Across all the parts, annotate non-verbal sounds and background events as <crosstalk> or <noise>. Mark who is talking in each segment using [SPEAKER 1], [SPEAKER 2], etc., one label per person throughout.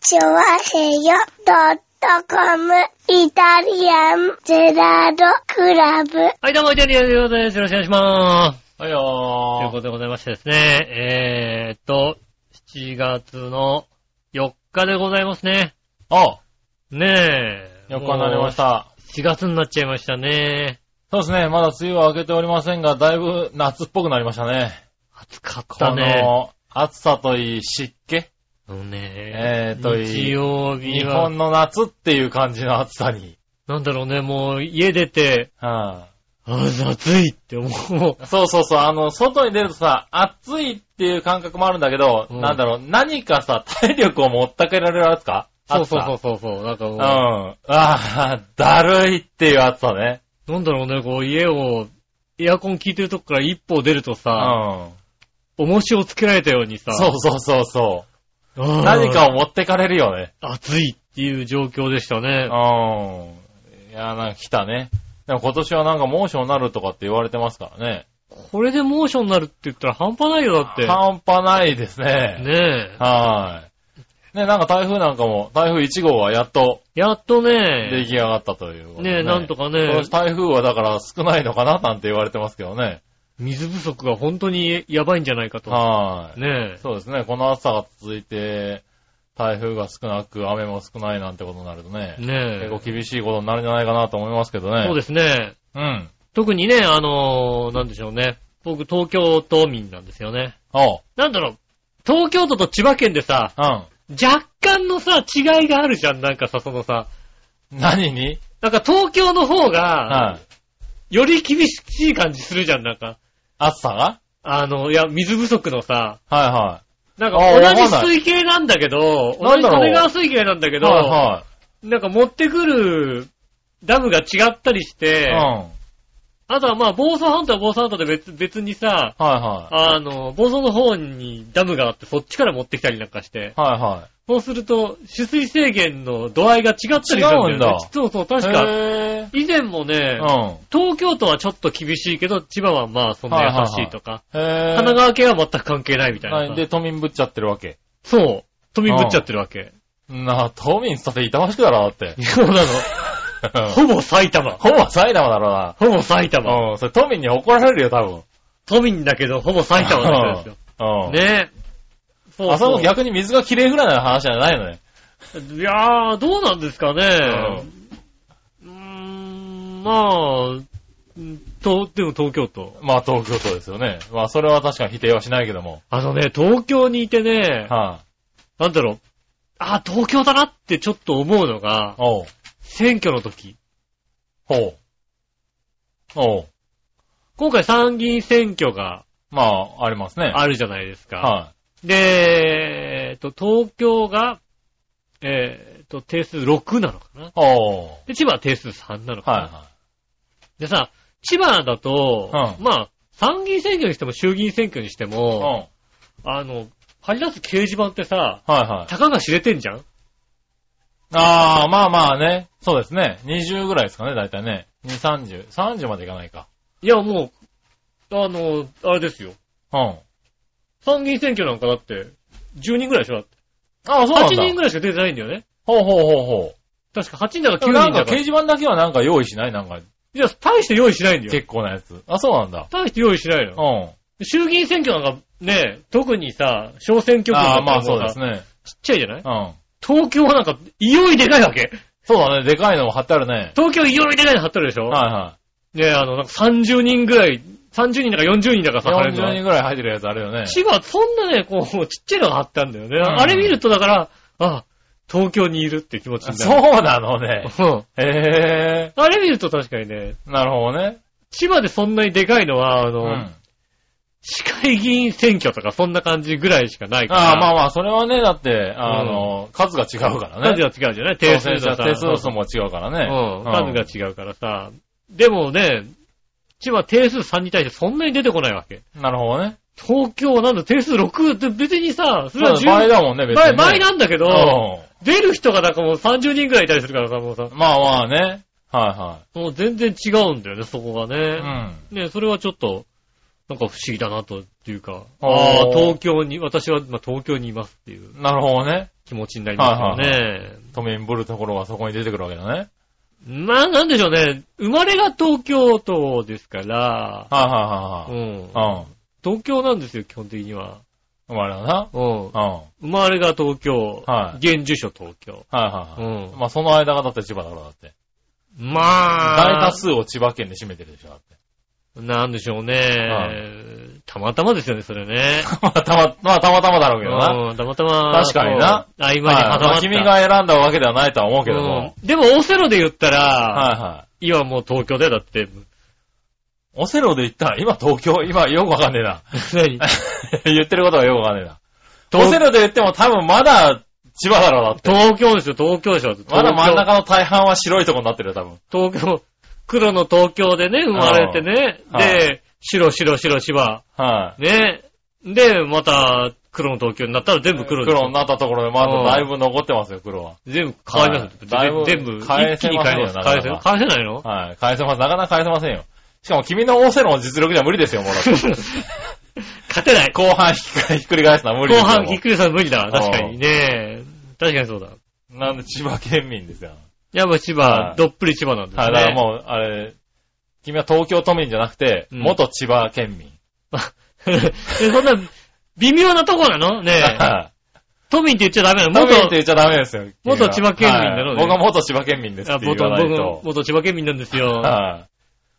[SPEAKER 1] チョワヘヨドットコムイタリアンゼラードクラブ。
[SPEAKER 2] はい、どうも、イタリアンでございます。よろしくお願いします。
[SPEAKER 3] はいよ
[SPEAKER 2] という
[SPEAKER 3] ー。
[SPEAKER 2] ことでございましてですね、えーっと、7月の4日でございますね。
[SPEAKER 3] あ、
[SPEAKER 2] ねえ。
[SPEAKER 3] よくなりました。
[SPEAKER 2] 7月になっちゃいましたね。
[SPEAKER 3] そうですね、まだ梅雨は明けておりませんが、だいぶ夏っぽくなりましたね。
[SPEAKER 2] 暑かった
[SPEAKER 3] こ
[SPEAKER 2] ね。
[SPEAKER 3] の暑さといい湿気、
[SPEAKER 2] あのね
[SPEAKER 3] えーといい
[SPEAKER 2] 日曜日
[SPEAKER 3] 日
[SPEAKER 2] は、
[SPEAKER 3] 本の夏っていう感じの暑さに。
[SPEAKER 2] なんだろうね、もう家出て、
[SPEAKER 3] うん
[SPEAKER 2] あ、暑いって思う。
[SPEAKER 3] そうそうそう、あの、外に出るとさ、暑いっていう感覚もあるんだけど、
[SPEAKER 2] うん
[SPEAKER 3] なんだろう、何かさ、体力を持ったけられる暑か
[SPEAKER 2] そう
[SPEAKER 3] 暑さ
[SPEAKER 2] そうそうそうそう。なんかも
[SPEAKER 3] う
[SPEAKER 2] う、
[SPEAKER 3] ん。ああ、だるいっていう暑さね。
[SPEAKER 2] なんだろうね、こう家を、エアコン効いてるとこから一歩出ると
[SPEAKER 3] う
[SPEAKER 2] さ、
[SPEAKER 3] ん。
[SPEAKER 2] 重しをつけられたようにさ、
[SPEAKER 3] そうそうそうそうう。
[SPEAKER 2] ん
[SPEAKER 3] 何かを持ってかれるよね。
[SPEAKER 2] 暑いっていう状況でしたね。
[SPEAKER 3] うん。いや、なんか来たね。でも今年はなんか猛暑になるとかって言われてますからね。
[SPEAKER 2] これで猛暑になるって言ったら半端ないよ、だって。
[SPEAKER 3] 半端ないですね。
[SPEAKER 2] ねえ。
[SPEAKER 3] はい。ね、なんか台風なんかも、台風1号はやっと
[SPEAKER 2] やっと
[SPEAKER 3] 出
[SPEAKER 2] ね、
[SPEAKER 3] 来上がったということで
[SPEAKER 2] ねえ、なんとか
[SPEAKER 3] 今
[SPEAKER 2] ね
[SPEAKER 3] 年、台風はだから少ないのかななんて言われてますけどね。
[SPEAKER 2] 水不足が本当にやばいんじゃないかと。
[SPEAKER 3] はい。
[SPEAKER 2] ねえ。
[SPEAKER 3] そうですね。この暑さが続いて、台風が少なく、雨も少ないなんてことになるとね、
[SPEAKER 2] ねえ
[SPEAKER 3] 結構。厳しいことになるんじゃないかなと思いますけどね。
[SPEAKER 2] そうですね。
[SPEAKER 3] うん。
[SPEAKER 2] 特にね、あのーなんでしょうね。僕、東京都民なんですよね。
[SPEAKER 3] おう。
[SPEAKER 2] なんだろう、東京都と千葉県でさ、
[SPEAKER 3] うん。
[SPEAKER 2] 若干のさ、違いがあるじゃん。なんかさ、そのさ、
[SPEAKER 3] 何に
[SPEAKER 2] なんか東京の方
[SPEAKER 3] は
[SPEAKER 2] が
[SPEAKER 3] い、。
[SPEAKER 2] より厳しい感じするじゃん、なんか。
[SPEAKER 3] 暑さが
[SPEAKER 2] あの、いや、水不足のさ、
[SPEAKER 3] はいはい。
[SPEAKER 2] なん
[SPEAKER 3] あ
[SPEAKER 2] か
[SPEAKER 3] ーわかん
[SPEAKER 2] 同
[SPEAKER 3] ない
[SPEAKER 2] じ水系なんだけど、同じ
[SPEAKER 3] なん
[SPEAKER 2] 利
[SPEAKER 3] だろう
[SPEAKER 2] 川水系なんだけど、
[SPEAKER 3] は
[SPEAKER 2] なんか持ってくるダムが違ったりして、
[SPEAKER 3] いはい。
[SPEAKER 2] あとはまあ、房総半島は房総半島で別別にさ、
[SPEAKER 3] うん。はいは
[SPEAKER 2] あの、房総の方にダムがあってそっちから持ってきたりなんかして
[SPEAKER 3] い。、はいは
[SPEAKER 2] そうすると、取水制限の度合いが違ったりするんだよね。
[SPEAKER 3] 違うんだ
[SPEAKER 2] そうそう、
[SPEAKER 3] い。
[SPEAKER 2] 確か。
[SPEAKER 3] へ
[SPEAKER 2] 以前もね
[SPEAKER 3] ぇ、ー。
[SPEAKER 2] 東京都はちょっと厳しいけど、千葉はまあ、そんな優しいとか、
[SPEAKER 3] うん。へぇー。
[SPEAKER 2] 神奈川県は全く関係ないみたいなさ。
[SPEAKER 3] で、都民ぶっちゃってるわけ。
[SPEAKER 2] そう。飛びぶっちゃってるわけ。
[SPEAKER 3] なあ、都民さて痛ましくだろ、だって。 <laughs>
[SPEAKER 2] そうなの。ほぼ埼玉。
[SPEAKER 3] ほぼ埼玉だろう
[SPEAKER 2] ほぼ埼玉。
[SPEAKER 3] な。うん。それ都民に怒られるよ、多分。
[SPEAKER 2] 都民だけど、ほぼ埼玉なんですよ。
[SPEAKER 3] うん。。
[SPEAKER 2] ねえ。そ
[SPEAKER 3] あそこ逆に水がきれいぐらいの話じゃないのね。
[SPEAKER 2] いやー、どうなんですかね。うーん、まあ、うんと、でも東京都。
[SPEAKER 3] まあ、東京都ですよね。まあ、それは確かに否定はしないけども。
[SPEAKER 2] あのね、東京にいてね、
[SPEAKER 3] はい。
[SPEAKER 2] なんだろう、あー、東京だなってちょっと思うのが、
[SPEAKER 3] おう。
[SPEAKER 2] 選挙の時。
[SPEAKER 3] ほう。おう。
[SPEAKER 2] 今回参議院選挙が
[SPEAKER 3] まあ、ありますね。
[SPEAKER 2] あるじゃないですか。
[SPEAKER 3] は。
[SPEAKER 2] で、えーっと、東京が、えーっと、定数6なのかない
[SPEAKER 3] おう。
[SPEAKER 2] で、千葉は定数3なのかな、
[SPEAKER 3] は
[SPEAKER 2] でさ、千葉だと、
[SPEAKER 3] うん
[SPEAKER 2] まあ、参議院選挙にしても衆議院選挙にして
[SPEAKER 3] い
[SPEAKER 2] も、
[SPEAKER 3] はい。
[SPEAKER 2] あの、張り出す掲示板ってさ、
[SPEAKER 3] うん。はいはい。
[SPEAKER 2] たかが知れてんじゃん
[SPEAKER 3] ああ、まあまあね。そうですね。20ぐらいですかね、大体ね。2、30。30までいかないか。
[SPEAKER 2] いや、もう、あの、あれですよ。
[SPEAKER 3] うん。
[SPEAKER 2] 参議院選挙なんかだって、10人ぐらいでしょだって
[SPEAKER 3] ああ、そうなんだ。
[SPEAKER 2] 8人ぐらいしか出てないんだよね。
[SPEAKER 3] ほうほうほうほ
[SPEAKER 2] 確か8人だか
[SPEAKER 3] う。でも
[SPEAKER 2] 9
[SPEAKER 3] な
[SPEAKER 2] 人
[SPEAKER 3] んか
[SPEAKER 2] だ
[SPEAKER 3] 掲
[SPEAKER 2] から。い
[SPEAKER 3] 示板だけはなんか用意しないなんか、
[SPEAKER 2] や、大して用意しないんだよ。
[SPEAKER 3] 結構なやつ。あ、そうなんだ。
[SPEAKER 2] 大して用意しないの
[SPEAKER 3] う。ん。
[SPEAKER 2] 衆議院選挙なんかね、特にさ、小選挙区
[SPEAKER 3] ああ、
[SPEAKER 2] なん
[SPEAKER 3] ま
[SPEAKER 2] か
[SPEAKER 3] あそう
[SPEAKER 2] も
[SPEAKER 3] で
[SPEAKER 2] う
[SPEAKER 3] す
[SPEAKER 2] さ
[SPEAKER 3] ね。
[SPEAKER 2] ちっちゃいじゃない
[SPEAKER 3] うん。
[SPEAKER 2] 東京はなんか、いよいでかいわけ。
[SPEAKER 3] そうだね。でかいのも貼ってあるね。
[SPEAKER 2] 東京いよいでかいの貼ってるでしょ
[SPEAKER 3] はいは
[SPEAKER 2] ねあの、なんか30人ぐらい、30人だか40人だか
[SPEAKER 3] い。
[SPEAKER 2] さ、貼れるの
[SPEAKER 3] 40人
[SPEAKER 2] は。
[SPEAKER 3] ぐらい入ってるやつあるよね。
[SPEAKER 2] 千葉、そんなね、こう、ちっちゃいのが貼ってあるんだよね。
[SPEAKER 3] ん
[SPEAKER 2] あれ見ると、だから、あ、東京にいるって気持ち
[SPEAKER 3] あ
[SPEAKER 2] に
[SPEAKER 3] そう
[SPEAKER 2] なる。
[SPEAKER 3] なのね。
[SPEAKER 2] うん。
[SPEAKER 3] へえ
[SPEAKER 2] あれ見ると確かにね、
[SPEAKER 3] なるほどね。
[SPEAKER 2] 千葉でそんなにでかいのは、あの、
[SPEAKER 3] うん。
[SPEAKER 2] 市会議員選挙とかそんな感じぐらいしかないから。
[SPEAKER 3] ああ、まあまあ、それはね、だって、あの、数が違うからね。
[SPEAKER 2] 数が違うじゃない定数
[SPEAKER 3] 当
[SPEAKER 2] の
[SPEAKER 3] 選
[SPEAKER 2] さ。
[SPEAKER 3] 者定数数も違うからね。
[SPEAKER 2] うん、数が違うからさ。でもね、千葉定数3に対してそんなに出てこないわけ。
[SPEAKER 3] なるほどね。
[SPEAKER 2] 東京はなんだ、定数6って別にさ、それは
[SPEAKER 3] そう倍
[SPEAKER 2] 10
[SPEAKER 3] だもんね、別に、
[SPEAKER 2] 倍、
[SPEAKER 3] ね。
[SPEAKER 2] 倍なんだけど、
[SPEAKER 3] う
[SPEAKER 2] 出る人がなんかもう30人くらいいたりするからさ、もうさ、
[SPEAKER 3] ん。まあまあね。は
[SPEAKER 2] もう全然違うんだよね、そこが
[SPEAKER 3] いはい。う
[SPEAKER 2] ね。
[SPEAKER 3] ん。
[SPEAKER 2] ね、それはちょっと、なんか不思議だなと、っていうか、
[SPEAKER 3] おー
[SPEAKER 2] ああ、東京に、私は今東京にいますっていう
[SPEAKER 3] なるほどね。
[SPEAKER 2] 気気持ちになりますよね。
[SPEAKER 3] トミンぶるところはそこに出てくるわけだね。
[SPEAKER 2] まあ、なんでしょうね。生まれが東京都ですから、
[SPEAKER 3] はいうはい
[SPEAKER 2] ん。
[SPEAKER 3] はいはい。
[SPEAKER 2] 東京なんですよ、基本的には。
[SPEAKER 3] うん。生まれだな。
[SPEAKER 2] うん
[SPEAKER 3] う。ん。は
[SPEAKER 2] 生まれが東京、
[SPEAKER 3] はい
[SPEAKER 2] 現住所東京。
[SPEAKER 3] いは
[SPEAKER 2] う
[SPEAKER 3] いはい。
[SPEAKER 2] ん。
[SPEAKER 3] まあその間がだって千葉だろ、だって。
[SPEAKER 2] まあ、
[SPEAKER 3] 大多数を千葉県で占めてるでしょ、だって。
[SPEAKER 2] なんでしょうね、
[SPEAKER 3] は
[SPEAKER 2] たまたまですよね、それね。
[SPEAKER 3] まあたま、まあたまたまだろうけどな。
[SPEAKER 2] うん、たまたま。
[SPEAKER 3] 確かにな
[SPEAKER 2] こう。合間に挟ま
[SPEAKER 3] は
[SPEAKER 2] った。
[SPEAKER 3] いまあ君が選んだわけではないとは思うけども。
[SPEAKER 2] うんでも、オセロで言ったら、
[SPEAKER 3] はいはい。
[SPEAKER 2] 今もう東京だよ、だ
[SPEAKER 3] <laughs>
[SPEAKER 2] って。
[SPEAKER 3] オセロで言ったら、今東京、今よくわかんねえ
[SPEAKER 2] <laughs>
[SPEAKER 3] な。
[SPEAKER 2] 何
[SPEAKER 3] 言ってることがよくわかんねえな。
[SPEAKER 2] 東
[SPEAKER 3] オセロで言っても多分まだ千葉だろうだって。
[SPEAKER 2] 東京ですよ、東京でしょ。東京
[SPEAKER 3] まだ真ん中の大半は白いとこになってるよ、多分。
[SPEAKER 2] 東京、黒の東京でね、生まれてね。
[SPEAKER 3] うんは
[SPEAKER 2] で、白、白、白、芝。
[SPEAKER 3] はい。
[SPEAKER 2] ね。で、また、黒の東京になったら全部黒ですよ
[SPEAKER 3] 黒になったところでまだだいぶ残ってますよ、黒は。
[SPEAKER 2] 全部変わりますよ。
[SPEAKER 3] はいだいぶ
[SPEAKER 2] 全部、
[SPEAKER 3] 変え
[SPEAKER 2] 一気
[SPEAKER 3] て
[SPEAKER 2] に
[SPEAKER 3] ます
[SPEAKER 2] 変え
[SPEAKER 3] よ
[SPEAKER 2] ます。変え
[SPEAKER 3] なかな
[SPEAKER 2] せ、変えせないの
[SPEAKER 3] はい。返せます。なかなか返せませんよ。しかも君のオセロの実力じゃ無理ですよ、
[SPEAKER 2] <laughs>
[SPEAKER 3] もうだって。
[SPEAKER 2] <laughs> 勝てない。
[SPEAKER 3] 後半ひっくりひっくり返すのは無理
[SPEAKER 2] 後
[SPEAKER 3] ですよ。
[SPEAKER 2] 半、ひっくりさん無理だ。確かにね。確かにそうだ。
[SPEAKER 3] もうなんで千葉県民ですよ。
[SPEAKER 2] やっぱ千
[SPEAKER 3] は
[SPEAKER 2] 葉、
[SPEAKER 3] い
[SPEAKER 2] どっぷり千葉なんですね。
[SPEAKER 3] はい、だから
[SPEAKER 2] <laughs>
[SPEAKER 3] もう、あれ、君は東京都民じゃなくて、
[SPEAKER 2] うん
[SPEAKER 3] 元千葉県民。
[SPEAKER 2] えそんな、微妙なとこなのねえ。
[SPEAKER 3] <laughs> はい
[SPEAKER 2] 都民って言っちゃダメなの
[SPEAKER 3] 都民って
[SPEAKER 2] 元、
[SPEAKER 3] 言っちゃダメですよ。君は
[SPEAKER 2] 元千葉県民だろうね
[SPEAKER 3] はい僕は元千葉県民ですっ
[SPEAKER 2] あ
[SPEAKER 3] て言
[SPEAKER 2] 元、
[SPEAKER 3] わない
[SPEAKER 2] 僕も
[SPEAKER 3] と。
[SPEAKER 2] 元千葉県民なんですよ。
[SPEAKER 3] はい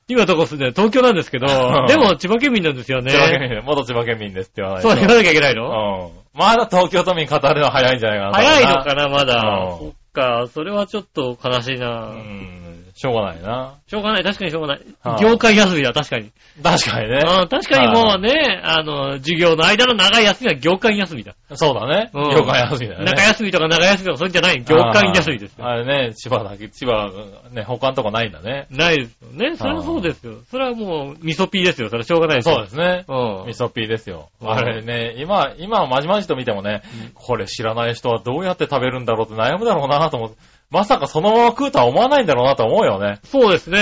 [SPEAKER 2] 今とこ住んでる東京なんですけど、
[SPEAKER 3] ん
[SPEAKER 2] でも千葉県民なんですよ
[SPEAKER 3] 千葉県
[SPEAKER 2] ね。
[SPEAKER 3] 民、元千葉県民ですって言わないと。
[SPEAKER 2] そう言わなきゃいけないの
[SPEAKER 3] うん。まだ東京都民語るのは早いんじゃないかな。
[SPEAKER 2] 早いのかな、まだ
[SPEAKER 3] う。ん
[SPEAKER 2] そっか、それはちょっと悲しいうな。
[SPEAKER 3] ん。しょうがないな。
[SPEAKER 2] しょうがない、確かにしょうがない
[SPEAKER 3] は。い
[SPEAKER 2] 業界休みだ、確かに。
[SPEAKER 3] 確かにね。
[SPEAKER 2] うん確かにもうね、あの、授業の間の長い休みは業界休みだ。
[SPEAKER 3] そうだね。
[SPEAKER 2] うん
[SPEAKER 3] 業界休みだよね。
[SPEAKER 2] 中休みとか長休みとかそういうんじゃない、業界休みですよ。
[SPEAKER 3] あーあれね、千葉だけ、千葉、ね、他のとこないんだね。
[SPEAKER 2] ないですよね。それはそうですよ。それはもう、ミソピーですよ。それはしょうがないですよ。
[SPEAKER 3] そうですね。
[SPEAKER 2] うん
[SPEAKER 3] ミソピーですよ。
[SPEAKER 2] うん
[SPEAKER 3] あれね、今、今、まじまじと見てもね、これ知らない人はどうやって食べるんだろうって悩むだろうなと思って、まさかそのまま食うとは思わないんだろうなと思うよね。
[SPEAKER 2] そうですね。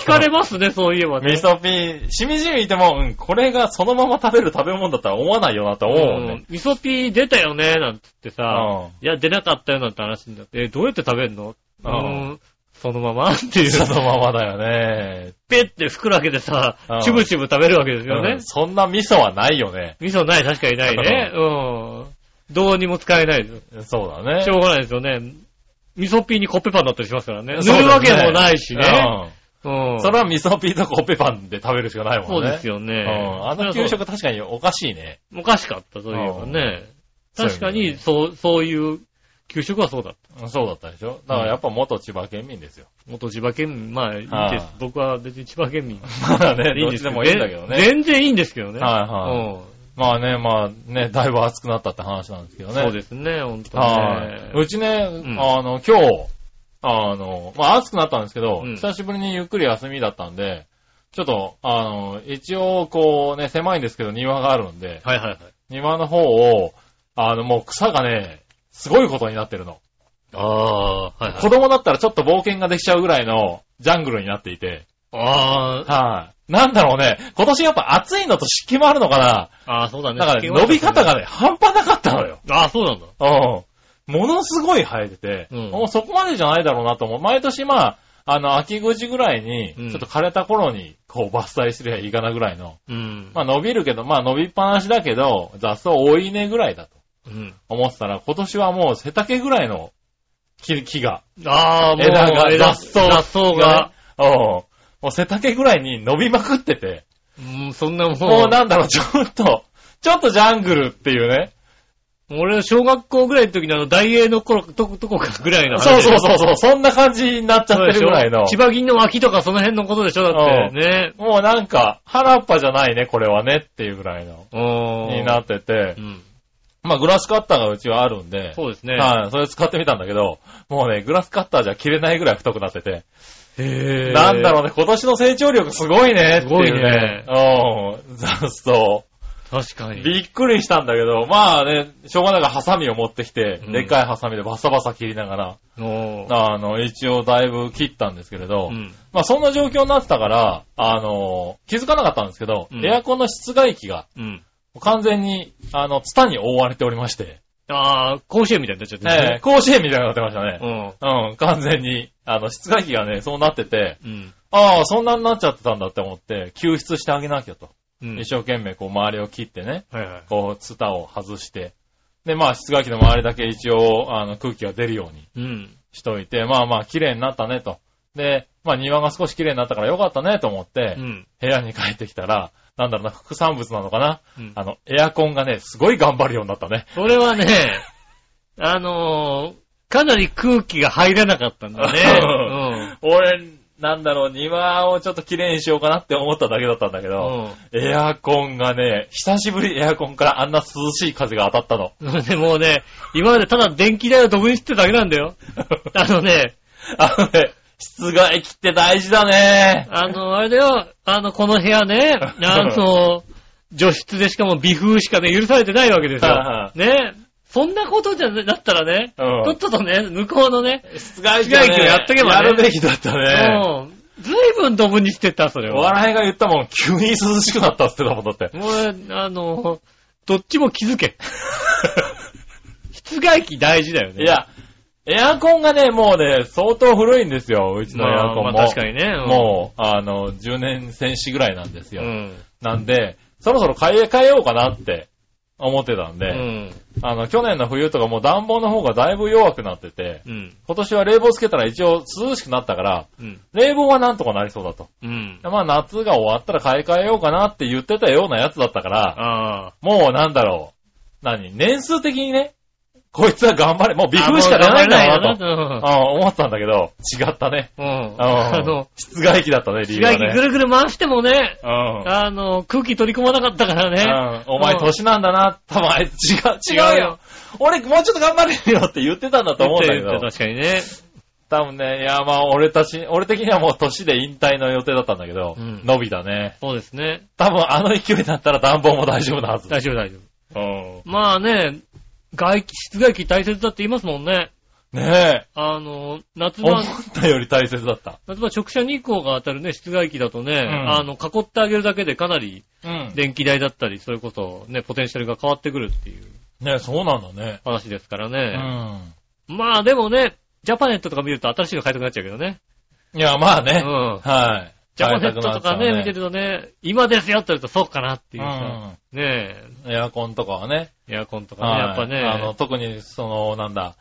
[SPEAKER 2] 聞かれますね、そういえばね。
[SPEAKER 3] ミソピー、しみじみいても、うん、これがそのまま食べる食べ物だったら思わないよなと思うもん
[SPEAKER 2] う
[SPEAKER 3] ね
[SPEAKER 2] ん。ミソピー出たよね、なんつってさ、
[SPEAKER 3] う
[SPEAKER 2] いや、出なかったよなんて話になって、え、どうやって食べるのう
[SPEAKER 3] うん
[SPEAKER 2] ん、そのままっていう。
[SPEAKER 3] そのままだよね。
[SPEAKER 2] ペって袋開けてさ
[SPEAKER 3] う、ん
[SPEAKER 2] チュブチュブ食べるわけですよ
[SPEAKER 3] う
[SPEAKER 2] ね
[SPEAKER 3] ん。そんな味噌はないよね。
[SPEAKER 2] 味噌ない、確かにないね。うん。どうにも使えないです。
[SPEAKER 3] そうだね。
[SPEAKER 2] しょうがないですよね。味噌ピーにコッペパンだったりしますからね。
[SPEAKER 3] そう
[SPEAKER 2] 塗
[SPEAKER 3] だね
[SPEAKER 2] るわけもないしね。
[SPEAKER 3] うん
[SPEAKER 2] うん。
[SPEAKER 3] それは味噌ピーとコッペパンで食べるしかないも
[SPEAKER 2] そ
[SPEAKER 3] ん
[SPEAKER 2] う
[SPEAKER 3] ね。
[SPEAKER 2] ですよ
[SPEAKER 3] う
[SPEAKER 2] ね。
[SPEAKER 3] ん。あの給食確かにおかしいね。
[SPEAKER 2] おかしかった、そういえばね。
[SPEAKER 3] うん
[SPEAKER 2] 確かに、そう、そういう給食はそうだった。
[SPEAKER 3] そうだったでしょだからやっぱ元千葉県民ですよ。 <laughs>
[SPEAKER 2] 元千葉県民、まあいい
[SPEAKER 3] は
[SPEAKER 2] で
[SPEAKER 3] い
[SPEAKER 2] す。僕は別に千葉県民。
[SPEAKER 3] まあね、
[SPEAKER 2] いい
[SPEAKER 3] <laughs> ど
[SPEAKER 2] ん
[SPEAKER 3] っ
[SPEAKER 2] で
[SPEAKER 3] ち
[SPEAKER 2] す
[SPEAKER 3] でもいいんだけどね。
[SPEAKER 2] 全然いいんですけどね。
[SPEAKER 3] はいはいまあね、まあね、だいぶ暑くなったって話なんですけど
[SPEAKER 2] うん
[SPEAKER 3] ね。
[SPEAKER 2] そうですね、本当
[SPEAKER 3] はい。
[SPEAKER 2] にね。
[SPEAKER 3] うちね、
[SPEAKER 2] ん
[SPEAKER 3] あの、今日、あの、まあ暑くなったんですけど、
[SPEAKER 2] うん
[SPEAKER 3] 久しぶりにゆっくり休みだったんで、ちょっと、あの、一応こうね、狭いんですけど庭があるんで、
[SPEAKER 2] はいはいはい。
[SPEAKER 3] 庭の方を、あの、もう草がね、すごいことになってるの。
[SPEAKER 2] ああー、はいは
[SPEAKER 3] 子
[SPEAKER 2] い。
[SPEAKER 3] 供だったらちょっと冒険ができちゃうぐらいのジャングルになっていて。
[SPEAKER 2] あー
[SPEAKER 3] はい。なんだろうね。今年やっぱ暑いのと湿気もあるのかな。
[SPEAKER 2] あー、そうだね。
[SPEAKER 3] だからね、伸び方がね、半端なかったのよ。
[SPEAKER 2] ああ、そうなんだ。
[SPEAKER 3] うん。ものすごい生えてて、
[SPEAKER 2] うん
[SPEAKER 3] もうそこまでじゃないだろうなと思う。毎年まあ、あの、秋口ぐらいに、
[SPEAKER 2] うん
[SPEAKER 3] ちょっと枯れた頃に、こう伐採すりゃいいかなぐらいの。
[SPEAKER 2] うん。
[SPEAKER 3] まあ伸びるけど、まあ伸びっぱなしだけど、雑草多いねぐらいだと
[SPEAKER 2] うん。
[SPEAKER 3] 思ってたら、今年はもう背丈ぐらいの木木が、
[SPEAKER 2] ああ、もう、
[SPEAKER 3] 枝が
[SPEAKER 2] 枝
[SPEAKER 3] 雑草
[SPEAKER 2] 雑草が、
[SPEAKER 3] うん。もう背丈ぐらいに伸びまくってて、
[SPEAKER 2] うん、そんなも、
[SPEAKER 3] もうんなんだろう、ちょっと、ちょっとジャングルっていうね。
[SPEAKER 2] 俺、小学校ぐらいの時のあの、大英の頃、とこ、とこかぐらいの話
[SPEAKER 3] そう
[SPEAKER 2] でしょ。
[SPEAKER 3] <laughs> そうそうそう、そんな感じになっちゃってるぐらいの
[SPEAKER 2] そうでしょ。千葉銀の脇とかその辺のことでしょ、だって。ね。
[SPEAKER 3] もうなんか、原っぱじゃないね、これはねっていうぐらいの、
[SPEAKER 2] おー
[SPEAKER 3] になってて
[SPEAKER 2] う、ん。
[SPEAKER 3] まあグラスカッターがうちはあるんで、
[SPEAKER 2] そうですね。
[SPEAKER 3] はい、それ使ってみたんだけど、もうね、グラスカッターじゃ切れないぐらい太くなってて、
[SPEAKER 2] へー
[SPEAKER 3] なんだろうね、今年の成長力すごいねっていうね
[SPEAKER 2] す、
[SPEAKER 3] うん、雑草。
[SPEAKER 2] 確かに。
[SPEAKER 3] びっくりしたんだけど、まあね、しょうがないからハサミを持ってきて、
[SPEAKER 2] うん
[SPEAKER 3] でっかいハサミでバサバサ切りながら、
[SPEAKER 2] おー
[SPEAKER 3] あの、一応だいぶ切ったんですけれど、
[SPEAKER 2] うん。
[SPEAKER 3] まあそんな状況になってたから、あの、気づかなかったんですけど、
[SPEAKER 2] うん
[SPEAKER 3] エアコンの室外機が
[SPEAKER 2] うん。
[SPEAKER 3] 完全に、あの、ツタに覆われておりまして、
[SPEAKER 2] ああ、甲子園みたいになっちゃってる
[SPEAKER 3] ええ、
[SPEAKER 2] ね。
[SPEAKER 3] 甲子園みたいになってましたね。
[SPEAKER 2] うん。
[SPEAKER 3] うん、完全に。あの、室外機がね、そうなってて、
[SPEAKER 2] うん。
[SPEAKER 3] ああ、そんなになっちゃってたんだって思って、救出してあげなきゃと。
[SPEAKER 2] うん
[SPEAKER 3] 一生懸命こう周りを切ってね、
[SPEAKER 2] はいはい。
[SPEAKER 3] こう、ツタを外して、で、まあ、室外機の周りだけ一応、あの、空気が出るように
[SPEAKER 2] うん。
[SPEAKER 3] しといて、まあまあ、綺麗になったねと。で、まあ、庭が少し綺麗になったからよかったねと思って、
[SPEAKER 2] うん。
[SPEAKER 3] 部屋に帰ってきたら、なんだろうな、副産物なのかな、
[SPEAKER 2] うん
[SPEAKER 3] あの、エアコンがね、すごい頑張るようになったね。
[SPEAKER 2] それはね、あのー、かなり空気が入らなかったんだ <laughs> ね。
[SPEAKER 3] <laughs> 俺、なんだろう、庭をちょっと綺麗にしようかなって思っただけだったんだけ
[SPEAKER 2] う
[SPEAKER 3] ど、
[SPEAKER 2] ん。
[SPEAKER 3] エアコンがね、久しぶりエアコンからあんな涼しい風が当たったの。
[SPEAKER 2] うん。でもうね、今までただ電気代をドブにしてただけなんだ <laughs> よ。あのね、
[SPEAKER 3] あのね、室外機って大事だね。
[SPEAKER 2] あの、あれだよ、あの、この部屋
[SPEAKER 3] <laughs>
[SPEAKER 2] ね、あの、除湿でしかも微風しかね、許されてないわけですよ
[SPEAKER 3] は。
[SPEAKER 2] ね。そんなことじゃな、だったらね、
[SPEAKER 3] うん
[SPEAKER 2] とっととね、向こうのね、
[SPEAKER 3] 室外
[SPEAKER 2] 室外機をやっとけばね
[SPEAKER 3] やるべきだったね。
[SPEAKER 2] うん。ずいぶんドブにしてた、それ
[SPEAKER 3] お
[SPEAKER 2] は。
[SPEAKER 3] 笑いが言ったもん、急に涼しくなったっつってたもんだって。
[SPEAKER 2] もう、あの、どっちも気づ
[SPEAKER 3] <laughs>
[SPEAKER 2] け。室外機大事だよね。
[SPEAKER 3] い、や、エアコンがね、もうね、相当古いんですよ、うちの
[SPEAKER 2] ま
[SPEAKER 3] エア
[SPEAKER 2] あ、
[SPEAKER 3] コンも。
[SPEAKER 2] まあ確かにね。うん
[SPEAKER 3] もう、あの、10年戦士ぐらいなんです
[SPEAKER 2] う
[SPEAKER 3] よ。
[SPEAKER 2] ん。
[SPEAKER 3] なんで、そろそろ買い替えようかなって思ってたん
[SPEAKER 2] う
[SPEAKER 3] で、
[SPEAKER 2] ん。
[SPEAKER 3] あの、去年の冬とかもう暖房の方がだいぶ弱くなってて、
[SPEAKER 2] うん。
[SPEAKER 3] 今年は冷房つけたら一応涼しくなったから、
[SPEAKER 2] うん。
[SPEAKER 3] 冷房はなんとかなりそうだと。
[SPEAKER 2] うん。
[SPEAKER 3] まあ夏が終わったら買い替えようかなって言ってたようなやつだったから、
[SPEAKER 2] ああ。
[SPEAKER 3] もうなんだろう。何年数的にね、こいつは頑張れ。もう微風しか出ないんだろうなと。
[SPEAKER 2] と。
[SPEAKER 3] あ思ってたんだけど、違ったね。
[SPEAKER 2] うん。
[SPEAKER 3] あ
[SPEAKER 2] あの、
[SPEAKER 3] 室外機だったね、理
[SPEAKER 2] 市
[SPEAKER 3] 由は
[SPEAKER 2] 街
[SPEAKER 3] ね。
[SPEAKER 2] 機ぐるぐる回してもね、
[SPEAKER 3] うん。
[SPEAKER 2] あの、空気取り込まなかったからね。
[SPEAKER 3] うんお前年なんだな、多分あいつ違う、違う
[SPEAKER 2] 違う
[SPEAKER 3] よ
[SPEAKER 2] よ。
[SPEAKER 3] 俺もうちょっと頑張れよって言ってたんだと思うんだけ
[SPEAKER 2] 言って
[SPEAKER 3] ど。
[SPEAKER 2] 確かにね。
[SPEAKER 3] 多分ね、いやまあ俺たち、俺的にはもう年で引退の予定だったんだけど、
[SPEAKER 2] うん
[SPEAKER 3] 伸びたね。
[SPEAKER 2] そうですね。
[SPEAKER 3] 多分あの勢いだったら暖房も大丈夫なはず。
[SPEAKER 2] 大丈夫大丈夫。
[SPEAKER 3] うん
[SPEAKER 2] まあね、外気、室外機大切だって言いますもんね。
[SPEAKER 3] ね
[SPEAKER 2] あの、
[SPEAKER 3] え、
[SPEAKER 2] 夏
[SPEAKER 3] 思
[SPEAKER 2] 場、
[SPEAKER 3] ったより大切だった。
[SPEAKER 2] 夏場直射日光が当たるね、室外機だとね、
[SPEAKER 3] ん
[SPEAKER 2] あの、囲ってあげるだけでかなり
[SPEAKER 3] うん。
[SPEAKER 2] 電気代だったり、それこそね、ポテンシャルが変わってくるっていう
[SPEAKER 3] ねえ、そうなんだね。
[SPEAKER 2] 話ですから
[SPEAKER 3] う
[SPEAKER 2] ね。
[SPEAKER 3] ん。
[SPEAKER 2] まあでもね、ジャパネットとか見ると新しいの買いたくなっちゃうけどね。
[SPEAKER 3] いやまあ
[SPEAKER 2] う
[SPEAKER 3] ね、
[SPEAKER 2] ん。
[SPEAKER 3] はい。
[SPEAKER 2] ジャパネットとかね、見てるとね、今ですよって言うとそうかなっていうさ、
[SPEAKER 3] う
[SPEAKER 2] ね
[SPEAKER 3] ん。エアコンとかはね、
[SPEAKER 2] え、エアコンとかね、やっぱ
[SPEAKER 3] はいあの、
[SPEAKER 2] ね、
[SPEAKER 3] 特に、その、なんだ、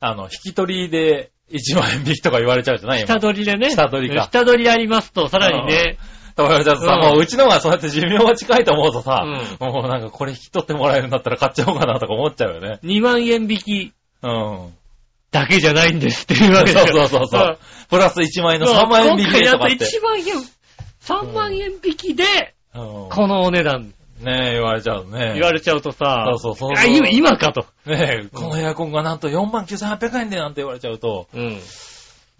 [SPEAKER 3] あの、引き取りで1万円引きとか言われちゃうじゃない今。
[SPEAKER 2] 下取りでね、
[SPEAKER 3] 下取りか
[SPEAKER 2] 下取りありますと、さらにね、
[SPEAKER 3] とか言われちゃうとさ、
[SPEAKER 2] うん
[SPEAKER 3] もううちのがそうやって寿命が近いと思うとさ、もうなんかこれ引き取ってもらえるんだったら買っちゃおうかなとか思っちゃうよね。
[SPEAKER 2] 2万円引き <laughs>
[SPEAKER 3] うん。
[SPEAKER 2] だけじゃないんですっていうわけで
[SPEAKER 3] そう
[SPEAKER 2] す
[SPEAKER 3] そ
[SPEAKER 2] よ
[SPEAKER 3] うそうそう。。プラス1万円の3万円引き
[SPEAKER 2] で
[SPEAKER 3] で
[SPEAKER 2] や
[SPEAKER 3] と
[SPEAKER 2] っ
[SPEAKER 3] か
[SPEAKER 2] ぱ
[SPEAKER 3] って。
[SPEAKER 2] 1万円、3万円引きで、
[SPEAKER 3] う
[SPEAKER 2] このお値段、
[SPEAKER 3] ん、ねえ、言われちゃうね。
[SPEAKER 2] 言われちゃうとさ、
[SPEAKER 3] そうそうそう
[SPEAKER 2] あ今今かと。
[SPEAKER 3] ねえ、このエアコンがなんと49,800円でなんて言われちゃうと、
[SPEAKER 2] うん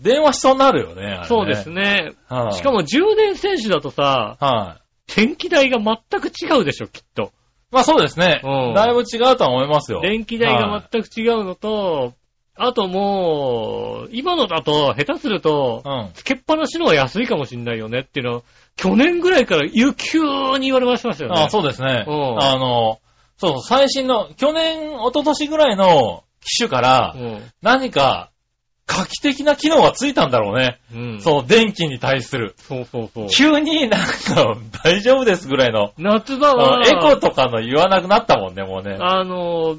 [SPEAKER 3] 電話しそうになるよね、あれね
[SPEAKER 2] そうです。ね。
[SPEAKER 3] はい、
[SPEAKER 2] しか、も10年選手だとさ、
[SPEAKER 3] はい、
[SPEAKER 2] 電気代が全く違うでしょ、きっと。
[SPEAKER 3] まあそうですね。
[SPEAKER 2] うん
[SPEAKER 3] だいぶ違うとは思いますよ。
[SPEAKER 2] 電気代
[SPEAKER 3] はい
[SPEAKER 2] が全く違うのと、あともう、今のだと、下手すると、
[SPEAKER 3] うん。
[SPEAKER 2] つけっぱなしのは安いかもしんないよねっていうのは、去年ぐらいから有給に言われましたよね。
[SPEAKER 3] あそうですね。
[SPEAKER 2] うん
[SPEAKER 3] あの、そうそう、最新の、去年、一昨年ぐらいの機種から、
[SPEAKER 2] うん。
[SPEAKER 3] 何か、画期的な機能がついたんだろうね。
[SPEAKER 2] うん。
[SPEAKER 3] そう、電気に対する。
[SPEAKER 2] そうそうそう。
[SPEAKER 3] 急になんか、大丈夫ですぐらいの。
[SPEAKER 2] 夏場
[SPEAKER 3] あの
[SPEAKER 2] は、
[SPEAKER 3] エコとかの言わなくなったもんね、もうね。
[SPEAKER 2] あの、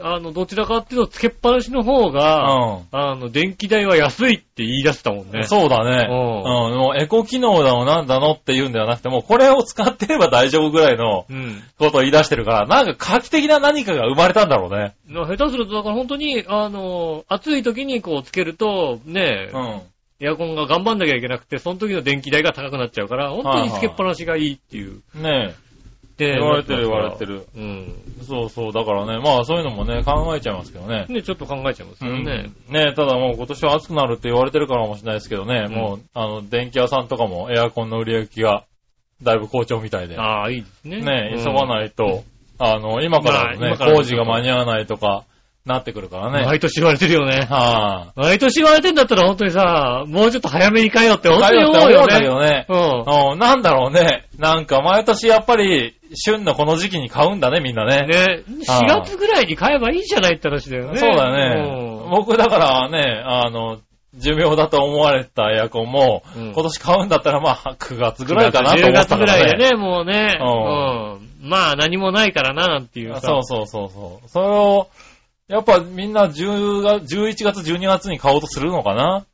[SPEAKER 2] あの、どちらかっていうと、つけっぱなしの方が、
[SPEAKER 3] う
[SPEAKER 2] あの、電気代は安いって言い出したもん
[SPEAKER 3] ん。
[SPEAKER 2] ね。
[SPEAKER 3] そうだね。うん。
[SPEAKER 2] う
[SPEAKER 3] もうエコ機能だのなんだのって言うんではなくて、もうこれを使ってれば大丈夫ぐらいの
[SPEAKER 2] ん。うん。
[SPEAKER 3] ことを言い出してるから、なんか画期的な何かが生まれたんだろうね。
[SPEAKER 2] な下手すると、だから本当に、あの、暑い時にこうつけると、ねえ、
[SPEAKER 3] うん。
[SPEAKER 2] エアコンが頑張んなきゃいけなくて、その時の電気代が高くなっちゃうから、本当につけっぱなしがいいっていう。
[SPEAKER 3] ねえ。
[SPEAKER 2] で
[SPEAKER 3] 言われてる言われて。る。
[SPEAKER 2] うん。
[SPEAKER 3] そうそう、だからね、まあそういうのもね、考えちゃいますけどね。
[SPEAKER 2] ね、ちょっと考えちゃいますよね。
[SPEAKER 3] ねただもう今年は暑くなるって言われてるからもしれないですけどね、
[SPEAKER 2] うん
[SPEAKER 3] もう、あの、電気屋さんとかもエアコンの売り行きが、だいぶ好調みたいで。ね
[SPEAKER 2] ああ、いいですね。
[SPEAKER 3] 急が
[SPEAKER 2] い。
[SPEAKER 3] ないと、あの、今から
[SPEAKER 2] まあ
[SPEAKER 3] ね、
[SPEAKER 2] 今から
[SPEAKER 3] 工事が間に合わないとか、なってくるからね。
[SPEAKER 2] 毎年言われてるよね。
[SPEAKER 3] はぁ、
[SPEAKER 2] 毎年言われてんだったら本当にさ、もうちょっと早めに変えようって
[SPEAKER 3] あ。
[SPEAKER 2] 本当に
[SPEAKER 3] よ
[SPEAKER 2] 思うよ
[SPEAKER 3] んだけ
[SPEAKER 2] ね。
[SPEAKER 3] どね。
[SPEAKER 2] うん。
[SPEAKER 3] うん、なんだろうね。なんか毎年やっぱり、旬のこの時期に買うんだね、みんなね。
[SPEAKER 2] ね、4
[SPEAKER 3] ああ
[SPEAKER 2] 月ぐらいに買えばいいじゃないって話だよね。
[SPEAKER 3] そうだね。僕だからね、あの、寿命だと思われたエアコンも、
[SPEAKER 2] うん
[SPEAKER 3] 今年買うんだったらまあ9月ぐらいかなと思
[SPEAKER 2] 10
[SPEAKER 3] って
[SPEAKER 2] 月
[SPEAKER 3] た
[SPEAKER 2] ぐ
[SPEAKER 3] からら
[SPEAKER 2] い
[SPEAKER 3] ね。
[SPEAKER 2] でね、もうね。うん。まあ何もないからな、なんていう
[SPEAKER 3] あ
[SPEAKER 2] さ。
[SPEAKER 3] そうそうそうそう。それを、やっぱみんな10月、11月、12月に買おうとするのかな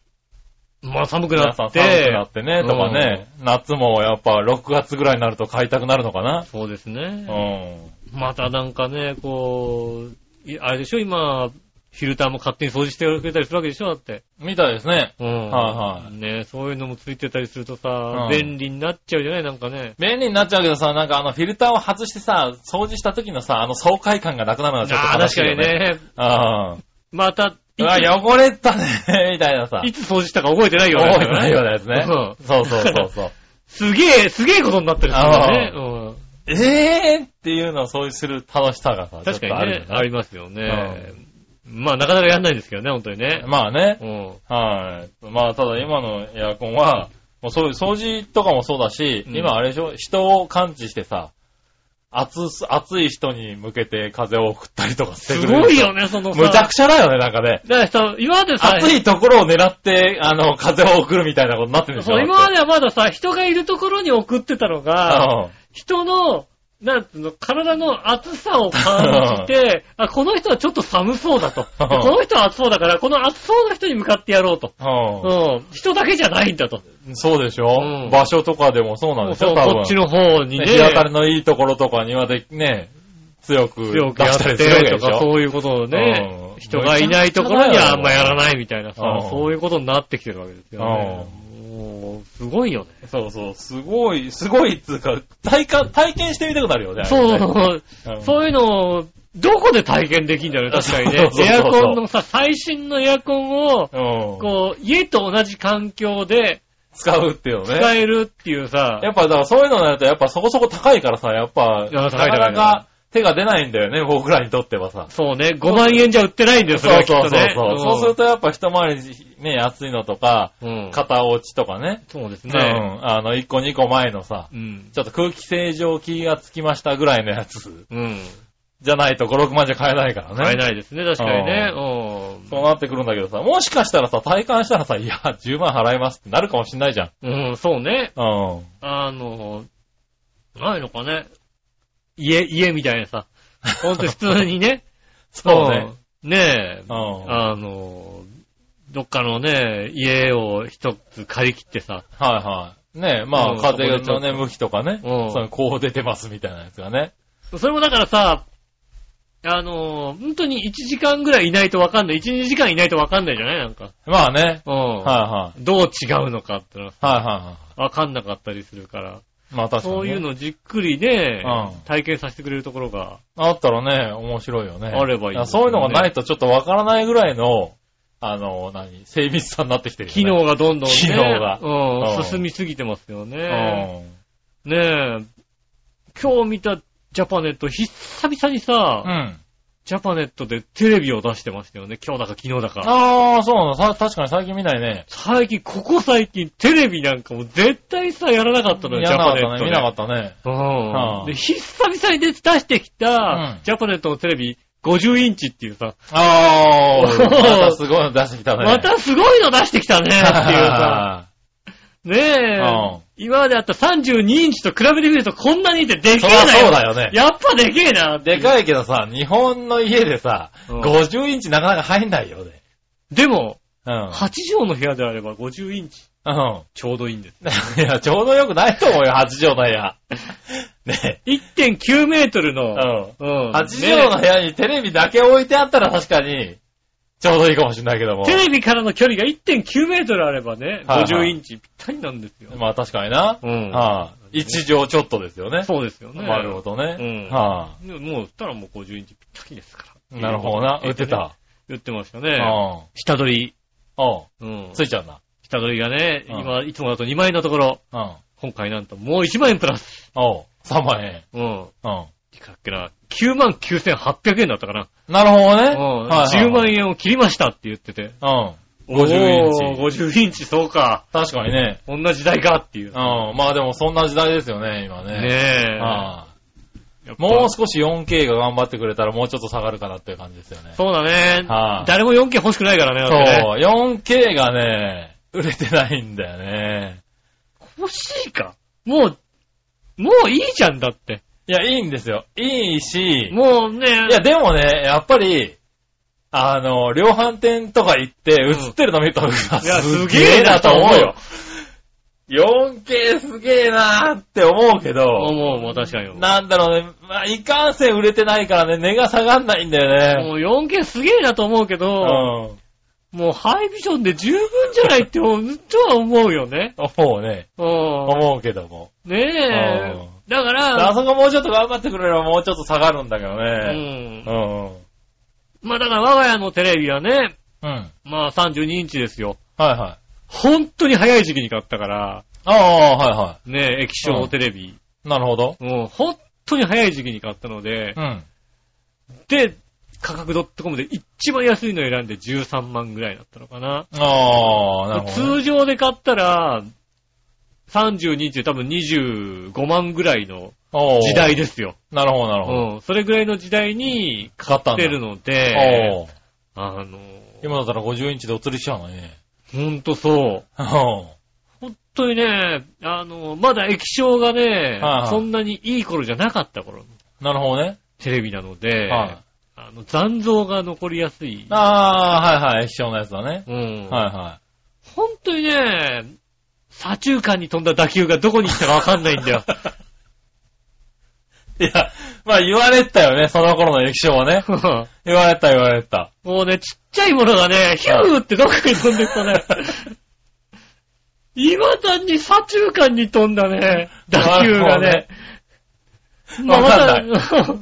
[SPEAKER 2] まあ寒くな
[SPEAKER 3] 皆さん
[SPEAKER 2] っ
[SPEAKER 3] 寒くな
[SPEAKER 2] て。
[SPEAKER 3] ってね、とかね、夏もやっぱ6月ぐらいになると買いたくなるのかな
[SPEAKER 2] そうです
[SPEAKER 3] う
[SPEAKER 2] ね。
[SPEAKER 3] ん。
[SPEAKER 2] またなんかね、こう、いあれでしょ、今、フィルターも勝手に掃除してくれたりするわけでしょ、だって。
[SPEAKER 3] みたいですね。
[SPEAKER 2] うん。。
[SPEAKER 3] はいはい
[SPEAKER 2] ねそういうのもついてたりするとさ
[SPEAKER 3] う、ん
[SPEAKER 2] 便利になっちゃうじゃないなんかね。
[SPEAKER 3] 便利になっちゃうけどさ、なんかあのフィルターを外してさ、掃除した時のさ、あの爽快感がなくなるのはちょっ
[SPEAKER 2] ああ、
[SPEAKER 3] と悲
[SPEAKER 2] 確
[SPEAKER 3] しい
[SPEAKER 2] か
[SPEAKER 3] よ
[SPEAKER 2] に
[SPEAKER 3] ね。
[SPEAKER 2] ね。
[SPEAKER 3] ああ。
[SPEAKER 2] また、
[SPEAKER 3] うわ、汚れたね、み <laughs> たいなさ。
[SPEAKER 2] いつ掃除したか覚えてないよね。
[SPEAKER 3] 覚えてないようなやつね。
[SPEAKER 2] う
[SPEAKER 3] そうそうそう
[SPEAKER 2] <laughs>
[SPEAKER 3] そう。
[SPEAKER 2] すげえ、すげえことになってるからね。うん。
[SPEAKER 3] えーっていうのをそういうする楽しさがさ、
[SPEAKER 2] 確か
[SPEAKER 3] ちょっとあ
[SPEAKER 2] に
[SPEAKER 3] る
[SPEAKER 2] ね
[SPEAKER 3] よ、
[SPEAKER 2] ありますよね。まあ、なかなかやんないんですけどね、本当にね。
[SPEAKER 3] まあね。
[SPEAKER 2] うん。
[SPEAKER 3] はい。まあ、ただ今のエアコンは、もうそういう掃除とかもそうだし、
[SPEAKER 2] うん
[SPEAKER 3] 今あれでしょ人を感知してさ、暑す、暑い人に向けて風を送ったりとかして
[SPEAKER 2] す
[SPEAKER 3] くれる。
[SPEAKER 2] ごいよね、そのさ。
[SPEAKER 3] むちゃくちゃだよね、なんかね。
[SPEAKER 2] だからさ、今までさ、
[SPEAKER 3] 暑いところを狙って、あの、風を送るみたいなことになってるでしょ
[SPEAKER 2] そう、今ま
[SPEAKER 3] で
[SPEAKER 2] ではまださ、人がいるところに送ってたのが、人の、なんつうの、体の暑さを感じて、あ、この人はちょっと寒そうだと。
[SPEAKER 3] うん
[SPEAKER 2] この人は暑そうだから、この暑そうな人に向かってやろうと。
[SPEAKER 3] うん。
[SPEAKER 2] うん。人だけじゃないんだと。
[SPEAKER 3] うん。そうでしょ、
[SPEAKER 2] うん
[SPEAKER 3] 場所とかでもそうなん
[SPEAKER 2] もう
[SPEAKER 3] でし
[SPEAKER 2] そう
[SPEAKER 3] ょ多分。
[SPEAKER 2] こっちの方にね、
[SPEAKER 3] ね日当たりのいいところとか庭でね、強く
[SPEAKER 2] 強く
[SPEAKER 3] 出
[SPEAKER 2] やっ
[SPEAKER 3] した
[SPEAKER 2] て
[SPEAKER 3] りするわけ
[SPEAKER 2] と
[SPEAKER 3] でし
[SPEAKER 2] か、
[SPEAKER 3] ょ。
[SPEAKER 2] そういうことをね
[SPEAKER 3] う、ん
[SPEAKER 2] 人がいないところにはあんまやらないみたいなさ
[SPEAKER 3] う、ん
[SPEAKER 2] そういうことになってきてるわけですよね。もう、すごいよね。
[SPEAKER 3] そうそう、すごい、すごいっつうか、体感、体験してみたくなるよね。
[SPEAKER 2] そう
[SPEAKER 3] あれね
[SPEAKER 2] そう、
[SPEAKER 3] ん。
[SPEAKER 2] そういうのを、どこで体験できんだろうね、確かにね
[SPEAKER 3] そうそうそう
[SPEAKER 2] エアコンのさ、最新のエアコンを、
[SPEAKER 3] うん。
[SPEAKER 2] こう、家と同じ環境で
[SPEAKER 3] 使うっていうの
[SPEAKER 2] 使
[SPEAKER 3] ね。
[SPEAKER 2] えるっていうさ、
[SPEAKER 3] やっぱ、だからそういうのになると、やっぱそこそこ高いからさ、やっぱ、
[SPEAKER 2] いや
[SPEAKER 3] な
[SPEAKER 2] 高い高い
[SPEAKER 3] かなか手が出ないんだよね、僕らにとってはさ。
[SPEAKER 2] そうね、5万円じゃ売ってないんだよ、そ
[SPEAKER 3] そう
[SPEAKER 2] れはきっ
[SPEAKER 3] そうそ
[SPEAKER 2] と
[SPEAKER 3] うそう
[SPEAKER 2] ね。。
[SPEAKER 3] そうするとやっぱ一回りね、安いのとか、
[SPEAKER 2] うん
[SPEAKER 3] 肩落ちとかね。
[SPEAKER 2] そうです
[SPEAKER 3] う
[SPEAKER 2] ね。
[SPEAKER 3] ん。あの、一個二個前のさ、
[SPEAKER 2] うん。
[SPEAKER 3] ちょっと空気清浄機がつきましたぐらいのやつ。
[SPEAKER 2] うん。
[SPEAKER 3] じゃないと5、6万じゃ買えないからね。
[SPEAKER 2] 買えないですね、確かにね。うん。
[SPEAKER 3] そうなってくるんだけどさ、もしかしたらさ、体感したらさ、いや、10万払いますってなるかもしんないじゃん。
[SPEAKER 2] うん、そうね。
[SPEAKER 3] うん。
[SPEAKER 2] あの、ないのかね。家、家みたいなさ。ほんと普通にね。
[SPEAKER 3] <laughs> そうね。
[SPEAKER 2] うん。ねえ。
[SPEAKER 3] うん。はい
[SPEAKER 2] あの、どっかのね、家を一つ借り切ってさ。
[SPEAKER 3] はい。ねえ、まあ、
[SPEAKER 2] うん
[SPEAKER 3] 風
[SPEAKER 2] そこ
[SPEAKER 3] の
[SPEAKER 2] でち
[SPEAKER 3] ね、向きとかね、
[SPEAKER 2] うん
[SPEAKER 3] そのこう出てますみたいなやつがね。
[SPEAKER 2] それもだからさ、あの、本当に1時間ぐらいいないとわかんない。1、2時間いないとわかんないじゃないなんか。
[SPEAKER 3] まあね。
[SPEAKER 2] うん。
[SPEAKER 3] は
[SPEAKER 2] どう違うのかってのはい
[SPEAKER 3] はい。はいはいは
[SPEAKER 2] わかんなかったりするから。
[SPEAKER 3] い。まあ確かに、ね。
[SPEAKER 2] そういうのじっくりね、
[SPEAKER 3] うん
[SPEAKER 2] 体験させてくれるところが。
[SPEAKER 3] あったらね、面白いよね。
[SPEAKER 2] あればいいですよね
[SPEAKER 3] やそういうのがないとちょっとわからないぐらいの、あの、何、精密さになってきてるよね。
[SPEAKER 2] 機能がどんどんね、
[SPEAKER 3] 機能が
[SPEAKER 2] うん
[SPEAKER 3] うん
[SPEAKER 2] 進みすぎてますよね。
[SPEAKER 3] うん。
[SPEAKER 2] ねえ、今日見たジャパネット、久々にさ、
[SPEAKER 3] うん。
[SPEAKER 2] ジャパネットでテレビを出してましたよね。今日だか昨日だか。
[SPEAKER 3] ああ、そうなの。さ確かに最近見ないね。
[SPEAKER 2] 最近、ここ最近、テレビなんかも絶対さ、やらなかったのよ、
[SPEAKER 3] 見
[SPEAKER 2] ジャ
[SPEAKER 3] なか
[SPEAKER 2] パ
[SPEAKER 3] っ
[SPEAKER 2] ネ
[SPEAKER 3] た
[SPEAKER 2] ット
[SPEAKER 3] ね。見なかったね。
[SPEAKER 2] うん
[SPEAKER 3] うん
[SPEAKER 2] で、久々に出してきた、
[SPEAKER 3] うん
[SPEAKER 2] ジャパネットのテレビ、50インチっていうさ、
[SPEAKER 3] あ
[SPEAKER 2] お
[SPEAKER 3] あ、
[SPEAKER 2] ー
[SPEAKER 3] またすごいの出してきた
[SPEAKER 2] <laughs>
[SPEAKER 3] ね。
[SPEAKER 2] またすごいの出してきたね、っていう
[SPEAKER 3] <laughs>
[SPEAKER 2] さ。ねえ、
[SPEAKER 3] うん
[SPEAKER 2] 今まであった32インチと比べてみるとこんなにってでけえ
[SPEAKER 3] そ
[SPEAKER 2] な
[SPEAKER 3] りゃそうだ
[SPEAKER 2] よ。
[SPEAKER 3] よね。
[SPEAKER 2] やっぱでけえなっていう。
[SPEAKER 3] でかいけどさ、日本の家でさ、
[SPEAKER 2] うん
[SPEAKER 3] 50インチなかなか入んないよね。
[SPEAKER 2] でも、
[SPEAKER 3] うん。
[SPEAKER 2] 8畳の部屋であれば50インチ
[SPEAKER 3] うん。 <laughs>
[SPEAKER 2] ちょうどいいんです。
[SPEAKER 3] いや、ちょうどよくないと思うよ、8畳の
[SPEAKER 2] <laughs>
[SPEAKER 3] 部屋。ね。
[SPEAKER 2] 1.9メートル
[SPEAKER 3] う
[SPEAKER 2] の、
[SPEAKER 3] ん。
[SPEAKER 2] うん。
[SPEAKER 3] 8畳の部屋にテレビだけ置いてあったら確かに、ちょうどいいかもしれないけども。
[SPEAKER 2] テレビからの距離が1.9メートルあればね、
[SPEAKER 3] はいはい
[SPEAKER 2] 50インチぴったりなんですよ。
[SPEAKER 3] まあ確かにな。
[SPEAKER 2] うん
[SPEAKER 3] はい。1畳ちょっとですよね。
[SPEAKER 2] そうですよね。
[SPEAKER 3] なるほどね。
[SPEAKER 2] うん
[SPEAKER 3] は
[SPEAKER 2] でもう、たらもう50インチぴったりですから。
[SPEAKER 3] い。なるほどな。売ってた。。
[SPEAKER 2] 売ってました
[SPEAKER 3] う
[SPEAKER 2] ね。
[SPEAKER 3] ん。
[SPEAKER 2] 下取り。
[SPEAKER 3] お
[SPEAKER 2] うん
[SPEAKER 3] う。ついちゃうんだ。
[SPEAKER 2] 下取りがね、
[SPEAKER 3] うん
[SPEAKER 2] 今、いつもだと2万円のところ、
[SPEAKER 3] うん。
[SPEAKER 2] 今回なんともう1万円プラス。
[SPEAKER 3] おう。3万円。
[SPEAKER 2] うん。
[SPEAKER 3] うん。
[SPEAKER 2] いくらっけな、9万9800円だったかな。
[SPEAKER 3] なるほどね。
[SPEAKER 2] うん。
[SPEAKER 3] はい
[SPEAKER 2] 10万円を切りましたって言ってて。
[SPEAKER 3] はい。うん。50インチ。
[SPEAKER 2] おー50インチ、そうか。
[SPEAKER 3] 確かにね。
[SPEAKER 2] 同じ時代かっていう
[SPEAKER 3] う。ん。まあでもそんな時代ですよね、今ね。
[SPEAKER 2] ねえ。
[SPEAKER 3] は
[SPEAKER 2] やっぱ
[SPEAKER 3] もう少し 4K が頑張ってくれたらもうちょっと下がるかなっていう感じですよね。
[SPEAKER 2] そうだね。
[SPEAKER 3] はい
[SPEAKER 2] 誰も 4K 欲しくないからね、だ
[SPEAKER 3] そ
[SPEAKER 2] ってね。
[SPEAKER 3] う、4K がね、売れてないんだよね。
[SPEAKER 2] 欲しいか。もう、もういいじゃんだって。
[SPEAKER 3] いや、いいんですよ。いいし、
[SPEAKER 2] もうね、
[SPEAKER 3] いや、でもね、やっぱり、あの、量販店とか行って映ってるの見ると、うわ
[SPEAKER 2] いや
[SPEAKER 3] すげえなと思うよ。4K すげえなーって思うけど、
[SPEAKER 2] 思う、もう確かに。も
[SPEAKER 3] なんだろうね、まあ、いかんせん売れてないからね、値が下がんないんだよね。
[SPEAKER 2] う 4K すげえなと思うけ
[SPEAKER 3] う
[SPEAKER 2] ど、
[SPEAKER 3] ん。
[SPEAKER 2] もうハイビジョンで十分じゃないって、とは思うよね。
[SPEAKER 3] 思うね。
[SPEAKER 2] う
[SPEAKER 3] 思うけども。
[SPEAKER 2] ん。ね
[SPEAKER 3] う
[SPEAKER 2] え。だか
[SPEAKER 3] あ
[SPEAKER 2] ら、
[SPEAKER 3] そこもうちょっと頑張ってくれればもうちょっと下がるんだけど
[SPEAKER 2] う
[SPEAKER 3] ね。
[SPEAKER 2] ん
[SPEAKER 3] う。ん。
[SPEAKER 2] まあだから我が家のテレビはね、
[SPEAKER 3] うん。はい
[SPEAKER 2] まあ32インチですよ。
[SPEAKER 3] はい。
[SPEAKER 2] 本当に早い時期に買ったから、
[SPEAKER 3] ああ、はいは
[SPEAKER 2] ねえ、液晶テレビ。
[SPEAKER 3] い。なるほど。
[SPEAKER 2] もう本当に早い時期に買ったので
[SPEAKER 3] う、ん。
[SPEAKER 2] で、価格 .com で一番安いのを選んで13万ぐらいだったのかな。
[SPEAKER 3] ああ、なるほどね。
[SPEAKER 2] 通常で買ったら、32インチで多分25万ぐらいの
[SPEAKER 3] おー
[SPEAKER 2] 時代ですよ。
[SPEAKER 3] なるほど、なるほど。
[SPEAKER 2] うん。それぐらいの時代に
[SPEAKER 3] 買ったんだ。
[SPEAKER 2] 出るので、
[SPEAKER 3] おー
[SPEAKER 2] あの、
[SPEAKER 3] 今だったら50インチでお釣りしちゃうのにね。
[SPEAKER 2] ほんとそう。
[SPEAKER 3] う
[SPEAKER 2] 本当にね、あの、まだ液晶がね、
[SPEAKER 3] はいはい
[SPEAKER 2] そんなにいい頃じゃなかった頃の
[SPEAKER 3] んなるほどね。
[SPEAKER 2] テレビなので、
[SPEAKER 3] はい
[SPEAKER 2] あの残像が残りやすい。
[SPEAKER 3] ああ、はいはい、液晶のやつだね。
[SPEAKER 2] うん。
[SPEAKER 3] はいは
[SPEAKER 2] 本当にね、左中間に飛んだ打球がどこに行ったかわかんないん
[SPEAKER 3] <laughs>
[SPEAKER 2] だよ。
[SPEAKER 3] い。いや、まあ言われてたよね、その頃の液晶はね。言われてた言われてた。
[SPEAKER 2] もうね、ちっちゃいものがね、ヒューってどっかに飛んでったね。今単に左中間に飛んだね、打球がね。
[SPEAKER 3] なるほどね
[SPEAKER 2] まあまた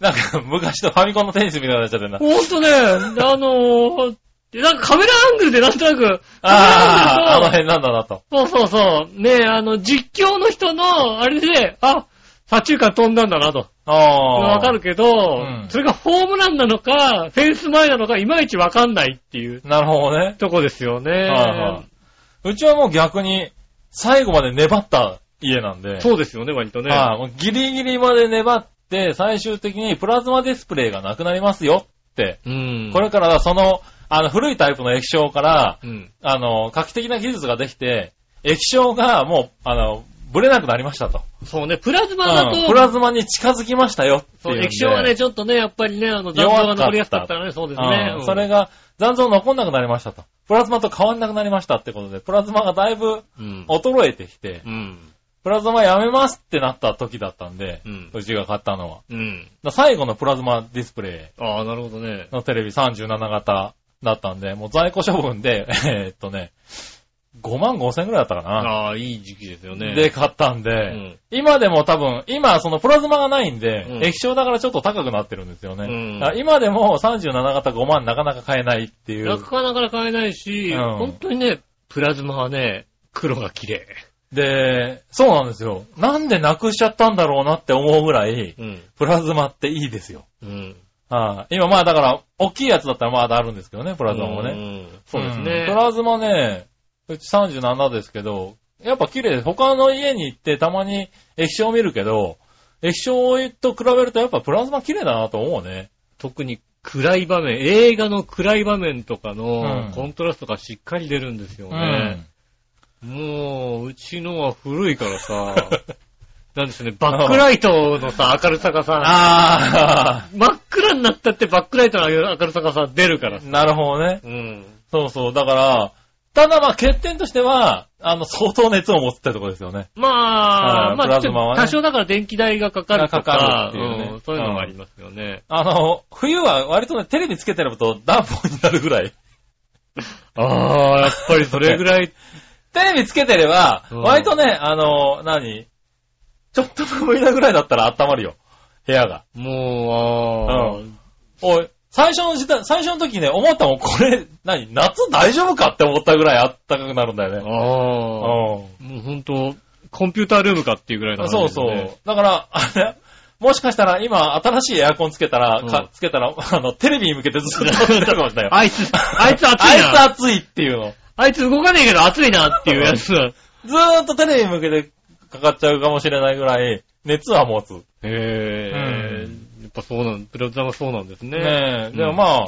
[SPEAKER 3] なんか昔のファミコンのテニスみたいになっちゃってんな。
[SPEAKER 2] ほんとね、あのー、でなんかカメラアングルでなんとなく、
[SPEAKER 3] ああ、
[SPEAKER 2] カメラアン
[SPEAKER 3] あの
[SPEAKER 2] グル
[SPEAKER 3] 辺なんだなと。
[SPEAKER 2] とそうそうそう、ねあの、実況の人の、あれで、あ、左中間飛んだんだなと。
[SPEAKER 3] ああ。
[SPEAKER 2] わかるけど、
[SPEAKER 3] うん
[SPEAKER 2] それがホームランなのか、フェンス前なのか、いまいちわかんないっていう
[SPEAKER 3] なるほどね。
[SPEAKER 2] とこですよね。
[SPEAKER 3] はいはいうちはもう逆に、最後まで粘った家なんで。
[SPEAKER 2] そうですよね、割とね。
[SPEAKER 3] はいもうギリギリまで粘って、最終的にプラズマディスプレイがなくなりますよって。
[SPEAKER 2] うん。
[SPEAKER 3] これからはその、あの、古いタイプの液晶から、
[SPEAKER 2] うん。
[SPEAKER 3] あの、画期的な技術ができて、液晶がもう、あの、ブレなくなりましたと。
[SPEAKER 2] そうね、プラズマだ
[SPEAKER 3] う
[SPEAKER 2] と、
[SPEAKER 3] ん、プラズマに近づきましたよって
[SPEAKER 2] そ、
[SPEAKER 3] いううので。
[SPEAKER 2] 液晶はね、ちょっとね、やっぱりね、あの、残像が残りやすかったからね、そうですね。
[SPEAKER 3] う
[SPEAKER 2] うん
[SPEAKER 3] んそれが残像残んなくなりましたと。プラズマと変わんなくなりましたってことで、プラズマがだいぶ
[SPEAKER 2] うん。
[SPEAKER 3] 衰えてきて
[SPEAKER 2] う、ん。
[SPEAKER 3] プラズマやめますってなった時だったんで
[SPEAKER 2] う、ん
[SPEAKER 3] うちが買ったのは。
[SPEAKER 2] うん。
[SPEAKER 3] だから最後のプラズマディスプレ
[SPEAKER 2] ああ、なるほどね
[SPEAKER 3] イ。のテレビ37型だったんで、もう在庫処分で、 <laughs> えーっとね、5万5千ぐらいだったかな。
[SPEAKER 2] ああ、いい時期ですよね。
[SPEAKER 3] で、買ったんで、
[SPEAKER 2] ん
[SPEAKER 3] 今でも多分、今そのプラズマがないんで、
[SPEAKER 2] うん
[SPEAKER 3] 液晶だからちょっと高くなってるんですよね。
[SPEAKER 2] うん
[SPEAKER 3] だから今でも37型5万なかなか買えないってい
[SPEAKER 2] な
[SPEAKER 3] う。
[SPEAKER 2] かなか買えないし、
[SPEAKER 3] うん
[SPEAKER 2] 本当にね、プラズマはね、黒が綺麗。
[SPEAKER 3] で、そうなんですよ。なんでなくしちゃったんだろうなって思うぐらい、
[SPEAKER 2] うん。
[SPEAKER 3] プラズマっていいですよ。
[SPEAKER 2] うん。
[SPEAKER 3] はい今まあだから、大きいやつだったらまだあるんですけどね、プラズマもね。
[SPEAKER 2] うん。そうです
[SPEAKER 3] ん
[SPEAKER 2] ね。
[SPEAKER 3] プラズマね、うち37ですけど、やっぱ綺麗です。他の家に行ってたまに液晶を見るけど、液晶と比べるとやっぱプラズマ綺麗だなと思うね。
[SPEAKER 2] 特に暗い場面、映画の暗い場面とか
[SPEAKER 3] う
[SPEAKER 2] の
[SPEAKER 3] ん
[SPEAKER 2] コントラストがしっかり出るんですよ
[SPEAKER 3] う
[SPEAKER 2] ね
[SPEAKER 3] ん。。
[SPEAKER 2] もう、うちのは古いから
[SPEAKER 3] <laughs>
[SPEAKER 2] さ、なんですね、バックライトのさ、明るさがさ、
[SPEAKER 3] あ
[SPEAKER 2] 真っ暗になったってバックライトの明るさがさ、出るから
[SPEAKER 3] あ、
[SPEAKER 2] さ。
[SPEAKER 3] なるほどね。
[SPEAKER 2] うん。
[SPEAKER 3] そうそう。だから、ただまあ欠点としては、あの、相当熱を持ってたところですよね。
[SPEAKER 2] まあ、
[SPEAKER 3] はい
[SPEAKER 2] ま
[SPEAKER 3] プ
[SPEAKER 2] あ、
[SPEAKER 3] ラズマはね
[SPEAKER 2] 多少だから電気代がかかるとか、
[SPEAKER 3] がかかるっていうね
[SPEAKER 2] んそういうのもありますよね。
[SPEAKER 3] あの、冬は割とね、テレビつけてると暖房になるぐらい。
[SPEAKER 2] ああ、やっぱりそれぐらい、
[SPEAKER 3] テレビつけてれば、
[SPEAKER 2] うん
[SPEAKER 3] 割とね、あの、何ちょっと無理なぐらいだったら温まるよ。部屋が。
[SPEAKER 2] もう、あー
[SPEAKER 3] おい、最初の時代、最初の時ね、思ったもん、これ、 <laughs> 何夏大丈夫かって思ったぐらい暖かくなるんだよね。
[SPEAKER 2] あー、
[SPEAKER 3] う
[SPEAKER 2] もうほんと、コンピュータールームかっていうぐらいの、
[SPEAKER 3] ん。そうそう。。だから、あれ、もしかしたら今、新しいエアコンつけたら、
[SPEAKER 2] う
[SPEAKER 3] か
[SPEAKER 2] ん
[SPEAKER 3] つけたら、 <laughs> あの、テレビに向けてずっとやってたかもしれないよ。
[SPEAKER 2] あい
[SPEAKER 3] <laughs>
[SPEAKER 2] つ、あいつ熱
[SPEAKER 3] あ
[SPEAKER 2] い
[SPEAKER 3] いつ
[SPEAKER 2] な。
[SPEAKER 3] 暑いっていうの。
[SPEAKER 2] あいつ動かねえ
[SPEAKER 3] <laughs>
[SPEAKER 2] けど熱いなっていうやつ。
[SPEAKER 3] ずーっとテレビに向けてかかっちゃうかもしれないぐらい、熱は持つ。ね
[SPEAKER 2] へえ、やっぱそうなん、プラズマはそうなんですね。
[SPEAKER 3] え。でもまあ、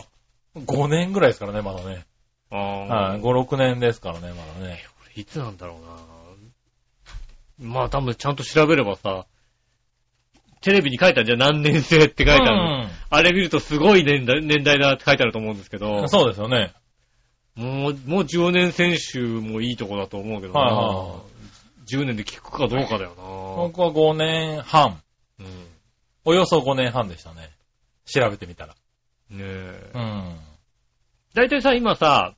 [SPEAKER 3] 5年ぐらいですからね、まだね。
[SPEAKER 2] ああ、
[SPEAKER 3] はい。5、6年ですからね、まだね。
[SPEAKER 2] いつなんだろうな。まあ多分ちゃんと調べればさ、テレビに書いたんじゃん何年生って書いてある。あれ見るとすごい年代年代だって書いてあると思うんですけ
[SPEAKER 3] う
[SPEAKER 2] ど
[SPEAKER 3] ん。、そうですよね。
[SPEAKER 2] もう、もう10年選手もいいとこだと思うけどな、
[SPEAKER 3] はいはいは
[SPEAKER 2] 10年で聞くかどうかだよな。
[SPEAKER 3] 僕は5年半。
[SPEAKER 2] うん、ね
[SPEAKER 3] およそ5年半でしたね。調べてみたら。
[SPEAKER 2] え。
[SPEAKER 3] うん。
[SPEAKER 2] 大体さ、今さ、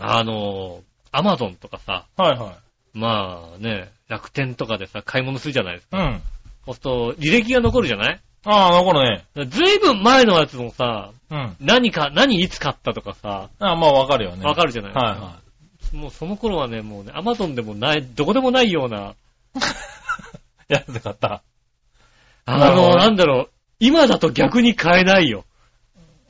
[SPEAKER 2] あの、アマゾンとかさ、
[SPEAKER 3] はいは
[SPEAKER 2] まあね、楽天とかでさ、買い物するじゃないですか。
[SPEAKER 3] い。うん。
[SPEAKER 2] そうすると、履歴が残るじゃない
[SPEAKER 3] ああ、残るね。
[SPEAKER 2] ずいぶん前のやつもさ、
[SPEAKER 3] うん。
[SPEAKER 2] 何か、何いつ買ったとかさ、
[SPEAKER 3] ああ、まあわかるよね。
[SPEAKER 2] わかるじゃないですか。
[SPEAKER 3] はいは
[SPEAKER 2] もうその頃はね、もうね、アマゾンでもない、どこでもないような、
[SPEAKER 3] い。安かった。な
[SPEAKER 2] あ
[SPEAKER 3] るほ
[SPEAKER 2] の、
[SPEAKER 3] ど
[SPEAKER 2] なんだろう、今だと逆に買えないよ。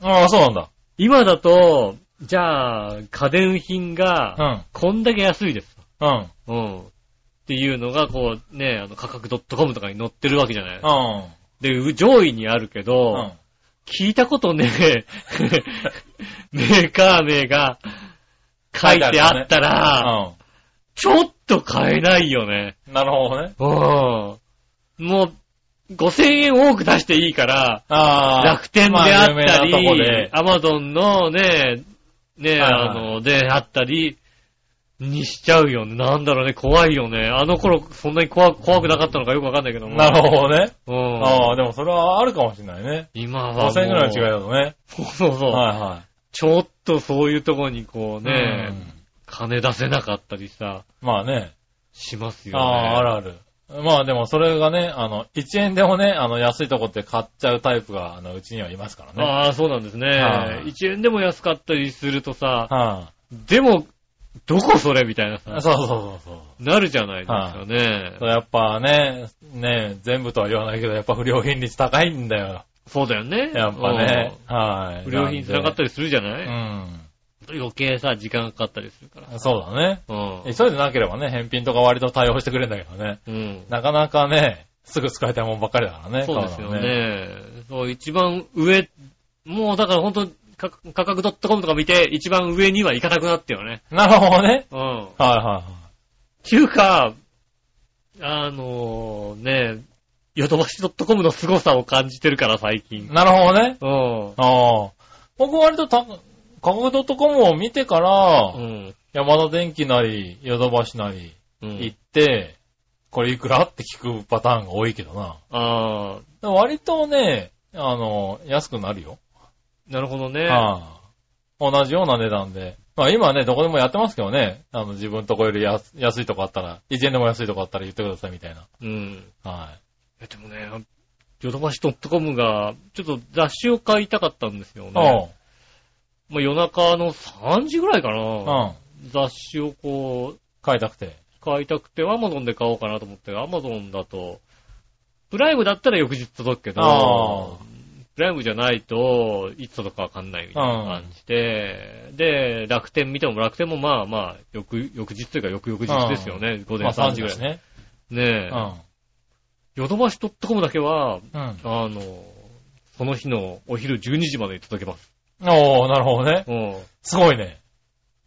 [SPEAKER 3] ああ、そうなんだ。
[SPEAKER 2] 今だと、じゃあ、家電品が、こんだけ安いです。
[SPEAKER 3] うん。うん。
[SPEAKER 2] うん。っていうのが、こう、ね、あの、価格 .com とかに載ってるわけじゃない。
[SPEAKER 3] うん。
[SPEAKER 2] で、う上位にあるけど、
[SPEAKER 3] うん。
[SPEAKER 2] 聞いたことねえ、 <laughs> メーカー名が書いてあったら、
[SPEAKER 3] うん。
[SPEAKER 2] ちょっと買えないよね。
[SPEAKER 3] なるほどね。
[SPEAKER 2] うん。もう、5000円多く出していいから、
[SPEAKER 3] ああ。
[SPEAKER 2] 楽天であっ
[SPEAKER 3] ま有
[SPEAKER 2] た
[SPEAKER 3] 名なとこ
[SPEAKER 2] り
[SPEAKER 3] で、。
[SPEAKER 2] アマゾンのね、ね、
[SPEAKER 3] はい
[SPEAKER 2] あ
[SPEAKER 3] はい
[SPEAKER 2] の、であったり、にしちゃうよね。なんだろうね、怖いよね。あの頃、そんなに怖怖くなかったのかよくわかんないけども。
[SPEAKER 3] なるほどね。
[SPEAKER 2] う
[SPEAKER 3] ああ、
[SPEAKER 2] ん。
[SPEAKER 3] でもそれはあるかもしれないね。
[SPEAKER 2] 今はもう。
[SPEAKER 3] 5000円ぐらいの違いだとね。
[SPEAKER 2] そうそうそう。
[SPEAKER 3] はいは
[SPEAKER 2] ちょっとそういうとこにこう
[SPEAKER 3] い。
[SPEAKER 2] ね、
[SPEAKER 3] うん
[SPEAKER 2] 金出せなかったりさ、
[SPEAKER 3] まあね。
[SPEAKER 2] しますよ
[SPEAKER 3] あ
[SPEAKER 2] ね。
[SPEAKER 3] あ、あるある。まあでもそれがね、あの、1円でもね、あの、安いとこって買っちゃうタイプが、あの、うちにはいますからね。はい、
[SPEAKER 2] ああ、そうなんですね。
[SPEAKER 3] はい
[SPEAKER 2] 1円でも安かったりするとさ、でも、どこそれみたいなさ、
[SPEAKER 3] そうそうそうそう。
[SPEAKER 2] なるじゃないですかね。
[SPEAKER 3] そうやっぱね、ね、全部とは言わないけど、やっぱ不良品率高いんだよ。
[SPEAKER 2] そうだよね。
[SPEAKER 3] やっぱね。は
[SPEAKER 2] う
[SPEAKER 3] い。
[SPEAKER 2] ん。不良品繋がったりするじゃない、
[SPEAKER 3] なんで
[SPEAKER 2] 余計さ、時間がかかったりするから。
[SPEAKER 3] うん。そうだね。
[SPEAKER 2] うん。
[SPEAKER 3] 急いでなければね、返品とか割と対応してくれるんだけどね。
[SPEAKER 2] うん。
[SPEAKER 3] なかなかね、すぐ使いたいもんばっかりだからね。
[SPEAKER 2] そうですよ
[SPEAKER 3] 買
[SPEAKER 2] ね。
[SPEAKER 3] うのは。
[SPEAKER 2] そう、一番上、もうだから本当か価格 .com とか見て、一番上には行かなくなってよね。
[SPEAKER 3] なるほどね。
[SPEAKER 2] うん。
[SPEAKER 3] はいはいはい。
[SPEAKER 2] っていうか、あのね、ヨドバシドットコムの凄さを感じてるから最近。
[SPEAKER 3] なるほどね。
[SPEAKER 2] うん。
[SPEAKER 3] ああ。僕割とた、価格 .com を見てから、
[SPEAKER 2] うん。
[SPEAKER 3] 山田電機なり、ヨドバシなり
[SPEAKER 2] う
[SPEAKER 3] 行
[SPEAKER 2] ん
[SPEAKER 3] っ。て、これいくらって聞くパターンが多いけどな。
[SPEAKER 2] ああ、
[SPEAKER 3] 割とね、あの、安くなるよ。
[SPEAKER 2] なるほどね。
[SPEAKER 3] ああ同じような値段で。まあ今ね、どこでもやってますけどね。あの、自分とこより安安いとこあったら、1円でも安いとこあったら言ってくださいみたいな。
[SPEAKER 2] うん。
[SPEAKER 3] はい。
[SPEAKER 2] いやでもね、ヨドバシドットコムが、ちょっと雑誌を買いたかったんですよね。まあ夜中の3時ぐらいか
[SPEAKER 3] う
[SPEAKER 2] な。
[SPEAKER 3] ん。うん。
[SPEAKER 2] 雑誌をこう、
[SPEAKER 3] 買いたくて。
[SPEAKER 2] 買いたくて、アマゾンで買おうかなと思って、アマゾンだと、プライムだったら翌日届くけ
[SPEAKER 3] あ
[SPEAKER 2] ど、プライムじゃないと、いつ届くかわかんないみたいな感じで、で、楽天見ても楽天もまあまあ、翌、翌日というか翌々日ですよね、午前
[SPEAKER 3] まあ
[SPEAKER 2] 3
[SPEAKER 3] 3
[SPEAKER 2] 時
[SPEAKER 3] 時
[SPEAKER 2] ぐ
[SPEAKER 3] ぐ
[SPEAKER 2] ら
[SPEAKER 3] ら
[SPEAKER 2] い。
[SPEAKER 3] い
[SPEAKER 2] ね
[SPEAKER 3] ね。う
[SPEAKER 2] え、
[SPEAKER 3] ん。
[SPEAKER 2] ヨドバシ .com だけは、
[SPEAKER 3] うん。
[SPEAKER 2] あの、その日のお昼12時までに届けます。
[SPEAKER 3] おー、なるほどね。
[SPEAKER 2] うん。
[SPEAKER 3] すごいね。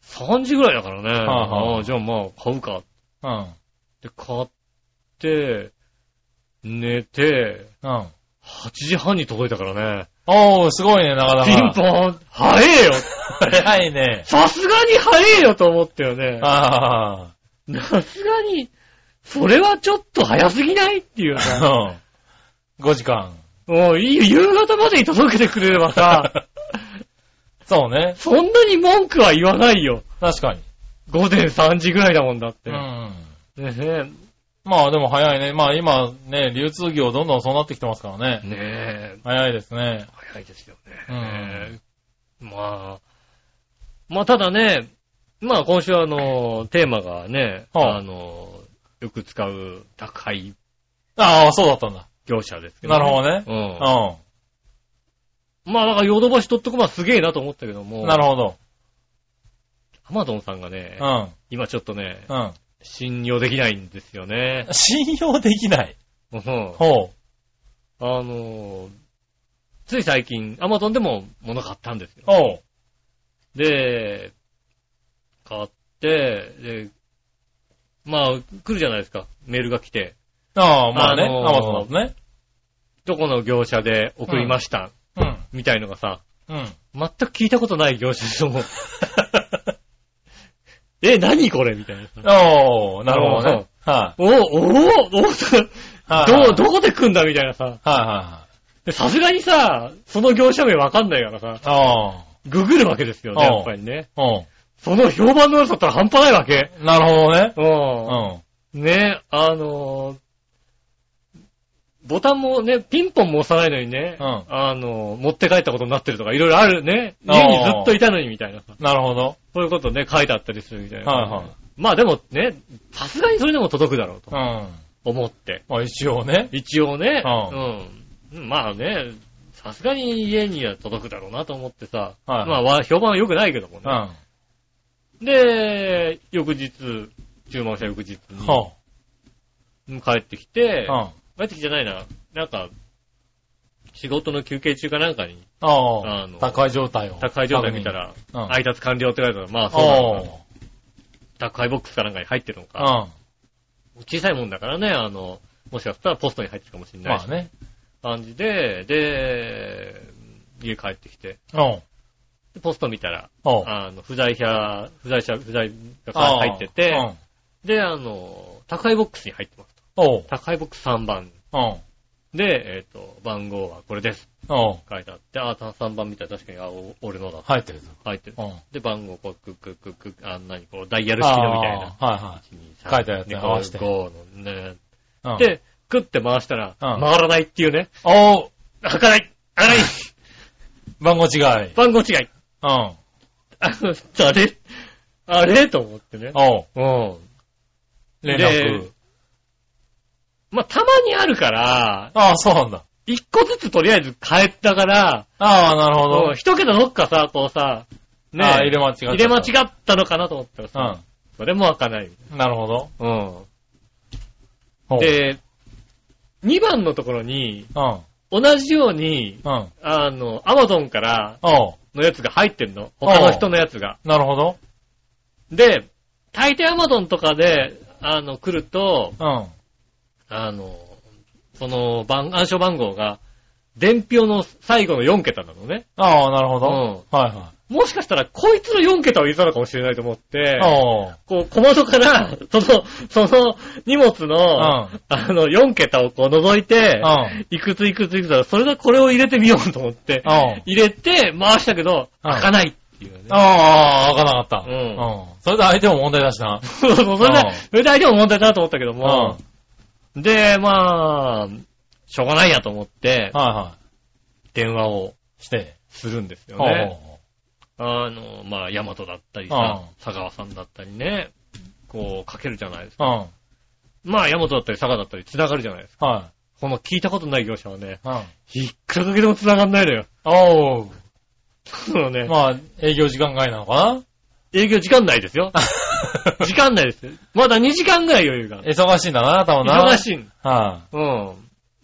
[SPEAKER 2] 3時ぐらいだからね。
[SPEAKER 3] あはあ
[SPEAKER 2] ああじゃあまあ、買うかっ
[SPEAKER 3] うん。
[SPEAKER 2] て買って、寝て、
[SPEAKER 3] うん。
[SPEAKER 2] 8時半に届いたからね。
[SPEAKER 3] おー、すごいね、なかなか。
[SPEAKER 2] ピンポン早えよ
[SPEAKER 3] 早いね。
[SPEAKER 2] さすがに早えよと思ったよね。
[SPEAKER 3] あ
[SPEAKER 2] さすがに、それはちょっと早すぎないって
[SPEAKER 3] <laughs>
[SPEAKER 2] いう
[SPEAKER 3] あ。
[SPEAKER 2] さ。
[SPEAKER 3] うん。5時間。
[SPEAKER 2] もういいよ夕方までに届けてくれればさ、
[SPEAKER 3] <laughs> そうね。
[SPEAKER 2] そんなに文句は言わないよ。
[SPEAKER 3] 確かに。
[SPEAKER 2] 午前3時ぐらいだもんだって。
[SPEAKER 3] うん。
[SPEAKER 2] ねえ。
[SPEAKER 3] まあでも早いね。まあ今ね、流通業どんどんそうなってきてますからね。
[SPEAKER 2] ねえ。
[SPEAKER 3] 早いですね。
[SPEAKER 2] 早いですよね。
[SPEAKER 3] うん
[SPEAKER 2] まあ、まあただね、まあ今週はあの、テーマがね、
[SPEAKER 3] はあ
[SPEAKER 2] あの、よく使う宅配
[SPEAKER 3] ああ、そうだったんだ。
[SPEAKER 2] 業者ですけど、
[SPEAKER 3] なるほどね。
[SPEAKER 2] どね。
[SPEAKER 3] う
[SPEAKER 2] うん。まあだからヨドバシ .com はすげえなと思ったけども、
[SPEAKER 3] ん。なるほど。
[SPEAKER 2] アマゾンさんがね
[SPEAKER 3] う、ん。
[SPEAKER 2] 今ちょっとね、
[SPEAKER 3] うん。
[SPEAKER 2] 信用できないんですよね。
[SPEAKER 3] 信用できない。
[SPEAKER 2] うん
[SPEAKER 3] ほ
[SPEAKER 2] あのーつい最近、アマゾンでも物買ったんですよ
[SPEAKER 3] う。。ほう。
[SPEAKER 2] で、買って、で、まあ、来るじゃないですか。メールが来て。
[SPEAKER 3] ああ、まあね。
[SPEAKER 2] あのー
[SPEAKER 3] アマゾンだとね。
[SPEAKER 2] どこの業者で送りました。
[SPEAKER 3] う
[SPEAKER 2] みたいのがさ、
[SPEAKER 3] ん。 <laughs> うん。
[SPEAKER 2] 全く聞いたことない業者でしょ、もう <laughs> え、何これみたいなさ。
[SPEAKER 3] おー、なるほどね。は
[SPEAKER 2] おおおお
[SPEAKER 3] はいはい
[SPEAKER 2] どう、どこで来んだみたいなさ。
[SPEAKER 3] い。はいは
[SPEAKER 2] でさすがにさ、その業者名わかんないからさ、
[SPEAKER 3] いはい。
[SPEAKER 2] ググるわけですよね、
[SPEAKER 3] うん
[SPEAKER 2] やっぱりね。
[SPEAKER 3] ああ。
[SPEAKER 2] その評判の悪さったら半端ないわけ。
[SPEAKER 3] うん。なるほどね。
[SPEAKER 2] う。
[SPEAKER 3] うん
[SPEAKER 2] ね、あのーボタンもね、ピンポンも押さないのにね、
[SPEAKER 3] うん
[SPEAKER 2] あのー持って帰ったことになってるとか、いろいろあるね。家にずっといたのにみたいなさ。
[SPEAKER 3] ん。なるほど。
[SPEAKER 2] そういうことね、書いてあったりするみたいな。
[SPEAKER 3] はいはい。
[SPEAKER 2] まあでもね、さすがにそれでも届くだろう
[SPEAKER 3] うん。
[SPEAKER 2] と
[SPEAKER 3] ま
[SPEAKER 2] 思って。
[SPEAKER 3] あ一応ね。
[SPEAKER 2] 一応ね、
[SPEAKER 3] う
[SPEAKER 2] うん。まあね、さすがに家には届くだろうなと思ってさ、
[SPEAKER 3] はい
[SPEAKER 2] まあわ評判は良くないけども
[SPEAKER 3] うん。
[SPEAKER 2] ね。
[SPEAKER 3] は
[SPEAKER 2] で、翌日、注文した翌日に
[SPEAKER 3] あ。
[SPEAKER 2] うん帰ってきて、
[SPEAKER 3] うん。あ
[SPEAKER 2] 帰ってきてじゃないな、なんか、仕事の休憩中かなんかに、あ
[SPEAKER 3] あ
[SPEAKER 2] の。
[SPEAKER 3] 高い状態を。
[SPEAKER 2] 宅配状態見たら、
[SPEAKER 3] 確認。うん。
[SPEAKER 2] 配達完了って書いてあるまあそうなの
[SPEAKER 3] お
[SPEAKER 2] かな。宅配ボックスかなんかに入ってるのか。
[SPEAKER 3] ー。うん。
[SPEAKER 2] 小さいもんだからね、あの、もしかしたらポストに入ってるかもしれない
[SPEAKER 3] ま
[SPEAKER 2] し
[SPEAKER 3] あね。
[SPEAKER 2] 感じで、で、家帰ってきて、
[SPEAKER 3] うん。
[SPEAKER 2] でポスト見たら、
[SPEAKER 3] おう。
[SPEAKER 2] あの、不在者、不在者、不在が
[SPEAKER 3] ああ
[SPEAKER 2] 入ってて、
[SPEAKER 3] うん。
[SPEAKER 2] で、あの、宅配ボックスに入ってます。
[SPEAKER 3] おう。
[SPEAKER 2] 宅配ボックス3番。
[SPEAKER 3] うん。
[SPEAKER 2] で、えっ、と、番号はこれです。
[SPEAKER 3] おう。
[SPEAKER 2] 書いてあって、あ、た3番見たら確かに、あ、お俺のだ。
[SPEAKER 3] 入ってるぞ。
[SPEAKER 2] 入ってる
[SPEAKER 3] う。ん。
[SPEAKER 2] で、番号、こう、クックックックック、あ、何、こう、ダイヤル式のみたいな。
[SPEAKER 3] ああ。はいはい。
[SPEAKER 2] 1 2 3
[SPEAKER 3] 書いてあるやつね
[SPEAKER 2] で
[SPEAKER 3] 合わせて
[SPEAKER 2] こう5のね。
[SPEAKER 3] うん、
[SPEAKER 2] で、クッて回したら、
[SPEAKER 3] う
[SPEAKER 2] 回
[SPEAKER 3] ん
[SPEAKER 2] らないっていうね。
[SPEAKER 3] おう
[SPEAKER 2] 開かない開
[SPEAKER 3] <laughs>
[SPEAKER 2] かない
[SPEAKER 3] 番号違い。
[SPEAKER 2] 番号違い
[SPEAKER 3] うん。
[SPEAKER 2] あの、あれあれと思ってね。
[SPEAKER 3] おう。
[SPEAKER 2] うん。
[SPEAKER 3] 連
[SPEAKER 2] で
[SPEAKER 3] 絡。
[SPEAKER 2] まあ、たまにあるから、
[SPEAKER 3] ああ、そうなんだ。
[SPEAKER 2] 一個ずつとりあえず変えたから、
[SPEAKER 3] ああ、なるほ
[SPEAKER 2] うん
[SPEAKER 3] ど。
[SPEAKER 2] 一桁どっかさ、こうさ、ね
[SPEAKER 3] ああ、入れ間違った。
[SPEAKER 2] 入れ間違ったのかなと思ったらさ、それも開かない。
[SPEAKER 3] うん。なるほど。
[SPEAKER 2] うん。
[SPEAKER 3] おう、
[SPEAKER 2] で、2番のところに、
[SPEAKER 3] うん。
[SPEAKER 2] 同じように、
[SPEAKER 3] うん。
[SPEAKER 2] あの、アマゾンから
[SPEAKER 3] おう。
[SPEAKER 2] のやつが入ってんの。他の人のやつが。
[SPEAKER 3] なるほど。
[SPEAKER 2] で、大抵アマゾンとかで、あの、来ると、
[SPEAKER 3] うん。
[SPEAKER 2] あの、その番、暗証番号が、伝票の最後の4桁なのね。
[SPEAKER 3] ああ、なるほど。はいは
[SPEAKER 2] もしかしたら、こいつの4桁を入れたのかもしれないと思って
[SPEAKER 3] い。、おう。
[SPEAKER 2] こう、小窓から、その、その荷物
[SPEAKER 3] うん。
[SPEAKER 2] の、
[SPEAKER 3] う
[SPEAKER 2] あの、4桁をこう覗いて、
[SPEAKER 3] ん。
[SPEAKER 2] いくついくついくつだ、それだ、これを入れてみようと思って、
[SPEAKER 3] おう。
[SPEAKER 2] 入れて、回したけど、
[SPEAKER 3] うん
[SPEAKER 2] 開かないっていうね。 <laughs>
[SPEAKER 3] ああ、開かなかった。
[SPEAKER 2] うん
[SPEAKER 3] ん。それで相手も問題だしな。
[SPEAKER 2] そうそう、それ
[SPEAKER 3] うん
[SPEAKER 2] で、それで相手も問題だなと思ったけど
[SPEAKER 3] う
[SPEAKER 2] も、で、まあ、しょうがないやと思って、
[SPEAKER 3] はいは
[SPEAKER 2] 電話を
[SPEAKER 3] い。して。
[SPEAKER 2] するんですよ
[SPEAKER 3] おう
[SPEAKER 2] ね。あの、まあ、ヤマトだったりさ
[SPEAKER 3] う、
[SPEAKER 2] 佐川さんだったりね、こう、かけるじゃないですか。
[SPEAKER 3] うん。は
[SPEAKER 2] まあ、ヤマトだったり佐川だったり繋がるじゃないですか。
[SPEAKER 3] い。
[SPEAKER 2] この聞いたことない業者はね、
[SPEAKER 3] うん。
[SPEAKER 2] いくらかけても繋がんないのよ。
[SPEAKER 3] おう。
[SPEAKER 2] そうね。
[SPEAKER 3] まあ、営業時間外な
[SPEAKER 2] <laughs>
[SPEAKER 3] のか
[SPEAKER 2] 営業時間ない
[SPEAKER 3] <laughs>
[SPEAKER 2] ですよ。
[SPEAKER 3] な
[SPEAKER 2] 時間ないですよ。まだ2時間ぐらい余裕がある。
[SPEAKER 3] 忙しいんだな、多分な。
[SPEAKER 2] 忙
[SPEAKER 3] い。
[SPEAKER 2] しいん。
[SPEAKER 3] は
[SPEAKER 2] うん。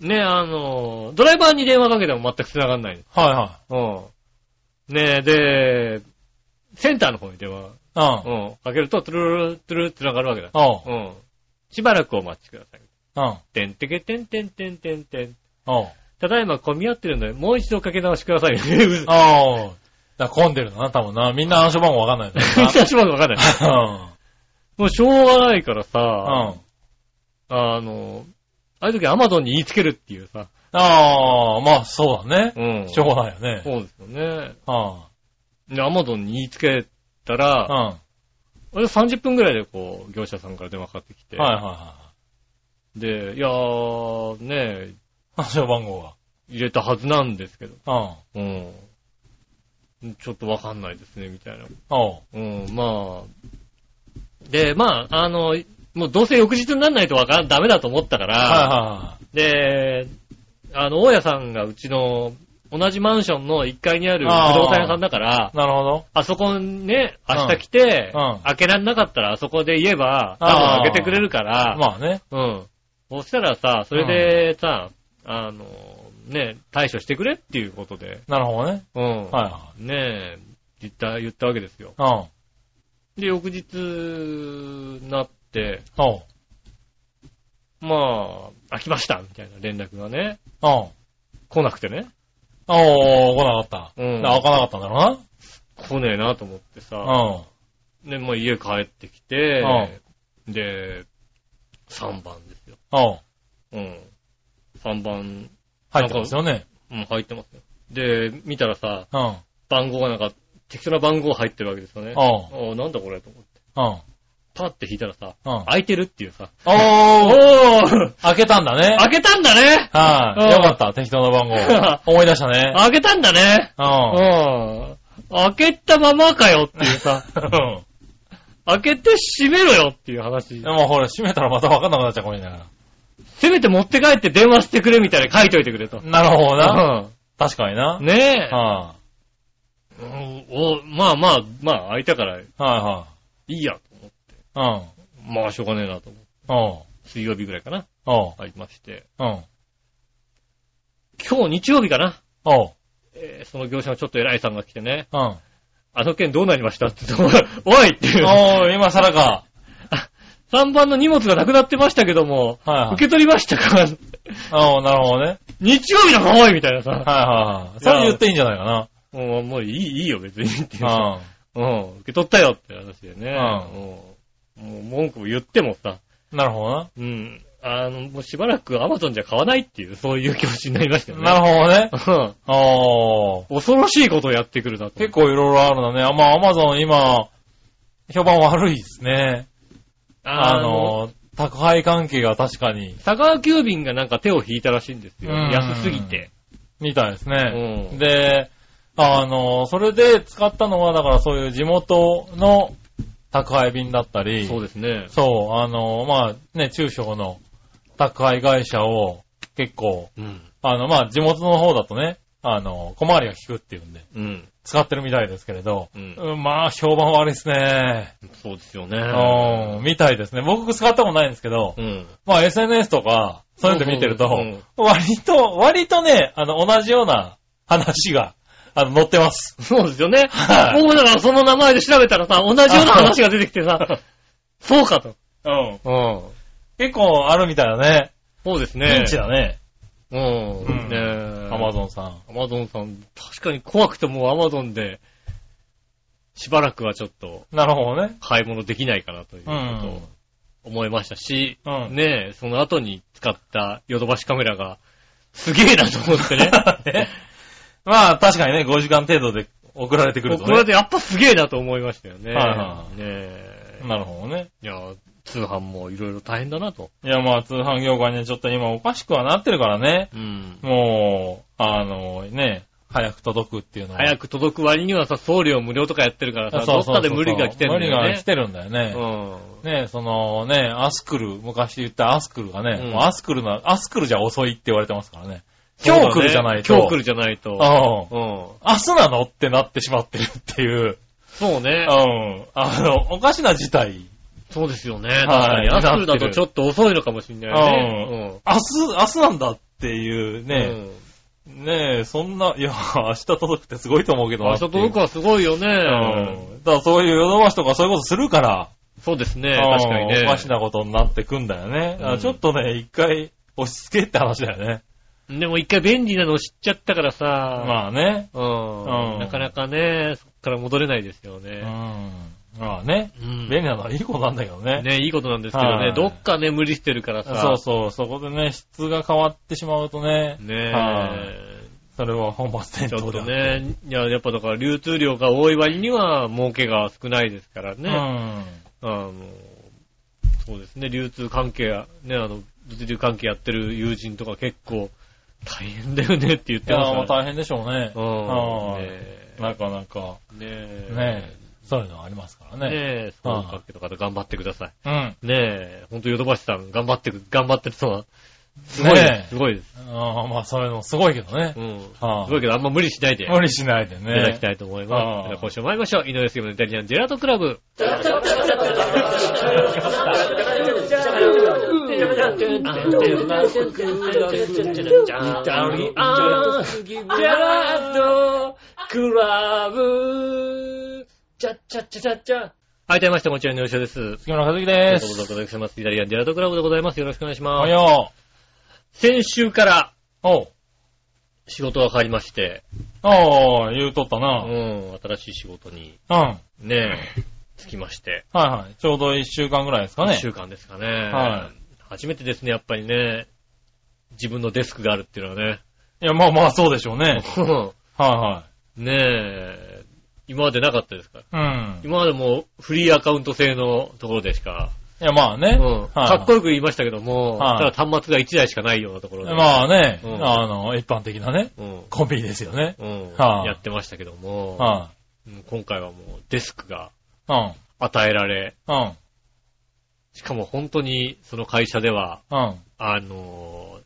[SPEAKER 2] ね、あの、ドライバーに電話かけても全く繋がんない。
[SPEAKER 3] い。は
[SPEAKER 2] うん。ねで、センターの方に電話、
[SPEAKER 3] いはい。
[SPEAKER 2] う
[SPEAKER 3] うん。
[SPEAKER 2] ん、かけると、トゥルルルトゥルルって繋がるわけだ。
[SPEAKER 3] おう。
[SPEAKER 2] うん。しばらくお待ちください。
[SPEAKER 3] うん。
[SPEAKER 2] てんてけてんてんてんてんてん。
[SPEAKER 3] おう。
[SPEAKER 2] ただいま混み合ってるので、もう一度かけ直してくださ <laughs> い。う
[SPEAKER 3] おう。だから混んでるのな、多分な。みんな暗証番号わかんないんだ
[SPEAKER 2] みんなしまうのわかんない。 <laughs>
[SPEAKER 3] よ
[SPEAKER 2] もうしょうがないから
[SPEAKER 3] な。
[SPEAKER 2] さ、
[SPEAKER 3] うん。
[SPEAKER 2] あの、ああいう時アマゾンに言いつけるっていうさ、
[SPEAKER 3] ああ、まあそうだね。
[SPEAKER 2] うん。
[SPEAKER 3] しょうがないよね。
[SPEAKER 2] そうですよね。
[SPEAKER 3] は
[SPEAKER 2] で、アマゾンに言いつけた
[SPEAKER 3] あ、う
[SPEAKER 2] ら、
[SPEAKER 3] ん。
[SPEAKER 2] 俺30分ぐらいでこう、業者さんから電話かかってきて、
[SPEAKER 3] はいはいは
[SPEAKER 2] で、いやー、ね
[SPEAKER 3] い。 <laughs> 暗証番号が。
[SPEAKER 2] 入れたはずなんですけど、
[SPEAKER 3] うん。
[SPEAKER 2] うん。ちょっとわかんないですね、みたいな。
[SPEAKER 3] おう。
[SPEAKER 2] うん、まあ。で、まあ、あの、もうどうせ翌日にならないとわからん、ダメだと思ったから、
[SPEAKER 3] は
[SPEAKER 2] で、あの、大家さんがうちの、同じマンションの1階にある不
[SPEAKER 3] あー
[SPEAKER 2] 動産屋さんだから
[SPEAKER 3] いはい。、なるほど。
[SPEAKER 2] あそこにね、明日来て、
[SPEAKER 3] うんうん
[SPEAKER 2] 開けられなかったらあそこで言えば、多
[SPEAKER 3] あ
[SPEAKER 2] 分
[SPEAKER 3] ー
[SPEAKER 2] 開けてくれるから、
[SPEAKER 3] まあね。
[SPEAKER 2] うん。そしたらさ、それでさ、あの、ね、対処してくれっていうことで、
[SPEAKER 3] なるほどね。
[SPEAKER 2] うん。
[SPEAKER 3] はいは
[SPEAKER 2] ねえ、言った、言ったわけですよ。
[SPEAKER 3] い。うん。
[SPEAKER 2] で、翌日、なって、
[SPEAKER 3] おう。
[SPEAKER 2] まあ、飽きましたみたいな連絡がね、
[SPEAKER 3] おう。
[SPEAKER 2] 来なくてね、
[SPEAKER 3] おー、来なかった。
[SPEAKER 2] うん
[SPEAKER 3] な開かなかったんだろ
[SPEAKER 2] 来ねえなと思って
[SPEAKER 3] う
[SPEAKER 2] さ、
[SPEAKER 3] な。
[SPEAKER 2] で、まあ家帰ってきて、で、3番ですよ。
[SPEAKER 3] うん。おう。
[SPEAKER 2] うん。3番、
[SPEAKER 3] 入ってますよね。
[SPEAKER 2] うん、入ってますよ。で、見たらさ、
[SPEAKER 3] うん。
[SPEAKER 2] 番号がなんか、適当な番号入ってるわけですよね。
[SPEAKER 3] おう。
[SPEAKER 2] おうなんだこれと思って。
[SPEAKER 3] うん。
[SPEAKER 2] パッて引いたらさ、
[SPEAKER 3] うん。
[SPEAKER 2] 開いてるっていうさ。お
[SPEAKER 3] おー、
[SPEAKER 2] ー
[SPEAKER 3] 開けたんだね。
[SPEAKER 2] 開けたんだね
[SPEAKER 3] は
[SPEAKER 2] うん
[SPEAKER 3] い。よかった、適当な番号。 <laughs> 思い出したね。
[SPEAKER 2] 開けたんだね
[SPEAKER 3] うん。
[SPEAKER 2] うん。開けたままかよっていう
[SPEAKER 3] <laughs>
[SPEAKER 2] さ。開けて閉めろよっていう話
[SPEAKER 3] で。もほら、閉めたらまた分かんなくなっちゃうかもしれないか
[SPEAKER 2] せめて持って帰って電話してくれみたいな書いといてくれと。
[SPEAKER 3] ら。なるほどな。
[SPEAKER 2] う
[SPEAKER 3] 確かにな。
[SPEAKER 2] ん。ねえ。
[SPEAKER 3] は
[SPEAKER 2] うんおまあまあ、まあ開いたからい
[SPEAKER 3] い。はい
[SPEAKER 2] やと思って。
[SPEAKER 3] いはい。
[SPEAKER 2] まあしょうがねえなと思って。
[SPEAKER 3] うん。おう。
[SPEAKER 2] 水曜日ぐらいかな。
[SPEAKER 3] おう。
[SPEAKER 2] 入りまして。
[SPEAKER 3] うん。
[SPEAKER 2] 今日日曜日かな。
[SPEAKER 3] おう。
[SPEAKER 2] えーその業者のちょっと偉いさんが来てね。
[SPEAKER 3] うん。
[SPEAKER 2] あの件どうなりましたって言って <laughs> おいおいっていう。
[SPEAKER 3] おう、 <laughs> 今更か。
[SPEAKER 2] 3番の荷物がなくなってましたけども、
[SPEAKER 3] はいはい
[SPEAKER 2] 受。け取りましたか <laughs>
[SPEAKER 3] おう、なるほどね。
[SPEAKER 2] 日曜日だかおいみたいなさ。
[SPEAKER 3] はいはいはい。それ言っていいんじゃないかな。
[SPEAKER 2] もうもういい、いいよ別にっていう
[SPEAKER 3] う
[SPEAKER 2] さ
[SPEAKER 3] ん。
[SPEAKER 2] うん、受け取ったよって話でね。
[SPEAKER 3] うん
[SPEAKER 2] うんもう文句を言ってもさ、
[SPEAKER 3] なるほど
[SPEAKER 2] うん、あの、もうしばらくアマゾンじゃ買わないっていう、そういう気持ちになりましたよ
[SPEAKER 3] な。
[SPEAKER 2] ね。
[SPEAKER 3] なるほどね。
[SPEAKER 2] うん
[SPEAKER 3] おー。
[SPEAKER 2] 恐ろしいことをやってくるなと。
[SPEAKER 3] 結構いろいろあるのね。あまあ、アマゾン今、評判悪いですね。あ、の、宅配関係が確かに、
[SPEAKER 2] 佐川急便がなんか手を引いたらしいんですよ。
[SPEAKER 3] うん
[SPEAKER 2] 安すぎて。
[SPEAKER 3] みたいですね。
[SPEAKER 2] うん
[SPEAKER 3] で、あの、それで使ったのは、だからそういう地元の宅配便だったり、
[SPEAKER 2] そうですね。
[SPEAKER 3] そう、あの、まあね、中小の宅配会社を結構、
[SPEAKER 2] うん。
[SPEAKER 3] あの、まあ地元の方だとね、あの、小回りが効くっていうんで、
[SPEAKER 2] うん。
[SPEAKER 3] 使ってるみたいですけれど、
[SPEAKER 2] うん
[SPEAKER 3] うんまあ評判悪いですね。
[SPEAKER 2] そうですよね。
[SPEAKER 3] うん、みたいですね。僕使ったことないんですけど、
[SPEAKER 2] うん。
[SPEAKER 3] まあ SNS とか、そういうの見てると、
[SPEAKER 2] うん
[SPEAKER 3] 割と、割とね、あの、同じような話が、あの、載ってます。
[SPEAKER 2] そうですよね。
[SPEAKER 3] はい
[SPEAKER 2] 僕もだからその名前で調べたらさ、同じような話が出てきて
[SPEAKER 3] <laughs>
[SPEAKER 2] さ、そうかと。
[SPEAKER 3] うん。
[SPEAKER 2] うん。
[SPEAKER 3] 結構あるみたいだね。
[SPEAKER 2] そうですね。
[SPEAKER 3] ピンチだね。
[SPEAKER 2] うん。
[SPEAKER 3] うん
[SPEAKER 2] ねえ。
[SPEAKER 3] アマゾンさん。
[SPEAKER 2] アマゾンさん、確かに怖くてもうアマゾンで、しばらくはちょっと
[SPEAKER 3] なるほどね。
[SPEAKER 2] 買い物できないかなというこ
[SPEAKER 3] うん
[SPEAKER 2] とを思いましたし、
[SPEAKER 3] うん
[SPEAKER 2] ねえ、その後に使ったヨドバシカメラが、すげえなと思ってね。
[SPEAKER 3] <laughs> ねまあ、確かにね、5時間程度で送られてくると
[SPEAKER 2] これ
[SPEAKER 3] ね。
[SPEAKER 2] でやっぱすげえなと思いましたよね。
[SPEAKER 3] はいは
[SPEAKER 2] ね
[SPEAKER 3] い
[SPEAKER 2] え。
[SPEAKER 3] なるほどね。
[SPEAKER 2] いや、通販もいろいろ大変だなと。
[SPEAKER 3] いや、まあ、通販業界ね、ちょっと今おかしくはなってるからね。
[SPEAKER 2] うん。
[SPEAKER 3] もう、あの、ね、早く届くっていうのは。
[SPEAKER 2] 早く届く割にはさ、送料無料とかやってるからさ、
[SPEAKER 3] そうそうそうそう
[SPEAKER 2] どっかで無理が来てるんだよね。
[SPEAKER 3] 無理が来てるんだよね。
[SPEAKER 2] うん。
[SPEAKER 3] ねそのね、アスクル、昔言ったアスクルがね、
[SPEAKER 2] うん
[SPEAKER 3] もうアスクルな、アスクルじゃ遅いって言われてますからね。
[SPEAKER 2] そうだ
[SPEAKER 3] 今
[SPEAKER 2] ね
[SPEAKER 3] 日来るじゃないと。
[SPEAKER 2] 今日来るじゃないと。
[SPEAKER 3] うん
[SPEAKER 2] うん。
[SPEAKER 3] 明日なのってなってしまってるっていう。
[SPEAKER 2] そう
[SPEAKER 3] う
[SPEAKER 2] ね。
[SPEAKER 3] ん。あの、おかしな事態。
[SPEAKER 2] そうですよね。確か
[SPEAKER 3] はい
[SPEAKER 2] に。アスルだ
[SPEAKER 3] なって
[SPEAKER 2] と
[SPEAKER 3] る
[SPEAKER 2] ちょっと遅いのかもしれないね。
[SPEAKER 3] 明日、明日なんだっていう
[SPEAKER 2] うん。
[SPEAKER 3] ね。ねそんな、いや、明日届くってすごいと思うけ
[SPEAKER 2] う
[SPEAKER 3] ど
[SPEAKER 2] ん。
[SPEAKER 3] な
[SPEAKER 2] 場
[SPEAKER 3] ってい
[SPEAKER 2] 所
[SPEAKER 3] う
[SPEAKER 2] 届くはすごいよね。
[SPEAKER 3] うん。だからそういうヨドバシとかそういうことするから。
[SPEAKER 2] そうですね。確かに
[SPEAKER 3] う
[SPEAKER 2] ね
[SPEAKER 3] んおかし。なことになってくんだよね。だからちょっとね、一回押し付けって話だよね。
[SPEAKER 2] でも一回便利なのを知っちゃったからさ。
[SPEAKER 3] まあね。
[SPEAKER 2] うん
[SPEAKER 3] うん
[SPEAKER 2] なかなかね、そこから戻れないですよ
[SPEAKER 3] う
[SPEAKER 2] ね。
[SPEAKER 3] ん。まあね。
[SPEAKER 2] うん
[SPEAKER 3] 便利なのはいいことなんだけどね。
[SPEAKER 2] ね、いいことなんですけど
[SPEAKER 3] は
[SPEAKER 2] ね。
[SPEAKER 3] い
[SPEAKER 2] どっかね、無理してるからさ。
[SPEAKER 3] そうそう、そこでね、質が変わってしまうとね、
[SPEAKER 2] ね
[SPEAKER 3] はいそれは本
[SPEAKER 2] ち
[SPEAKER 3] 末転
[SPEAKER 2] ょっ
[SPEAKER 3] 倒だ
[SPEAKER 2] と。ね、いや、やっぱだから流通量が多い割には儲けが少ないですから
[SPEAKER 3] う
[SPEAKER 2] ね。
[SPEAKER 3] ん。
[SPEAKER 2] あの、そうですね、流通関係や、ね、あの、物流関係やってる友人とか結構大変だよねって言っ
[SPEAKER 3] い
[SPEAKER 2] て
[SPEAKER 3] や、
[SPEAKER 2] まし
[SPEAKER 3] もう
[SPEAKER 2] たね。
[SPEAKER 3] 大変でしょうね。
[SPEAKER 2] うん。ね
[SPEAKER 3] うん。なかなか、
[SPEAKER 2] え。ねえ。
[SPEAKER 3] ねそういうのはありますから
[SPEAKER 2] ね
[SPEAKER 3] ね。
[SPEAKER 2] え。そういう関係の方頑張ってくださ
[SPEAKER 3] うん。
[SPEAKER 2] い。ねえ。ほんとヨドバシさん頑張ってく、頑張ってるとはすごい
[SPEAKER 3] ね
[SPEAKER 2] ね。
[SPEAKER 3] え
[SPEAKER 2] すごいです。
[SPEAKER 3] あーまあ、そういうのすごいけどね
[SPEAKER 2] う。ん。
[SPEAKER 3] は
[SPEAKER 2] すごいけど、あんま無理しないで
[SPEAKER 3] い。無理しないで
[SPEAKER 2] いただき
[SPEAKER 3] ね。
[SPEAKER 2] たいと思い
[SPEAKER 3] あ
[SPEAKER 2] ま
[SPEAKER 3] あ
[SPEAKER 2] す。では今週参りましょう。井上杉村のイタリアンジェラートクラブ。はい、どうも、こんにちは、井上翔です。
[SPEAKER 3] 杉村和樹
[SPEAKER 2] とい
[SPEAKER 3] で
[SPEAKER 2] うことでお
[SPEAKER 3] す。
[SPEAKER 2] 届けします。イタリアンジェラートクラブでございます。よろしくお願いし
[SPEAKER 3] おは
[SPEAKER 2] ます。
[SPEAKER 3] よ
[SPEAKER 2] 先週から
[SPEAKER 3] う。おう。
[SPEAKER 2] 仕事が変わりまして、
[SPEAKER 3] おう、言うとった
[SPEAKER 2] う
[SPEAKER 3] な。うん。
[SPEAKER 2] ん、新しい仕事に
[SPEAKER 3] はい
[SPEAKER 2] ねえ、つきまして、
[SPEAKER 3] はい。ちょうど一週間ぐらいですか
[SPEAKER 2] 1
[SPEAKER 3] ね。
[SPEAKER 2] 週間ですかね。
[SPEAKER 3] は
[SPEAKER 2] 初めてですね、やっぱりね、自分のデスクがあるっていうのはね。
[SPEAKER 3] いや、まあまあ、そうでしょうね。は <laughs>
[SPEAKER 2] ねえ、今までなかったですから。
[SPEAKER 3] いはい。うん。
[SPEAKER 2] 今までもうフリーアカウント制のところでしか、
[SPEAKER 3] いや、まあね。
[SPEAKER 2] うん
[SPEAKER 3] はい
[SPEAKER 2] かっこよく言いましたけども、
[SPEAKER 3] はい
[SPEAKER 2] ただ端末が1台しかないようなところで、
[SPEAKER 3] まあね、
[SPEAKER 2] うん
[SPEAKER 3] あの、一般的なね、
[SPEAKER 2] うん
[SPEAKER 3] コンビニですよね。
[SPEAKER 2] うん
[SPEAKER 3] はい
[SPEAKER 2] やってましたけども、
[SPEAKER 3] は
[SPEAKER 2] うん今回はもうデスクが
[SPEAKER 3] い。うん。
[SPEAKER 2] 与えられ、
[SPEAKER 3] うん。
[SPEAKER 2] しかも本当にその会社では、
[SPEAKER 3] うん。
[SPEAKER 2] あのー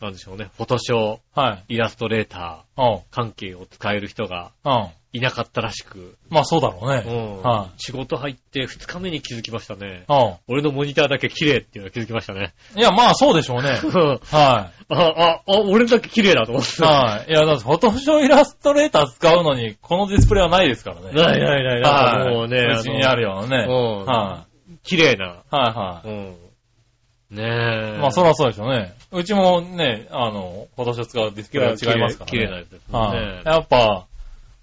[SPEAKER 2] なんでしょうね、フォトショー、
[SPEAKER 3] はい。
[SPEAKER 2] イラストレータ
[SPEAKER 3] おう。
[SPEAKER 2] ー関係を使える人が
[SPEAKER 3] うん。
[SPEAKER 2] いなかったらしく、
[SPEAKER 3] まあそうだろう
[SPEAKER 2] う
[SPEAKER 3] ね。
[SPEAKER 2] ん
[SPEAKER 3] は
[SPEAKER 2] 仕事入って2日目に気づきましたね。
[SPEAKER 3] おう。
[SPEAKER 2] 俺のモニターだけ綺麗っていうのは気づきましたね。
[SPEAKER 3] いや、まあそうでしょう
[SPEAKER 2] <laughs>
[SPEAKER 3] ね。は
[SPEAKER 2] あ、あ、あ、俺だけ綺麗だと思って
[SPEAKER 3] い。
[SPEAKER 2] た。
[SPEAKER 3] はい。いや、だって、フォトショーイラストレーター使うのに、このディスプレイはないですからね。
[SPEAKER 2] ないないないな。
[SPEAKER 3] はいい。
[SPEAKER 2] もうね、
[SPEAKER 3] うちにあるような
[SPEAKER 2] あ
[SPEAKER 3] ね。
[SPEAKER 2] のうん
[SPEAKER 3] は
[SPEAKER 2] 綺麗な。
[SPEAKER 3] い。はいは
[SPEAKER 2] うん。ね
[SPEAKER 3] い。
[SPEAKER 2] え。
[SPEAKER 3] まあそらそうでしょうね。うちもね、あの、フォトショー使うディスプレイは違いますからね。
[SPEAKER 2] 綺麗なやつですもん
[SPEAKER 3] はい
[SPEAKER 2] ね。。
[SPEAKER 3] やっぱ、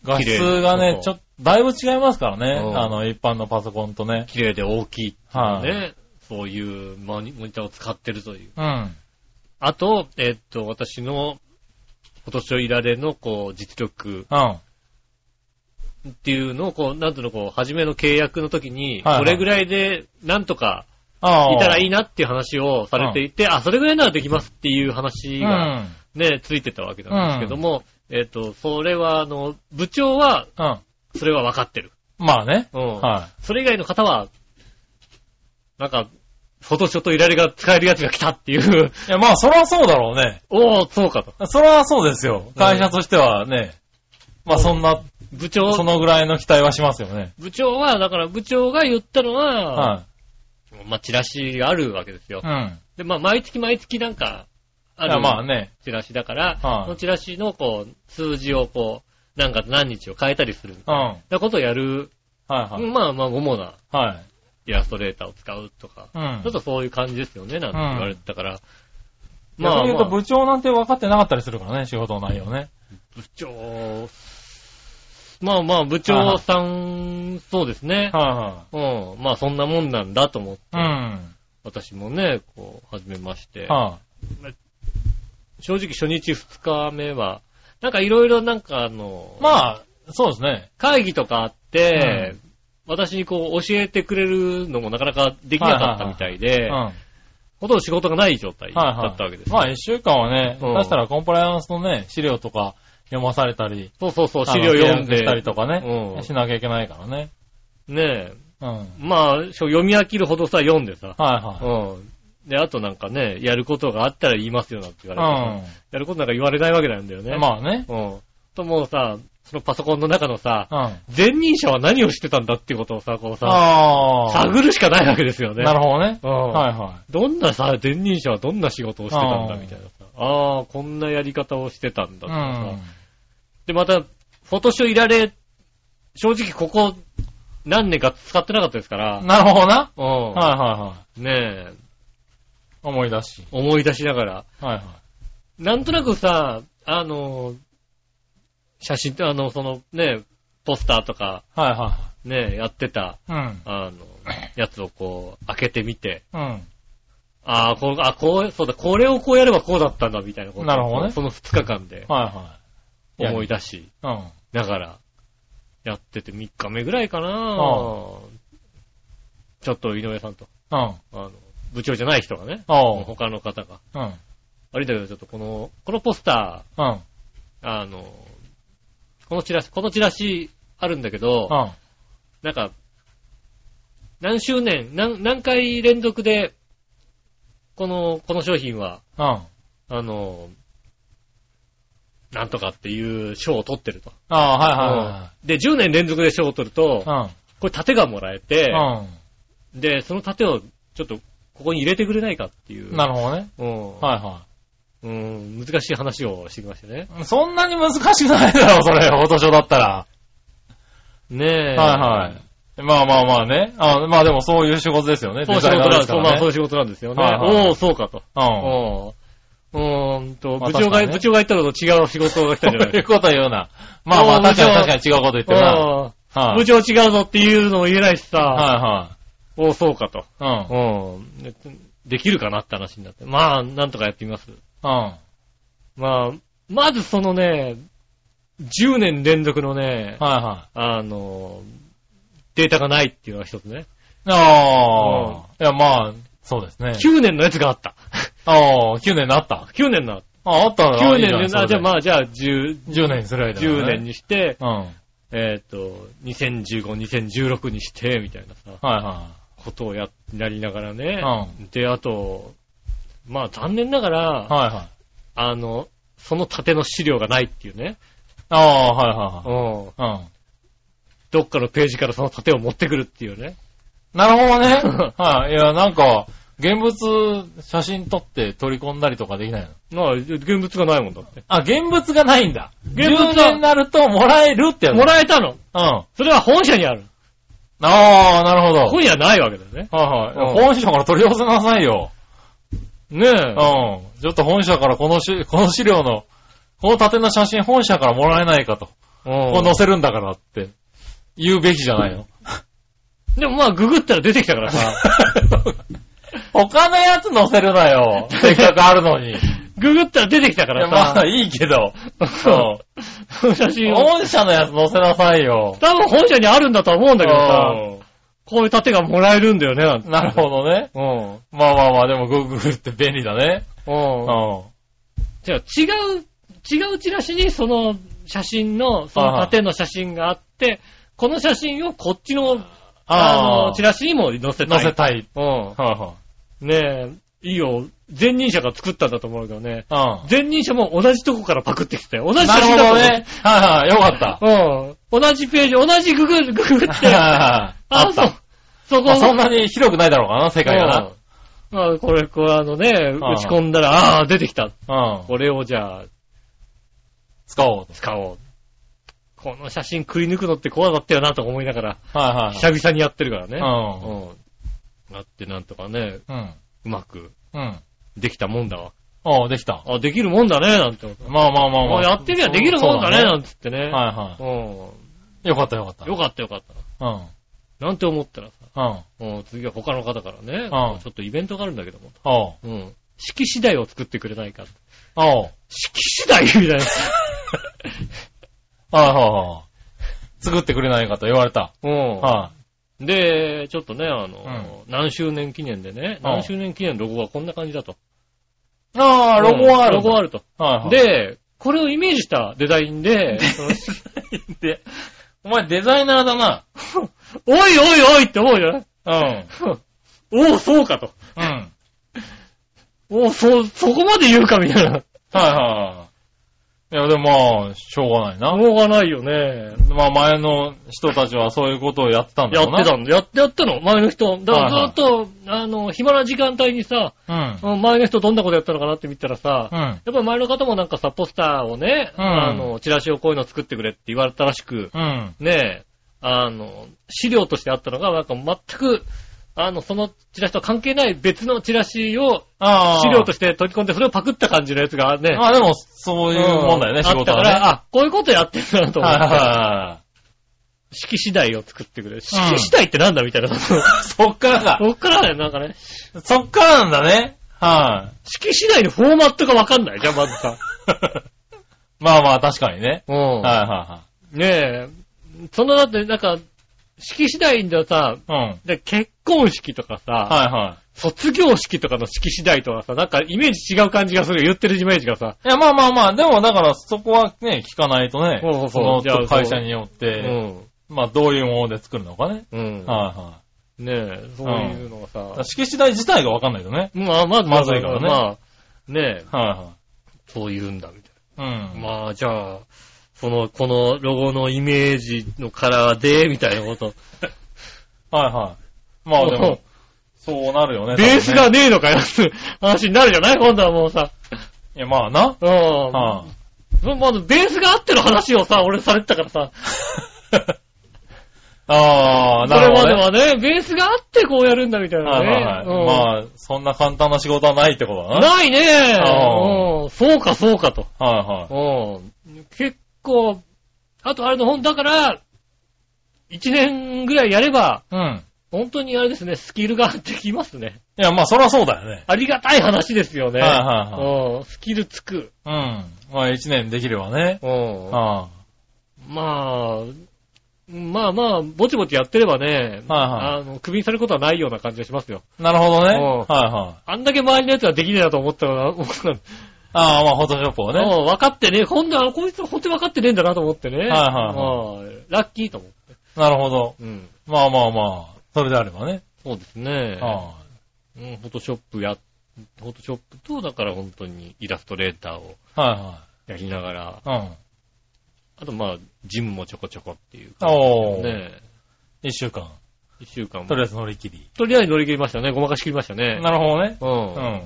[SPEAKER 3] 画質が
[SPEAKER 2] 綺麗
[SPEAKER 3] ね
[SPEAKER 2] な、
[SPEAKER 3] ちょっと、だいぶ違いますからね。
[SPEAKER 2] うん
[SPEAKER 3] あの、一般のパソコンとね。
[SPEAKER 2] 綺麗で大きいっていう
[SPEAKER 3] はい
[SPEAKER 2] ね。そういうモニモニターを使ってるという。
[SPEAKER 3] うん。
[SPEAKER 2] あと、えっと、私の、今年をいられの、こう、実力
[SPEAKER 3] うん。は
[SPEAKER 2] っていうのを、こう、なんとの、こう、初めの契約の時に、
[SPEAKER 3] はいはい
[SPEAKER 2] これぐらいで、なんとか、
[SPEAKER 3] あ
[SPEAKER 2] いたらいい
[SPEAKER 3] い
[SPEAKER 2] なっていう話をされていて、あ、それぐらいならできますっていう話が、
[SPEAKER 3] うん。
[SPEAKER 2] ね、ついてたわけなんですけども、えっと、それは、あの、部長は、
[SPEAKER 3] うん。
[SPEAKER 2] それは分かってる。
[SPEAKER 3] まあね。
[SPEAKER 2] うん。
[SPEAKER 3] は
[SPEAKER 2] それ以外の方は、なんか、フォトショットいられが使えるやつが来たっていう、
[SPEAKER 3] い。いや、まあ、そらそうだろうね。
[SPEAKER 2] おー、そうかと。
[SPEAKER 3] そらそうですよ。会社としてはね。まあ、そんな、
[SPEAKER 2] 部長、
[SPEAKER 3] そのぐらいの期待はしますよね。
[SPEAKER 2] 部長は、だから部長が言ったのは、
[SPEAKER 3] は
[SPEAKER 2] まあ、チラシがあるわけですよ
[SPEAKER 3] い。う。ん。
[SPEAKER 2] で、まあ、毎月毎月なんか、あ
[SPEAKER 3] いや
[SPEAKER 2] る
[SPEAKER 3] まあね。
[SPEAKER 2] チラシだから、
[SPEAKER 3] はい
[SPEAKER 2] そのチラシのこう、数字をこう、何月何日を変えたりするみた
[SPEAKER 3] う
[SPEAKER 2] い
[SPEAKER 3] ん。
[SPEAKER 2] な
[SPEAKER 3] はい
[SPEAKER 2] なことをやる、
[SPEAKER 3] はい。
[SPEAKER 2] まあまあ、主な
[SPEAKER 3] はい。
[SPEAKER 2] イラストレーターを使うとか、
[SPEAKER 3] うん。
[SPEAKER 2] ちょっとそういう感じですよね、なんて言われてたから。
[SPEAKER 3] まあ、
[SPEAKER 2] まあ、
[SPEAKER 3] 逆
[SPEAKER 2] ま
[SPEAKER 3] に言う
[SPEAKER 2] あ
[SPEAKER 3] と、部長なんて分かってなかったりするからね、仕事の内容ね。
[SPEAKER 2] 部長、まあまあ、部長さん、そうですね。
[SPEAKER 3] は
[SPEAKER 2] うん。まあ、そんなもんなんだと思って、
[SPEAKER 3] いはい。
[SPEAKER 2] 私もね、こう、始めまして
[SPEAKER 3] うん。。は
[SPEAKER 2] 正直、初日二日目は、なんかいろいろなんかあの
[SPEAKER 3] い。、まあ、そうですね。
[SPEAKER 2] 会議とかあって、私にこう教えてくれるのもなかなかできなかったみたいで、
[SPEAKER 3] うん。
[SPEAKER 2] ほとんど仕事がない状態だ
[SPEAKER 3] はいはい。
[SPEAKER 2] ったわけですよ。
[SPEAKER 3] まあ一週間はね、
[SPEAKER 2] うん
[SPEAKER 3] 出したらコンプライアンスのね、資料とか読まされたり、
[SPEAKER 2] そうそうそう、資料読ん
[SPEAKER 3] あの契約
[SPEAKER 2] で
[SPEAKER 3] し、たりとかね、
[SPEAKER 2] うん
[SPEAKER 3] しなきゃいけないからね。
[SPEAKER 2] ねえ、
[SPEAKER 3] うん。はい
[SPEAKER 2] まあ、読み飽きるほどさ、読んでさ、
[SPEAKER 3] は
[SPEAKER 2] うん。で、あとなんかね、やることがあったら言いますよなんて言われてさ、
[SPEAKER 3] い。
[SPEAKER 2] やることなんか言われないわけなんだよ
[SPEAKER 3] う
[SPEAKER 2] ね。
[SPEAKER 3] ん。まあね。
[SPEAKER 2] うん。ともうさ、そのパソコンの中のさ
[SPEAKER 3] う、ん。
[SPEAKER 2] 前任者は何をしてたんだっていうことをさ、こうさ、
[SPEAKER 3] ああ。
[SPEAKER 2] 探るしかないわけですよね。
[SPEAKER 3] なるほどね。
[SPEAKER 2] うん
[SPEAKER 3] はいは
[SPEAKER 2] どんなさ、前任者はどんな仕事をしてたんだみたいなさ。ああ、こんなやり方をしてたん
[SPEAKER 3] い。
[SPEAKER 2] だと
[SPEAKER 3] う
[SPEAKER 2] かさ。
[SPEAKER 3] ん。
[SPEAKER 2] で、また、フォトショーいられ、正直ここ何年か使ってなかったですから、
[SPEAKER 3] なるほどな。
[SPEAKER 2] う
[SPEAKER 3] はいはいはい。
[SPEAKER 2] ん。ねえ、
[SPEAKER 3] 思い出し。
[SPEAKER 2] 思い出しながら。
[SPEAKER 3] はいはい。
[SPEAKER 2] なんとなくさ、あの、写真あの、そのね、ポスターとか、
[SPEAKER 3] はいは
[SPEAKER 2] ね、やってた、
[SPEAKER 3] い。うん。
[SPEAKER 2] あの、やつをこう、開けてみて、
[SPEAKER 3] うん。
[SPEAKER 2] ああ、こう、あ、こう、そうだ、これをこうやればこうだったんだ、みたいなことを
[SPEAKER 3] なるほどね
[SPEAKER 2] その2日間で
[SPEAKER 3] はいは
[SPEAKER 2] 思い出し、
[SPEAKER 3] い。うん。
[SPEAKER 2] ながら、やってて3日目ぐらいかな
[SPEAKER 3] あ
[SPEAKER 2] ちょっと井上さんと、
[SPEAKER 3] うん。
[SPEAKER 2] あの、部長じゃない人がね、
[SPEAKER 3] おう。
[SPEAKER 2] 他の方が、
[SPEAKER 3] うん。うん。
[SPEAKER 2] あれだけどちょっとこの、このポスタ
[SPEAKER 3] うん。
[SPEAKER 2] ー、あの、このチラシ、このチラシあるんだけど、
[SPEAKER 3] うん。
[SPEAKER 2] なんか、何周年、何、何回連続で、この、この商品は、
[SPEAKER 3] うん。
[SPEAKER 2] あの、なんとかっていう賞を取ってると。
[SPEAKER 3] ああ
[SPEAKER 2] で、10年連続で賞を取ると
[SPEAKER 3] ー、はいはいはい。
[SPEAKER 2] これ盾がもらえて、
[SPEAKER 3] うん。
[SPEAKER 2] で、その盾をちょっとここに入れてくれないかっていうう。
[SPEAKER 3] ん。なるほどね。
[SPEAKER 2] うん
[SPEAKER 3] はいは
[SPEAKER 2] うん、難しい話をしてきましたね。
[SPEAKER 3] い。そんなに難しくないだろ、それ、フォトショーだったら。
[SPEAKER 2] ねえ。
[SPEAKER 3] はいはい。まあまあまあね。あまあでもそういう仕事ですよね。
[SPEAKER 2] そういう
[SPEAKER 3] デ
[SPEAKER 2] 仕
[SPEAKER 3] ザイナ
[SPEAKER 2] 事
[SPEAKER 3] ー
[SPEAKER 2] なん
[SPEAKER 3] で
[SPEAKER 2] ですす
[SPEAKER 3] か
[SPEAKER 2] よ。まあ
[SPEAKER 3] ら
[SPEAKER 2] そうい
[SPEAKER 3] ね。
[SPEAKER 2] う仕事なんですよね。
[SPEAKER 3] はいはい
[SPEAKER 2] おお、そうかと。
[SPEAKER 3] うん。
[SPEAKER 2] うん。うーんと、
[SPEAKER 3] まあ
[SPEAKER 2] 部長が、
[SPEAKER 3] 確かにね
[SPEAKER 2] 部長が言ったのと違う仕事が来たんじゃない
[SPEAKER 3] そうい
[SPEAKER 2] で
[SPEAKER 3] うこと言うな。まあまあ
[SPEAKER 2] うん
[SPEAKER 3] 確かに確かに違うこと言っ
[SPEAKER 2] す
[SPEAKER 3] <laughs> てるな。
[SPEAKER 2] か。うん
[SPEAKER 3] はい
[SPEAKER 2] 部長違うぞっていうのも言えないしさ、
[SPEAKER 3] は
[SPEAKER 2] おお、そうかと。
[SPEAKER 3] いはい。
[SPEAKER 2] うん。でできるかなって話になって。まあ、なんとかやってみます。
[SPEAKER 3] うん。うん。
[SPEAKER 2] まあ、まずそのね、10年連続のね、
[SPEAKER 3] はいはい。
[SPEAKER 2] あの、データがないっていうのが一つね。
[SPEAKER 3] ああ。いやまあ、そうですね。
[SPEAKER 2] 9年のやつがあった。 <laughs>
[SPEAKER 3] ああ、9年なった。
[SPEAKER 2] 9年な。
[SPEAKER 3] ああったら
[SPEAKER 2] 9年
[SPEAKER 3] いい
[SPEAKER 2] で、
[SPEAKER 3] じゃん
[SPEAKER 2] あじゃあ
[SPEAKER 3] そ
[SPEAKER 2] まあ、じゃあ10、
[SPEAKER 3] れで10年にする間だね
[SPEAKER 2] 10年。にして、
[SPEAKER 3] うん。はい
[SPEAKER 2] えっ、と、2015、2016にして、みたいなさ、
[SPEAKER 3] は
[SPEAKER 2] ことをや、やりながらね
[SPEAKER 3] い。うん。。はい
[SPEAKER 2] で、あと、まあ残念ながら、
[SPEAKER 3] はい。
[SPEAKER 2] あの、その盾の資料がないっていうね。
[SPEAKER 3] ああ、はい
[SPEAKER 2] うん。
[SPEAKER 3] はいはい。うん。
[SPEAKER 2] どっかのページからその盾を持ってくるっていうね。
[SPEAKER 3] なるほどね。はい。いや、なんか、現物、写真撮って取り込んだりとかできないの
[SPEAKER 2] まあ、現物がないもんだって。
[SPEAKER 3] あ、現物がないんだ。
[SPEAKER 2] 現
[SPEAKER 3] 現
[SPEAKER 2] 物
[SPEAKER 3] 物
[SPEAKER 2] は
[SPEAKER 3] になるともらえるってやつ。
[SPEAKER 2] も
[SPEAKER 3] え
[SPEAKER 2] らえたの
[SPEAKER 3] うん。あ
[SPEAKER 2] それは本社にある。
[SPEAKER 3] あー、なるほど。
[SPEAKER 2] 本社はないわけだよね。
[SPEAKER 3] はいはい。
[SPEAKER 2] うん
[SPEAKER 3] 本社から取り寄せなさいよ。
[SPEAKER 2] ね
[SPEAKER 3] う
[SPEAKER 2] え
[SPEAKER 3] ん。。ちょっと本社からこのし、この資料の、この縦の写真本社からもらえないかと。
[SPEAKER 2] う
[SPEAKER 3] こ
[SPEAKER 2] ん
[SPEAKER 3] う載せるんだからって、言うべきじゃ
[SPEAKER 2] <laughs>
[SPEAKER 3] ないの。
[SPEAKER 2] でもまあ、ググったら出てきたからさ。
[SPEAKER 3] <laughs> 他のやつ載せる
[SPEAKER 2] <laughs>
[SPEAKER 3] なよ。せっかくあるのに。い
[SPEAKER 2] ググったら出てきたか
[SPEAKER 3] や、
[SPEAKER 2] ら
[SPEAKER 3] ま
[SPEAKER 2] さ
[SPEAKER 3] あ。いいけど。
[SPEAKER 2] そうの写真
[SPEAKER 3] ん。
[SPEAKER 2] を。
[SPEAKER 3] 本社のやつ載せなさいよ。
[SPEAKER 2] 多分本社にあるんだとは思うんだけどさ。
[SPEAKER 3] う
[SPEAKER 2] こういう盾がもらえるんだよね、なんて
[SPEAKER 3] んなるほどね。
[SPEAKER 2] うん。
[SPEAKER 3] まあまあまあ、でも Google って便利だね。う
[SPEAKER 2] うん。
[SPEAKER 3] ん。
[SPEAKER 2] じゃあ、違う、違うチラシにその写真の、その縦の写真があって、この写真をこっちの、あの、チラシにも載せたい。
[SPEAKER 3] 載せたい。
[SPEAKER 2] うん。
[SPEAKER 3] は
[SPEAKER 2] ねえ、いいよ。前任者が作ったんだと思うけどね。
[SPEAKER 3] いはい。
[SPEAKER 2] 前任者も同じとこからパクってきてたよ。同
[SPEAKER 3] う
[SPEAKER 2] じ
[SPEAKER 3] ん。
[SPEAKER 2] 写
[SPEAKER 3] な
[SPEAKER 2] 真
[SPEAKER 3] る
[SPEAKER 2] だと
[SPEAKER 3] ほど
[SPEAKER 2] 思う
[SPEAKER 3] ね。はいはい。よかった。
[SPEAKER 2] うん。同じページ、同じググル、ググっ
[SPEAKER 3] はい
[SPEAKER 2] て。
[SPEAKER 3] はい
[SPEAKER 2] あ、
[SPEAKER 3] はい <laughs> あっ
[SPEAKER 2] そう
[SPEAKER 3] た。。
[SPEAKER 2] そこ。
[SPEAKER 3] まあそんなに広くないだろうかな、世界が
[SPEAKER 2] うんまあ、これ、こう、あのね、
[SPEAKER 3] ああ
[SPEAKER 2] 打ち込んだら、ああ、出てきた。
[SPEAKER 3] な。うん。
[SPEAKER 2] これをじゃあ、
[SPEAKER 3] 使おうと。
[SPEAKER 2] 使おう。この写真くり抜くのって怖かったよなと思いながら、
[SPEAKER 3] はいはい
[SPEAKER 2] 久々にやってるからね。
[SPEAKER 3] は
[SPEAKER 2] うん。なって、なんとかね、
[SPEAKER 3] い。うん。うん。
[SPEAKER 2] うまく
[SPEAKER 3] うん。
[SPEAKER 2] できたもんだわ。
[SPEAKER 3] おうできた。
[SPEAKER 2] あ、できるもんだね、なんて思った。
[SPEAKER 3] まあまあまあま
[SPEAKER 2] まあ、
[SPEAKER 3] あ。
[SPEAKER 2] やってみゃできるもんだね、
[SPEAKER 3] そう
[SPEAKER 2] なんつってね。
[SPEAKER 3] はいは
[SPEAKER 2] う
[SPEAKER 3] い。よかったよかった。
[SPEAKER 2] ん。よかったよかっ
[SPEAKER 3] うん。
[SPEAKER 2] た。なんて思ったらさ、
[SPEAKER 3] うん。
[SPEAKER 2] うん次は他の方からね、
[SPEAKER 3] ああ
[SPEAKER 2] ちょっとイベントがあるんだけども、
[SPEAKER 3] おう。
[SPEAKER 2] うん。式次第を作ってくれないか。
[SPEAKER 3] おう。
[SPEAKER 2] 式次第み
[SPEAKER 3] <laughs>
[SPEAKER 2] たいな。
[SPEAKER 3] はいはいはい。作ってくれないかと言われた。
[SPEAKER 2] うん
[SPEAKER 3] は
[SPEAKER 2] で、ちょっとね、あの、何周年記念でね、
[SPEAKER 3] ああ
[SPEAKER 2] 何周年記念のロゴはこんな感じだと。
[SPEAKER 3] い。ああ、ロゴはある。
[SPEAKER 2] ロゴはあると。
[SPEAKER 3] はいはい。、
[SPEAKER 2] で、これをイメージしたデザイン
[SPEAKER 3] <laughs>
[SPEAKER 2] で、その
[SPEAKER 3] で、お前デザイナーだな。
[SPEAKER 2] <laughs> おいおいおいって思うじゃない
[SPEAKER 3] うん。
[SPEAKER 2] <laughs> おお、そうかと。
[SPEAKER 3] うん。
[SPEAKER 2] おお、そ、そこまで言うかみたいな。
[SPEAKER 3] はいはい。いや、でもまあ、しょうがないな。
[SPEAKER 2] 思わないよね。
[SPEAKER 3] まあ、前の人たちは <laughs> そういうことをやってたんだ
[SPEAKER 2] やっ
[SPEAKER 3] ろうな。
[SPEAKER 2] てたんだ。やってやったの前の人。だからずっと、あの、暇な時間帯にさ、
[SPEAKER 3] うん。
[SPEAKER 2] うん前の人どんなことやったのかなって見たらさ、
[SPEAKER 3] うん。
[SPEAKER 2] やっぱり前の方もなんかさ、ポスターをね、
[SPEAKER 3] うん
[SPEAKER 2] あの、チラシをこういうの作ってくれって言われたらしく、
[SPEAKER 3] うん。
[SPEAKER 2] ねえ、あの、資料としてあったのが、なんか全く、あの、そのチラシとは関係ない別のチラシを
[SPEAKER 3] ああ。
[SPEAKER 2] 資料として取り込んで、それをパクった感じのやつがね、
[SPEAKER 3] まあでも、そういうもんだよね、
[SPEAKER 2] うん
[SPEAKER 3] 仕事
[SPEAKER 2] あったか
[SPEAKER 3] はね。
[SPEAKER 2] ら、あ、こういうことやってるなと思
[SPEAKER 3] はいはい
[SPEAKER 2] って、
[SPEAKER 3] はいはい。
[SPEAKER 2] 式次第を作ってくれる。式次第ってなんだみたい
[SPEAKER 3] <laughs>
[SPEAKER 2] な。そ
[SPEAKER 3] そっからか。
[SPEAKER 2] っからね、なんかね、
[SPEAKER 3] そっからなんだね。はい、
[SPEAKER 2] 式次第のフォーマットがわかんないじゃん、まずさ。
[SPEAKER 3] まあまあ、確かにね。
[SPEAKER 2] う
[SPEAKER 3] はい
[SPEAKER 2] ん。
[SPEAKER 3] は
[SPEAKER 2] ねえ、そのだって、なんか、式次第でさ、
[SPEAKER 3] いはい。うん。
[SPEAKER 2] で結婚式とかさ、
[SPEAKER 3] はいは
[SPEAKER 2] 卒業式とかの式次第とはさ、なんかイメージ違う感じがするよ。言ってるイメージがさ。
[SPEAKER 3] い。いや、まあまあまあ、でもだからそこはね、聞かないとね、
[SPEAKER 2] そうそうそうじゃあ
[SPEAKER 3] の会社によっ
[SPEAKER 2] う
[SPEAKER 3] て、
[SPEAKER 2] ん。
[SPEAKER 3] まあどういうもので作るのかね。
[SPEAKER 2] うん。
[SPEAKER 3] は
[SPEAKER 2] ねえ、そういうのがさ、
[SPEAKER 3] 敷地代自体がわかんないとね。
[SPEAKER 2] まあまあ、
[SPEAKER 3] まずいからね
[SPEAKER 2] まあ、ねえ、
[SPEAKER 3] は
[SPEAKER 2] そういうんだ、みたい
[SPEAKER 3] いはい。う
[SPEAKER 2] な。
[SPEAKER 3] ん。
[SPEAKER 2] まあ、じゃあ、その、このロゴのイメージのカラーで、みたいなこと。
[SPEAKER 3] はいはい。まあでも、そうなるよね。
[SPEAKER 2] ベース
[SPEAKER 3] 多
[SPEAKER 2] が
[SPEAKER 3] 分ね。
[SPEAKER 2] ねえのかよ、って話になるじゃない今度はもうさ。
[SPEAKER 3] いや、まあな。
[SPEAKER 2] うん。
[SPEAKER 3] は
[SPEAKER 2] そまずベースがあっての話をさ、俺されてたからさ、
[SPEAKER 3] あ。ああ、
[SPEAKER 2] そ
[SPEAKER 3] な
[SPEAKER 2] れ
[SPEAKER 3] るほ
[SPEAKER 2] ま
[SPEAKER 3] ど、
[SPEAKER 2] で
[SPEAKER 3] ね。
[SPEAKER 2] はね、ベースがあってこうやるんだみたいな
[SPEAKER 3] はい
[SPEAKER 2] ね。
[SPEAKER 3] はい
[SPEAKER 2] うん
[SPEAKER 3] はい。まあ、そんな簡単な仕事はないってことだな。
[SPEAKER 2] ないね
[SPEAKER 3] うん
[SPEAKER 2] うんそうかそうかと。
[SPEAKER 3] はい
[SPEAKER 2] うん。結構、あとあれの本だから、一年ぐらいやれば、
[SPEAKER 3] はい。うん。
[SPEAKER 2] 本当にあれですね、スキルができますね。
[SPEAKER 3] いや、まあ、そりゃそうだよね。
[SPEAKER 2] ありがたい話ですよね。
[SPEAKER 3] はいはい
[SPEAKER 2] うん。スキルつく。
[SPEAKER 3] はい。うん。まあ、一年できればね。
[SPEAKER 2] うん。
[SPEAKER 3] は
[SPEAKER 2] まあ、まあまあ、ぼちぼちやってればね、
[SPEAKER 3] いはい
[SPEAKER 2] あの、クビにされることはないような感じがしますよ。
[SPEAKER 3] い。なるほどね。はい
[SPEAKER 2] うん
[SPEAKER 3] はい。
[SPEAKER 2] あんだけ周りのやつはできねえなと思ったら、もう
[SPEAKER 3] ああ、まあ、フォトショップをね。
[SPEAKER 2] もう分かってねえ、今度はこいつ本当に分かってねえんだなと思ってね。はい
[SPEAKER 3] は
[SPEAKER 2] ラッキーと思って。
[SPEAKER 3] なるほど。
[SPEAKER 2] うん。
[SPEAKER 3] まあまあまあ、それであればね。
[SPEAKER 2] そうですね。
[SPEAKER 3] は
[SPEAKER 2] うん、フォトショップや、フォトショップと、だから本当にイラストレーターを
[SPEAKER 3] い。は
[SPEAKER 2] やりながら、
[SPEAKER 3] いはい。
[SPEAKER 2] あとまあ、ジムもちょこちょこっていう
[SPEAKER 3] う
[SPEAKER 2] 感
[SPEAKER 3] ん。お
[SPEAKER 2] じ
[SPEAKER 3] ー。
[SPEAKER 2] ね。
[SPEAKER 3] 一週間。
[SPEAKER 2] 一週間も
[SPEAKER 3] とりあえず乗り切り。
[SPEAKER 2] とりあえず乗り切りましたね。ごまかしきりましたね。
[SPEAKER 3] なるほどね。
[SPEAKER 2] うん。
[SPEAKER 3] うん。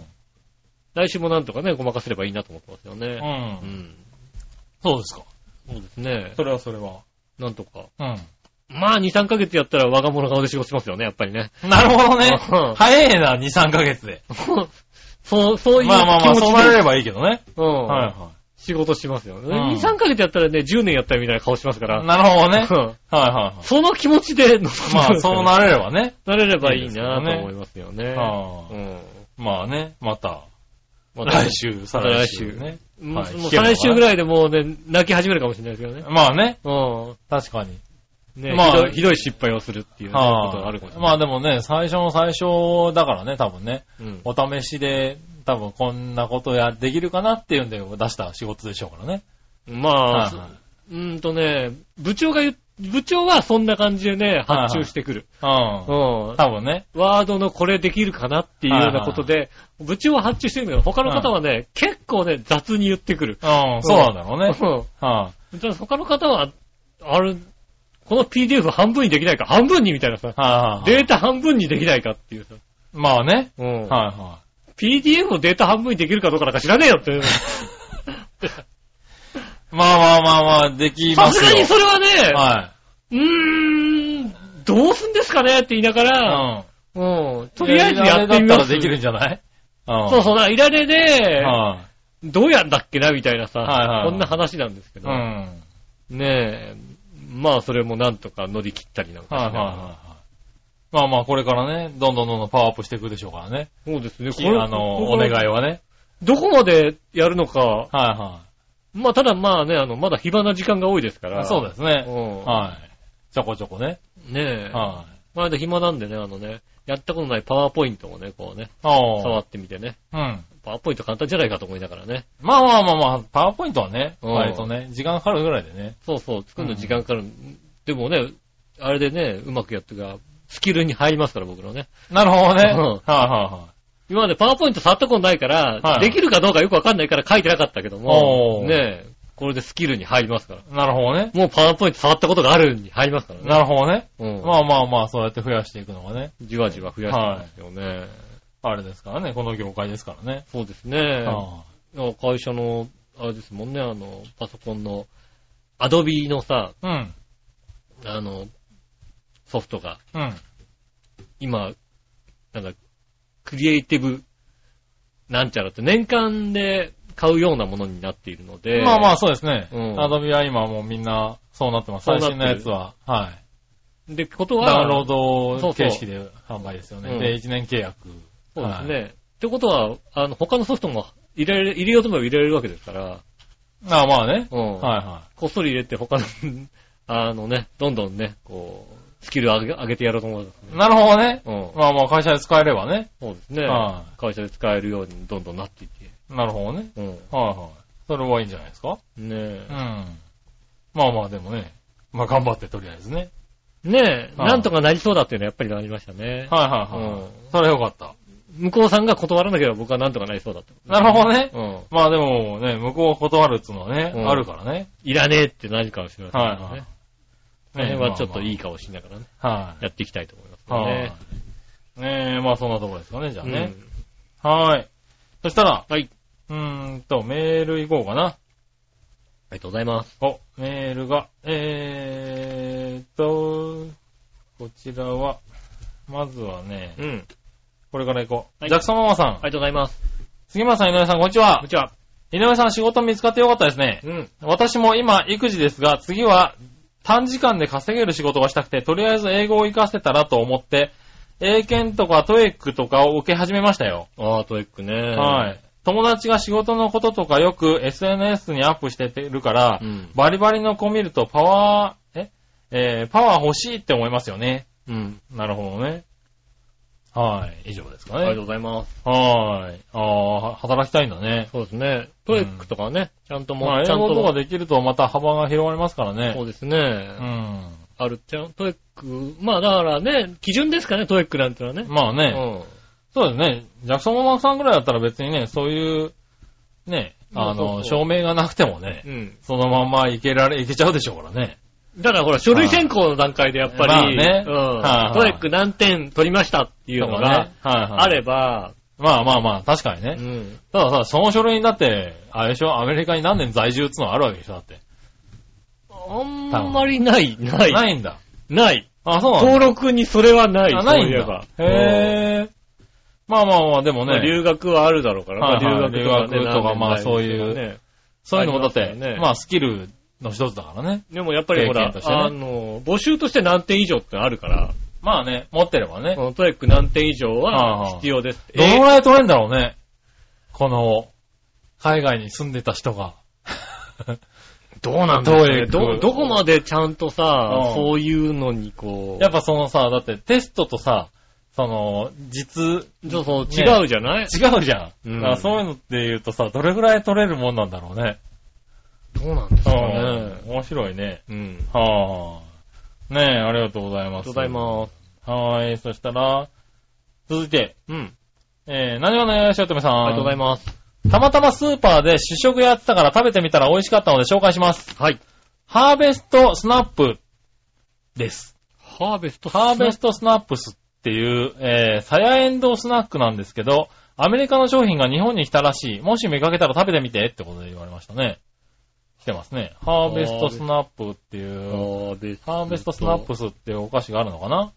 [SPEAKER 2] 来週もなんとかね、ごまかせればいいなと思ってますよ
[SPEAKER 3] う。
[SPEAKER 2] ね。うんん。
[SPEAKER 3] そうですか。
[SPEAKER 2] そうですね。
[SPEAKER 3] それはそれは。
[SPEAKER 2] なんとか。
[SPEAKER 3] うん。
[SPEAKER 2] まあ、2、3ヶ月やったら我が物顔で仕事しますよね、やっぱりね。
[SPEAKER 3] なるほどね
[SPEAKER 2] うん。
[SPEAKER 3] 早いな、2、3ヶ月で。
[SPEAKER 2] そう、そういう気持ちで。
[SPEAKER 3] まあまあまあ、そうなれればいいけどね。
[SPEAKER 2] うん。
[SPEAKER 3] はいは
[SPEAKER 2] 仕事しますよね。
[SPEAKER 3] うん
[SPEAKER 2] 2、3ヶ月やったらね、10年やったみたいな顔しますから。
[SPEAKER 3] い。なるほどね。 <laughs> はい
[SPEAKER 2] うん
[SPEAKER 3] はいは
[SPEAKER 2] その気持ちで臨むんです
[SPEAKER 3] い。
[SPEAKER 2] よね、
[SPEAKER 3] まあ、そうなれればね。
[SPEAKER 2] なれればいいなと思いますよね。
[SPEAKER 3] はあまあね、また、
[SPEAKER 2] うん。
[SPEAKER 3] 来週、再
[SPEAKER 2] 再来
[SPEAKER 3] 来週
[SPEAKER 2] 週
[SPEAKER 3] ね。
[SPEAKER 2] うん。
[SPEAKER 3] は
[SPEAKER 2] もう
[SPEAKER 3] い聞けるのかな
[SPEAKER 2] 再来週ぐらいでもうね、泣き始めるかもしれないですけどね。
[SPEAKER 3] まあね、
[SPEAKER 2] う
[SPEAKER 3] 確かに。
[SPEAKER 2] ん。ね、
[SPEAKER 3] まあ
[SPEAKER 2] ひどいひどい失敗をするっていうねことがあるかもしれない。
[SPEAKER 3] まあでもね、最初の最初だからね、多分ね、
[SPEAKER 2] うん
[SPEAKER 3] お試しで、多分こんなことや、できるかなっていうんで出した仕事でしょうからね。
[SPEAKER 2] まあ、
[SPEAKER 3] はいはいう
[SPEAKER 2] ーんとね、部長が言っ部長はそんな感じでね、発注してくる。
[SPEAKER 3] うん。
[SPEAKER 2] うん。
[SPEAKER 3] 多分ね。
[SPEAKER 2] ワードのこれできるかなっていうようなことで、部長は発注してるんだけど、他の方はね、結構ね、雑に言ってくる。
[SPEAKER 3] うん、そうなんだろうね。 <laughs>
[SPEAKER 2] うん。
[SPEAKER 3] は
[SPEAKER 2] じゃあ他の方は、あれ、この PDF 半分にできないか、半分にみたいなさ
[SPEAKER 3] い、、はいはい
[SPEAKER 2] データ半分にできないかっていうさ、
[SPEAKER 3] まあね。
[SPEAKER 2] うん
[SPEAKER 3] はいは
[SPEAKER 2] PDF をデータ半分にできるかどうかなんか知らねえよ
[SPEAKER 3] <laughs>
[SPEAKER 2] って。
[SPEAKER 3] い。まあまあまあまあ、でき
[SPEAKER 2] さ
[SPEAKER 3] ますす
[SPEAKER 2] がに
[SPEAKER 3] よ。
[SPEAKER 2] それはね、
[SPEAKER 3] は
[SPEAKER 2] うーん、どうすんですかねって言いなが
[SPEAKER 3] い。う
[SPEAKER 2] ら、
[SPEAKER 3] ん。
[SPEAKER 2] うん、とりあえずやっ
[SPEAKER 3] だ
[SPEAKER 2] て
[SPEAKER 3] っ
[SPEAKER 2] み
[SPEAKER 3] た
[SPEAKER 2] ま
[SPEAKER 3] ら
[SPEAKER 2] す。
[SPEAKER 3] できるんじゃないうん。
[SPEAKER 2] そうそう、だからいられで、
[SPEAKER 3] は
[SPEAKER 2] どうやんだっけなみたいなさ、
[SPEAKER 3] はいはいはい
[SPEAKER 2] こんな話なんですけ
[SPEAKER 3] い。
[SPEAKER 2] ど、
[SPEAKER 3] うん。はい
[SPEAKER 2] ねえ、まあそれもなんとか乗り切ったりなんかし
[SPEAKER 3] は
[SPEAKER 2] ないがら
[SPEAKER 3] はい。まあまあ、これからね、どんどんどんどんパワーアップしていくでしょうからね。
[SPEAKER 2] そうですね、
[SPEAKER 3] きあの、お願いはね。
[SPEAKER 2] どこまでやるのか、
[SPEAKER 3] はいは
[SPEAKER 2] まあ、ただまあね、あの、まだ暇な時間が多いですから。
[SPEAKER 3] い。そうですね。
[SPEAKER 2] う
[SPEAKER 3] はい。ちょこちょこね。
[SPEAKER 2] ん。ねえ。
[SPEAKER 3] は
[SPEAKER 2] まだ暇なんでね、あのね、やったことないパワーポイントもね、こうね、
[SPEAKER 3] い。あ
[SPEAKER 2] 触
[SPEAKER 3] あ。
[SPEAKER 2] ってみてね。
[SPEAKER 3] うん。
[SPEAKER 2] パワーポイント簡単じゃないかと思いながらね。
[SPEAKER 3] まあまあまあまあ、パワーポイントはね、
[SPEAKER 2] うん
[SPEAKER 3] 割とね、時間かかるぐらいでね。
[SPEAKER 2] そうそう、作るの時間かかる。でもね、あれでね、うまくやってが、スキルに入りますから、僕のね。
[SPEAKER 3] なるほどね。はい
[SPEAKER 2] うん
[SPEAKER 3] はいはい。
[SPEAKER 2] 今までパワーポイント触ったことないから、
[SPEAKER 3] はい
[SPEAKER 2] できるかどうかよくわかんないから書いてなかったけども
[SPEAKER 3] お、ー
[SPEAKER 2] ねえ、これでスキルに入りますから。
[SPEAKER 3] なるほどね。
[SPEAKER 2] もうパワーポイント触ったことがあるに入りますからね。
[SPEAKER 3] なるほどね。
[SPEAKER 2] うん。
[SPEAKER 3] まあまあまあ、そうやって増やしていくのがね、
[SPEAKER 2] じわじわ増やしてますよね。
[SPEAKER 3] あれですからね、この業界ですからね。
[SPEAKER 2] そうですね。
[SPEAKER 3] はい
[SPEAKER 2] 会社の、あれですもんね、あの、パソコンの、アドビのさ、
[SPEAKER 3] うん。
[SPEAKER 2] あの、ソフトが、
[SPEAKER 3] うん。
[SPEAKER 2] 今、なんか、クリエイティブ、なんちゃらって年間で買うようなものになっているので、
[SPEAKER 3] まあまあ、そうですね
[SPEAKER 2] う。ん
[SPEAKER 3] アドビは今もうみんな、そうなってます。
[SPEAKER 2] そう
[SPEAKER 3] 最
[SPEAKER 2] なってる
[SPEAKER 3] 新のやつは。はい。
[SPEAKER 2] で、ことは、
[SPEAKER 3] ダウンロード形式で販売ですよ
[SPEAKER 2] そうそ
[SPEAKER 3] ね。
[SPEAKER 2] う
[SPEAKER 3] で、1年契約。
[SPEAKER 2] そうです
[SPEAKER 3] はい。
[SPEAKER 2] ね。ってことは、あの、他のソフトも入れられ入れようと思えば入れられるわけですから、
[SPEAKER 3] ああ、まあね。
[SPEAKER 2] うん
[SPEAKER 3] はいは
[SPEAKER 2] こっそり入れて他の、 <laughs> あのね、どんどんね、こう、スキル上げ上げてやろうと思うんです
[SPEAKER 3] い。なるほどね。
[SPEAKER 2] ね。うん。
[SPEAKER 3] まあまあ、会社で使えればね。
[SPEAKER 2] そうですね
[SPEAKER 3] は。
[SPEAKER 2] 会社で使えるようにどんどんなっていって。
[SPEAKER 3] なるほどね。
[SPEAKER 2] うん。
[SPEAKER 3] はいはい。それはいいんじゃないですか。
[SPEAKER 2] ね
[SPEAKER 3] うん。まあまあ、でもね。まあ、頑張ってとりあえずね。
[SPEAKER 2] ねえ、
[SPEAKER 3] はい
[SPEAKER 2] なんとかなりそうだっていうのはやっぱりありましたね。
[SPEAKER 3] はいはいはい。
[SPEAKER 2] うん
[SPEAKER 3] それはよかった。
[SPEAKER 2] 向こうさんが断らなければ僕はなんとかなりそうだって。
[SPEAKER 3] なるほどね。
[SPEAKER 2] うん。
[SPEAKER 3] まあでもね、向こう断るっつうのはね、
[SPEAKER 2] うん
[SPEAKER 3] あるからね。
[SPEAKER 2] いらねえってなるかもしれませんけど
[SPEAKER 3] はいはい
[SPEAKER 2] ね。その辺はちょっとい
[SPEAKER 3] い。
[SPEAKER 2] い顔しながらね、
[SPEAKER 3] は
[SPEAKER 2] やっていきたいと思います
[SPEAKER 3] い。はい。
[SPEAKER 2] ね。
[SPEAKER 3] ねえ、まあそんなところですかね、じゃあね
[SPEAKER 2] う。ん
[SPEAKER 3] はい。そしたら、
[SPEAKER 2] はい。
[SPEAKER 3] うーんと、メールいこうかな。
[SPEAKER 2] ありがとうございます。
[SPEAKER 3] お、メールが、えーっと、こちらは、まずはね、
[SPEAKER 2] うん。
[SPEAKER 3] これからいこう。
[SPEAKER 2] はい
[SPEAKER 3] ジャクソンママさん、
[SPEAKER 2] ありがとうございます。
[SPEAKER 3] 杉村さん、井上さん、こんにち
[SPEAKER 2] こん
[SPEAKER 3] は
[SPEAKER 2] に。ちは。
[SPEAKER 3] 井上さん、仕事見つかってよかったですね。
[SPEAKER 2] うん。
[SPEAKER 3] 私も今、育児ですが、次は、短時間で稼げる仕事がしたくて、とりあえず英語を活かせたらと思って、英検とかトエックとかを受け始めましたよ。
[SPEAKER 2] ああ、トエックね。
[SPEAKER 3] はい。。友達が仕事のこととかよく SNS にアップしてるから、
[SPEAKER 2] うん
[SPEAKER 3] バリバリの子見るとパワー、ええーパワー欲しいって思いますよね。
[SPEAKER 2] うん。
[SPEAKER 3] なるほどね。はい。以上ですか
[SPEAKER 2] ありがとう
[SPEAKER 3] ね。
[SPEAKER 2] ございます。
[SPEAKER 3] はい。ああー、働きたいんだね。
[SPEAKER 2] そうですね。トエックとかね、ちゃんとも
[SPEAKER 3] まあ、
[SPEAKER 2] う、
[SPEAKER 3] 英
[SPEAKER 2] ちゃん
[SPEAKER 3] 語とか
[SPEAKER 2] と。
[SPEAKER 3] できるとまた幅が広がりますから
[SPEAKER 2] そ
[SPEAKER 3] ね。
[SPEAKER 2] うです
[SPEAKER 3] う
[SPEAKER 2] ね。
[SPEAKER 3] ん。
[SPEAKER 2] あるちゃん、トエック。まあだからね、基準ですかね、トエックなんてのはね。
[SPEAKER 3] まあ
[SPEAKER 2] う
[SPEAKER 3] ね、
[SPEAKER 2] ん。
[SPEAKER 3] そうですね。ジャクソン・ママさんぐらいだったら別にね、そういう、ね、
[SPEAKER 2] そ
[SPEAKER 3] あ
[SPEAKER 2] うそ
[SPEAKER 3] の、
[SPEAKER 2] うそう
[SPEAKER 3] 証明がなくてもね
[SPEAKER 2] う、ん。
[SPEAKER 3] そのまんまいけられ、いけちゃうでしょうからね。
[SPEAKER 2] だからほら、書類選考の段階でやっぱり、
[SPEAKER 3] はいまあね
[SPEAKER 2] うん
[SPEAKER 3] はいはい
[SPEAKER 2] トエック何点取りましたっていうの
[SPEAKER 3] とか
[SPEAKER 2] が
[SPEAKER 3] ね、はいはい、
[SPEAKER 2] あれば、
[SPEAKER 3] まあまあまあ、確かにね。
[SPEAKER 2] うん
[SPEAKER 3] たださ、その書類にだって、あれでしょアメリカに何年在住っつうのあるわけでしょだって。
[SPEAKER 2] あんまりない、ない、
[SPEAKER 3] ないんだ。
[SPEAKER 2] ない。
[SPEAKER 3] あ、そうなんだ。
[SPEAKER 2] 登録にそれはない、
[SPEAKER 3] あ、ない
[SPEAKER 2] そ
[SPEAKER 3] ん
[SPEAKER 2] ういえ
[SPEAKER 3] だ
[SPEAKER 2] ば。。
[SPEAKER 3] へぇー。まあまあまあ、でも
[SPEAKER 2] まあ
[SPEAKER 3] ね、
[SPEAKER 2] 留学はあるだろうから、
[SPEAKER 3] はいはい
[SPEAKER 2] まあ
[SPEAKER 3] 留学とか
[SPEAKER 2] ね
[SPEAKER 3] まあそういう
[SPEAKER 2] 何年代ですよね
[SPEAKER 3] そういうのもだっ
[SPEAKER 2] あ
[SPEAKER 3] て
[SPEAKER 2] りますよね
[SPEAKER 3] まあスキルの一つだからね。
[SPEAKER 2] でもやっぱりほら、
[SPEAKER 3] 経験としてね
[SPEAKER 2] あの、募集として何点以上ってあるから、
[SPEAKER 3] まあね、持ってればね
[SPEAKER 2] こ。のトエック何点以上
[SPEAKER 3] はいはい
[SPEAKER 2] は必要です。
[SPEAKER 3] どのぐらい取れんだろうね。この、海外に住んでた人が。
[SPEAKER 2] <laughs> どうなんだろうね
[SPEAKER 3] TOEIC
[SPEAKER 2] ど、どこまでちゃんとさ
[SPEAKER 3] うん、
[SPEAKER 2] そういうのにこう、
[SPEAKER 3] やっぱそのさ、だってテストとさ、その、実、
[SPEAKER 2] そうそう、
[SPEAKER 3] ね
[SPEAKER 2] 違うじゃない、
[SPEAKER 3] 違うじゃん。
[SPEAKER 2] うん
[SPEAKER 3] だからそういうのって言うとさ、どれぐらい取れるもんなんだろうね。
[SPEAKER 2] どうなんですかね。
[SPEAKER 3] うん面白いね。
[SPEAKER 2] うん。
[SPEAKER 3] はぁ。ねえ、ありがとうござい
[SPEAKER 2] あ
[SPEAKER 3] ま
[SPEAKER 2] りが
[SPEAKER 3] す。
[SPEAKER 2] とうございます。
[SPEAKER 3] す。はーい、そしたら、続いて、
[SPEAKER 2] うん。
[SPEAKER 3] えー、何わのよしおとめさん。
[SPEAKER 2] ありがとうござい
[SPEAKER 3] ま
[SPEAKER 2] ます。
[SPEAKER 3] す。たまたまスーパーで試食やってたから食べてみたら美味しかったので紹介します。
[SPEAKER 2] はい。
[SPEAKER 3] ハーベストスナップです。
[SPEAKER 2] ハーベスト
[SPEAKER 3] ハーベス
[SPEAKER 2] ス
[SPEAKER 3] トスナップスっていう、えー、サヤエンドウスナックなんですけど、アメリカの商品が日本に来たらしい。もし見かけたら食べてみてってことで言われましたね。来てますね。ハーベストスナップってい
[SPEAKER 2] ナ
[SPEAKER 3] う。
[SPEAKER 2] ップ。
[SPEAKER 3] ハーベストスナップスってお菓子があるのかな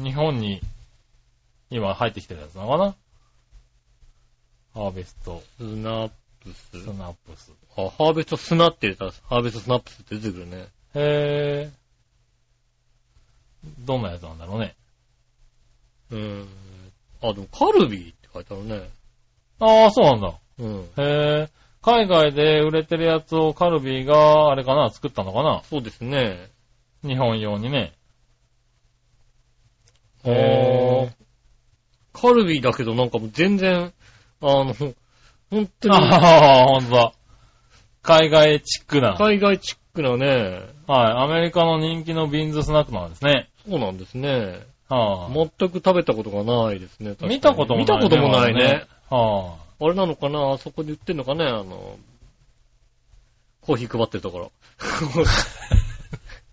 [SPEAKER 3] 日本に今入ってきてるやつなのかなハーベスト
[SPEAKER 2] スナップ
[SPEAKER 3] ス
[SPEAKER 2] ス。
[SPEAKER 3] ナップス。
[SPEAKER 2] あ、ハーベストスナって言ったら、ハーベストスナップスって出てくるね。
[SPEAKER 3] へぇー。どんなやつなんだろうね。
[SPEAKER 2] うーん。あ、でもカルビーって書いてあるね。
[SPEAKER 3] ああ、そうなんだ。
[SPEAKER 2] うん。
[SPEAKER 3] へぇー。海外で売れてるやつをカルビーが、あれかな、作ったのかな
[SPEAKER 2] そうですね。
[SPEAKER 3] 日本用にね。
[SPEAKER 2] へ
[SPEAKER 3] へ
[SPEAKER 2] ーカルビーだけどなんかもう全然、あの、本当に
[SPEAKER 3] ああ、ほんとだ。海外チックな。はい。
[SPEAKER 2] 海外チックなね、
[SPEAKER 3] アメリカの人気のビーンズスナックなんですね。
[SPEAKER 2] そうなんですね。
[SPEAKER 3] はあ。
[SPEAKER 2] 全く食べたことがないですね。確かに
[SPEAKER 3] 見たこともない、
[SPEAKER 2] 見たこともないね。。
[SPEAKER 3] は
[SPEAKER 2] あれなのかなあそこで売ってんのかねあの、コーヒー配ってると
[SPEAKER 3] <laughs>
[SPEAKER 2] ころ。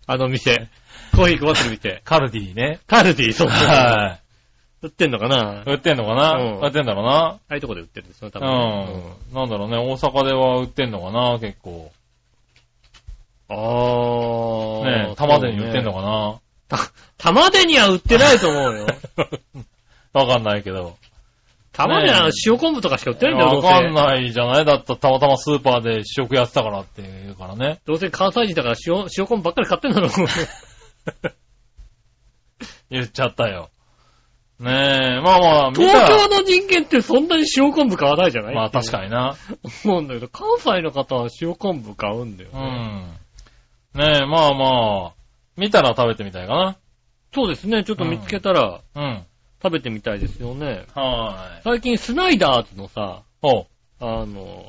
[SPEAKER 2] あの店。コーヒー配ってる店
[SPEAKER 3] あ。。カルディね。
[SPEAKER 2] カルディ、そうそう
[SPEAKER 3] は。
[SPEAKER 2] 売ってんのかない
[SPEAKER 3] 売ってんのかな、
[SPEAKER 2] うん
[SPEAKER 3] 売ってんだろうな。
[SPEAKER 2] ああいうとこで売ってるんですよね、多
[SPEAKER 3] う
[SPEAKER 2] 分。
[SPEAKER 3] ん。なんだろうね、大阪では売ってんのかな結構。
[SPEAKER 2] あー。
[SPEAKER 3] ね玉手に売ってんのかなわ、
[SPEAKER 2] た、玉手には売ってないと思
[SPEAKER 3] <laughs>
[SPEAKER 2] うよ。
[SPEAKER 3] かんないけど。
[SPEAKER 2] 玉手には
[SPEAKER 3] ね
[SPEAKER 2] 塩昆布とかしか売ってないんだよ、ど
[SPEAKER 3] わ
[SPEAKER 2] うせ。
[SPEAKER 3] かんないじゃないだったらたまたまスーパーで試食やってたからっていうからね。
[SPEAKER 2] どうせ関西人だから塩、塩昆布ばっかり買って
[SPEAKER 3] <laughs>
[SPEAKER 2] んだろう。
[SPEAKER 3] 言っちゃったよ。ねえ、まあまあ、見た
[SPEAKER 2] 東京
[SPEAKER 3] ら。
[SPEAKER 2] の人間ってそんなに塩昆布買わないじゃない
[SPEAKER 3] まあ確かにな。
[SPEAKER 2] 思うんだけど、関西の方は塩昆布買うんだよ
[SPEAKER 3] う
[SPEAKER 2] ね。
[SPEAKER 3] ん。ねえ、まあまあ、見たら食べてみたいか
[SPEAKER 2] そうですね、ちょっと見つけたら
[SPEAKER 3] な。うん。
[SPEAKER 2] 食べてみたいですよね。
[SPEAKER 3] はーい。
[SPEAKER 2] 最近スナイダーズのさ、
[SPEAKER 3] おう。
[SPEAKER 2] あの、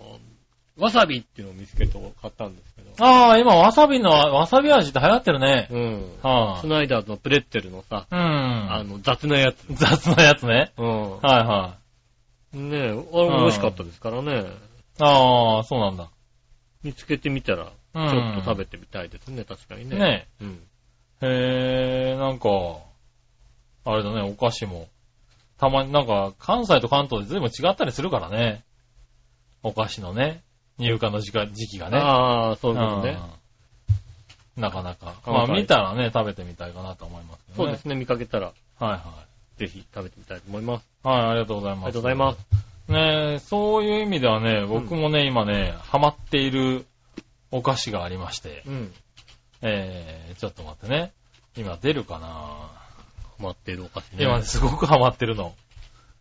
[SPEAKER 2] わさびっていうのを見つけて買ったんですけど。
[SPEAKER 3] ああ、今、わさびの、わさび味って流行ってるね。
[SPEAKER 2] うん。
[SPEAKER 3] は
[SPEAKER 2] スナイダーズのプレッツェルのさ、
[SPEAKER 3] あ。
[SPEAKER 2] あ
[SPEAKER 3] うん。
[SPEAKER 2] の、雑なやつ。
[SPEAKER 3] 雑なやつね。
[SPEAKER 2] うん。
[SPEAKER 3] はいはい。
[SPEAKER 2] ねえ、あれも美味しかったですからね。
[SPEAKER 3] ああ、そうなんだ。
[SPEAKER 2] 見つけてみたら、ち
[SPEAKER 3] うん
[SPEAKER 2] ょっと食べてみたいですね、確かにね。
[SPEAKER 3] ね
[SPEAKER 2] うん。
[SPEAKER 3] へえ、なんか、あれだね、お菓子も。たまになんか、関西と関東で随分違ったりするからね。お菓子のね、入荷の時間時期がね。
[SPEAKER 2] ああ、そういうことね。
[SPEAKER 3] うんなかなか。
[SPEAKER 2] うん
[SPEAKER 3] まあ見たらね、食べてみたいかなと思いますけ
[SPEAKER 2] そ
[SPEAKER 3] ど
[SPEAKER 2] う
[SPEAKER 3] ね。
[SPEAKER 2] ですね、見かけたら、
[SPEAKER 3] はいはい。
[SPEAKER 2] ぜひ食べてみたいと思います。
[SPEAKER 3] はい、ありがとうござい
[SPEAKER 2] あ
[SPEAKER 3] ま
[SPEAKER 2] り
[SPEAKER 3] す。
[SPEAKER 2] がとうございます。
[SPEAKER 3] す。ねえそういう意味ではね、僕もね、今ね、ハマっているお菓子がありまして、
[SPEAKER 2] うん。
[SPEAKER 3] えー、ちょっと待ってね。今出るかな
[SPEAKER 2] ハマっているお菓子ね。
[SPEAKER 3] 今ね、すごくハマってるの。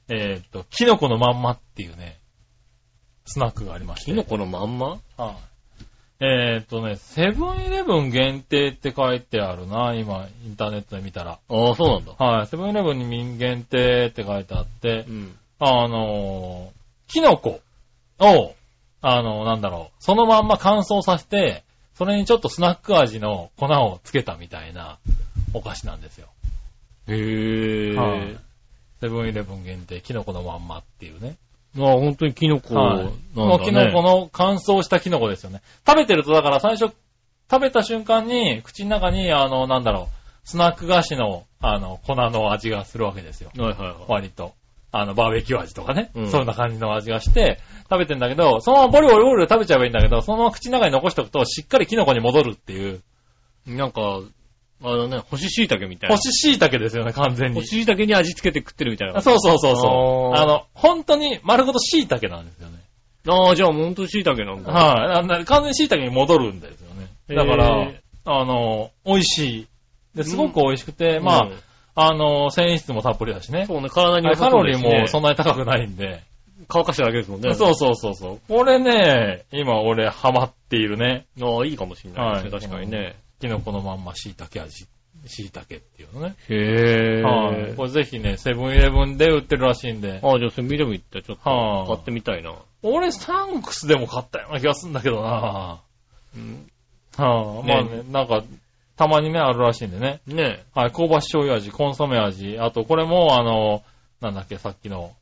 [SPEAKER 3] えーっと、キノコのまんまっていうね、スナックがありまして。
[SPEAKER 2] キノコのまんま
[SPEAKER 3] はい。えーっとね、セブンイレブン限定って書いてあるな、今、インターネットで見たら。
[SPEAKER 2] ああ、そうなんだ。
[SPEAKER 3] はい、セブンイレブンに民限定って書いてあって
[SPEAKER 2] う、ん。
[SPEAKER 3] あのーキノコを、あのーなんだろう、そのまんま乾燥させて、それにちょっとスナック味の粉をつけたみたいなお菓子なんですよ。
[SPEAKER 2] へえ。
[SPEAKER 3] はいセブンイレブン限定、キノコのまんまっていうね。
[SPEAKER 2] ああ、本当にキノコなんだ
[SPEAKER 3] はい
[SPEAKER 2] ね。
[SPEAKER 3] のキノコの乾燥したキノコですよね。食べてると、だから最初、食べた瞬間に、口の中に、あの、なんだろう、スナック菓子の、あの、粉の味がするわけですよ。
[SPEAKER 2] はいはいはい。
[SPEAKER 3] 割と。あの、バーベキュー味とかね。
[SPEAKER 2] うん
[SPEAKER 3] そんな感じの味がして、食べてんだけど、そのままボリボリボリボリ食べちゃえばいいんだけど、そのまま口の中に残しておくと、しっかりキノコに戻るっていう。
[SPEAKER 2] なんか、あれだね、干し椎茸みたいな
[SPEAKER 3] 干。し椎茸ですよね、完全に
[SPEAKER 2] 干。し椎茸に味付けて食ってるみたいな。
[SPEAKER 3] そうそうそうそう。
[SPEAKER 2] あー
[SPEAKER 3] あの、本当に丸ごと椎茸なんですよね。
[SPEAKER 2] ああ、じゃあ本当に椎茸なんだ。
[SPEAKER 3] はい、あの完全に椎茸に戻るんですよね。
[SPEAKER 2] へー
[SPEAKER 3] だから、あの、美味しい。で、すごく美味しくて、まあ、
[SPEAKER 2] うん
[SPEAKER 3] あの、繊維質もたっぷりだしね。
[SPEAKER 2] そうね、体に
[SPEAKER 3] あれ
[SPEAKER 2] 良さ
[SPEAKER 3] カロ
[SPEAKER 2] そうで
[SPEAKER 3] リー
[SPEAKER 2] すね
[SPEAKER 3] もそんなに高くないんで。
[SPEAKER 2] 乾かしただけですもんね。
[SPEAKER 3] そうそうそうそう。これね、今俺ハマっているね。
[SPEAKER 2] ああ、いいかもしれないですね、
[SPEAKER 3] はい
[SPEAKER 2] 確かにね。
[SPEAKER 3] キノコのまんま椎茸味、椎茸っていうのね。
[SPEAKER 2] へえ。
[SPEAKER 3] はい。これぜひね、セブンイレブンで売ってるらしいんで。
[SPEAKER 2] ああ、じゃあ、セミレブン行ったらちょっと
[SPEAKER 3] はあ
[SPEAKER 2] 買ってみたいな。
[SPEAKER 3] 俺サンクスでも買ったような気がするんだけどな
[SPEAKER 2] うん
[SPEAKER 3] はあ、まあね、なんか、たまにね、あるらしいんでね。
[SPEAKER 2] ね
[SPEAKER 3] はい、香ばし醤油味、コンソメ味、あとこれも、あの、なんだっけ、さっきの、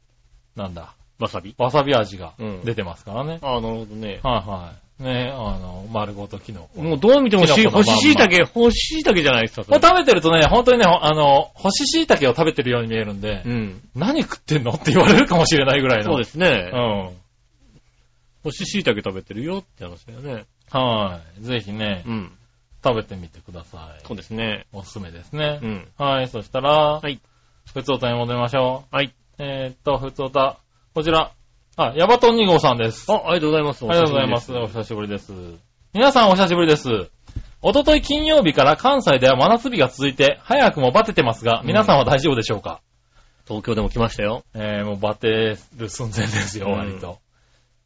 [SPEAKER 3] なんだ、
[SPEAKER 2] わさび
[SPEAKER 3] わさび味が
[SPEAKER 2] うん
[SPEAKER 3] 出てますからね。
[SPEAKER 2] ああ、なるほどね。
[SPEAKER 3] はいはい。ね、あの、丸ごとキノコ。
[SPEAKER 2] もうどう見ても
[SPEAKER 3] キ
[SPEAKER 2] し、
[SPEAKER 3] ノコのまん
[SPEAKER 2] 干
[SPEAKER 3] ま
[SPEAKER 2] し椎茸、干し椎茸じゃないですか、そ
[SPEAKER 3] これ
[SPEAKER 2] れ
[SPEAKER 3] 食べてるとね、本当にね、あの、干し椎茸を食べてるように見えるんで、
[SPEAKER 2] うん。
[SPEAKER 3] 何食ってんのって言われるかもしれないぐらいの。。
[SPEAKER 2] そうですすね
[SPEAKER 3] う。ん。
[SPEAKER 2] 干し椎茸食べてるよって話だよね。
[SPEAKER 3] はい。ぜひね、
[SPEAKER 2] うん。
[SPEAKER 3] 食べてみてください
[SPEAKER 2] そう。ですね。
[SPEAKER 3] おすすめですね
[SPEAKER 2] う。ん。
[SPEAKER 3] はい、そしたら、
[SPEAKER 2] はい。
[SPEAKER 3] ふつおたに戻りましょう。
[SPEAKER 2] はい。
[SPEAKER 3] えーっと、ふつおた、こちら。あ、ヤバトン2号さんです。
[SPEAKER 2] あ、ありがとうございます。
[SPEAKER 3] ありがとうございます。お久しぶりです。皆さんお久しぶりです。おととい金曜日から関西では真夏日が続いて、早くもバテてますが、皆さんは大丈夫でしょうか、
[SPEAKER 2] 東京でも来ましたよ。
[SPEAKER 3] えー、もうバテる寸前ですよ、
[SPEAKER 2] うん
[SPEAKER 3] 割と。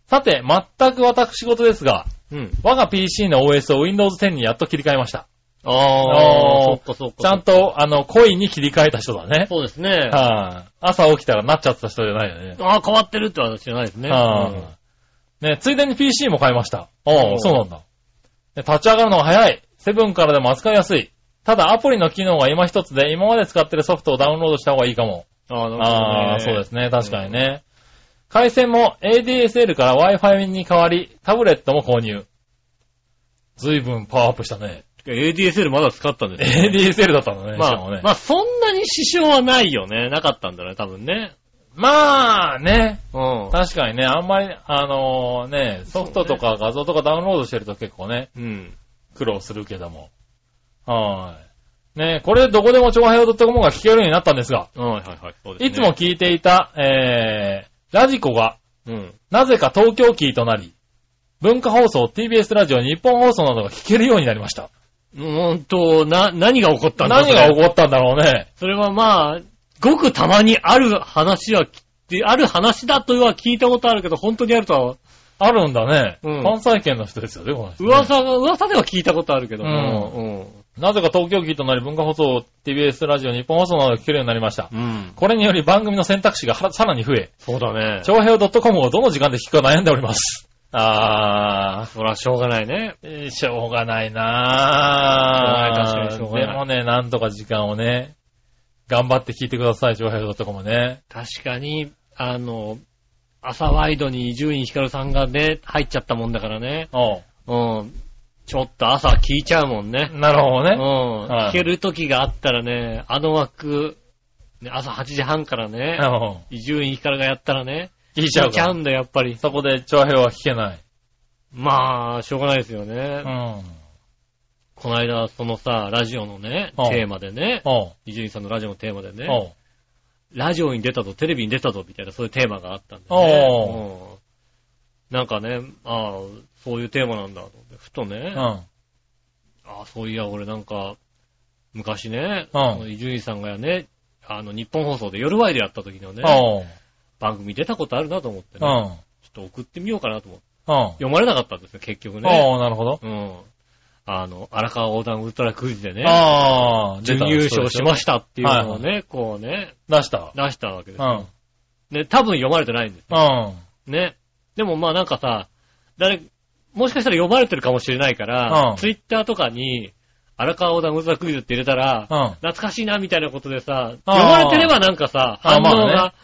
[SPEAKER 3] さて、全く私事ですが、
[SPEAKER 2] うん。
[SPEAKER 3] 我が PC の OS を Windows 10にやっと切り替えました。
[SPEAKER 2] あ
[SPEAKER 3] あー
[SPEAKER 2] あ、そっかそっか。
[SPEAKER 3] ちゃんと、あの、恋に切り替えた人だね。
[SPEAKER 2] そうですね。あ
[SPEAKER 3] はい、朝起きたらなっちゃってた人じゃないよね。
[SPEAKER 2] あー、変わってるって話じゃないですね。うん
[SPEAKER 3] はいね、ついでに PC も買いました。お
[SPEAKER 2] お
[SPEAKER 3] う
[SPEAKER 2] う
[SPEAKER 3] そうなんだ。で立ち上がるのが早い。セブンからでも扱いやすい。ただアプリの機能が今一つで、今まで使ってるソフトをダウンロードした方がいいかも。
[SPEAKER 2] ああ、なるほどね。
[SPEAKER 3] ああー、そうですね。確かにね。回線も ADSL から Wi-Fi に変わり、タブレットも購入。ずいぶんパワーアップしたね。
[SPEAKER 2] ADSL まだ使ったんですね
[SPEAKER 3] ADSL だったのね。
[SPEAKER 2] ま
[SPEAKER 3] しかも
[SPEAKER 2] あ
[SPEAKER 3] ね、
[SPEAKER 2] まあ、そんなに支障はないよね。なかったんだね、多分ね。
[SPEAKER 3] まあね。
[SPEAKER 2] うん
[SPEAKER 3] 確かにね、あんまり、あのね、ソフトとか画像とかダウンロードしてると結構ね、
[SPEAKER 2] うん。
[SPEAKER 3] 苦労するけども。はーい。ねこれでどこでも長編を .com が聞けるようになったんですが、
[SPEAKER 2] はいはいはい。そうですね
[SPEAKER 3] いつも、聞いていた、えー、ラジコが、
[SPEAKER 2] うん。
[SPEAKER 3] なぜか東京キーとなり、文化放送、TBS ラジオ、日本放送などが聞けるようになりました。
[SPEAKER 2] うーんと、な、何が起こったんだ
[SPEAKER 3] 何が起
[SPEAKER 2] こ
[SPEAKER 3] こったんだろうね。
[SPEAKER 2] それはまあ、ごくたまにある話はき、である話だとは聞いたことあるけど、本当にあるとは、
[SPEAKER 3] あるんだね。
[SPEAKER 2] うん
[SPEAKER 3] 関西圏の人ですよね、この人ね
[SPEAKER 2] 噂が、噂では聞いたことあるけども、
[SPEAKER 3] なぜか東京キーとなり、文化放送、TBS ラジオ、日本放送などが聞けるようになりました。
[SPEAKER 2] うん。うん。
[SPEAKER 3] これにより番組の選択肢がはらさらに増え、
[SPEAKER 2] そうだね。
[SPEAKER 3] 長平 .com をどの時間で聞くか悩んでおります。あ
[SPEAKER 2] そら、しょうがないね。
[SPEAKER 3] ー、しょうがないなぁ。
[SPEAKER 2] しょうがない確かにしょうがない
[SPEAKER 3] でもね、なんとか時間をね、頑張って聞いてください、上平とかもね。
[SPEAKER 2] 確かに、あの、朝ワイドに伊集院光さんがね、入っちゃったもんだからね。
[SPEAKER 3] おう
[SPEAKER 2] うん。ちょっと朝聞いちゃうもんね。
[SPEAKER 3] なるほど
[SPEAKER 2] う
[SPEAKER 3] ね
[SPEAKER 2] ん。。
[SPEAKER 3] はい
[SPEAKER 2] 聞ける時があったらね、あの枠、ね朝8時半からね、
[SPEAKER 3] うん
[SPEAKER 2] 伊集院光がやったらね、
[SPEAKER 3] 聞いちゃ
[SPEAKER 2] 聞
[SPEAKER 3] う
[SPEAKER 2] いちゃ
[SPEAKER 3] か
[SPEAKER 2] うんだ、やっぱり。
[SPEAKER 3] そこで長平は聞けない。
[SPEAKER 2] まあ、しょうがないですよね。
[SPEAKER 3] うん。
[SPEAKER 2] この間、そのさ、ラジオのね、
[SPEAKER 3] うん
[SPEAKER 2] テーマでね、
[SPEAKER 3] おう
[SPEAKER 2] 伊集院さんのラジオのテーマでね、
[SPEAKER 3] おう
[SPEAKER 2] ラジオに出たぞ、テレビに出たぞ、みたいな、そういうテーマがあったんで、ね
[SPEAKER 3] お
[SPEAKER 2] うんなんかね、ああ、そういうテーマなんだと思って、ふとね、
[SPEAKER 3] う
[SPEAKER 2] あ
[SPEAKER 3] ん。
[SPEAKER 2] あ、そういや、俺なんか、昔ね、
[SPEAKER 3] うん
[SPEAKER 2] その伊集院さんがね、あの、日本放送で夜ワイでやった時のね、
[SPEAKER 3] おう
[SPEAKER 2] 番組出たことあるなと思って
[SPEAKER 3] う
[SPEAKER 2] ね、
[SPEAKER 3] ん。
[SPEAKER 2] ちょっと送ってみようかなと思って、
[SPEAKER 3] うん。
[SPEAKER 2] 読まれなかったんですよ、結局ね。
[SPEAKER 3] おうなるほど。
[SPEAKER 2] うん。あの、荒川横断ウルトラクイズでね、
[SPEAKER 3] ああ、
[SPEAKER 2] 準優勝しま
[SPEAKER 3] し
[SPEAKER 2] したっていうのをね、こうね、
[SPEAKER 3] た。出した。
[SPEAKER 2] 出したわけです
[SPEAKER 3] う。ん。
[SPEAKER 2] ね、多分読まれてないんです。
[SPEAKER 3] うん。
[SPEAKER 2] ね。でもまあなんかさ、誰、もしかしたら読まれてるかもしれないから、
[SPEAKER 3] うん
[SPEAKER 2] ツイッターとかに、荒川横断ウルトラクイズって入れたら、
[SPEAKER 3] うん。
[SPEAKER 2] 懐かしいなみたいなことでさ、
[SPEAKER 3] あー
[SPEAKER 2] 読まれてればなんかさ、
[SPEAKER 3] あ
[SPEAKER 2] 反
[SPEAKER 3] ー
[SPEAKER 2] 応
[SPEAKER 3] まあね
[SPEAKER 2] が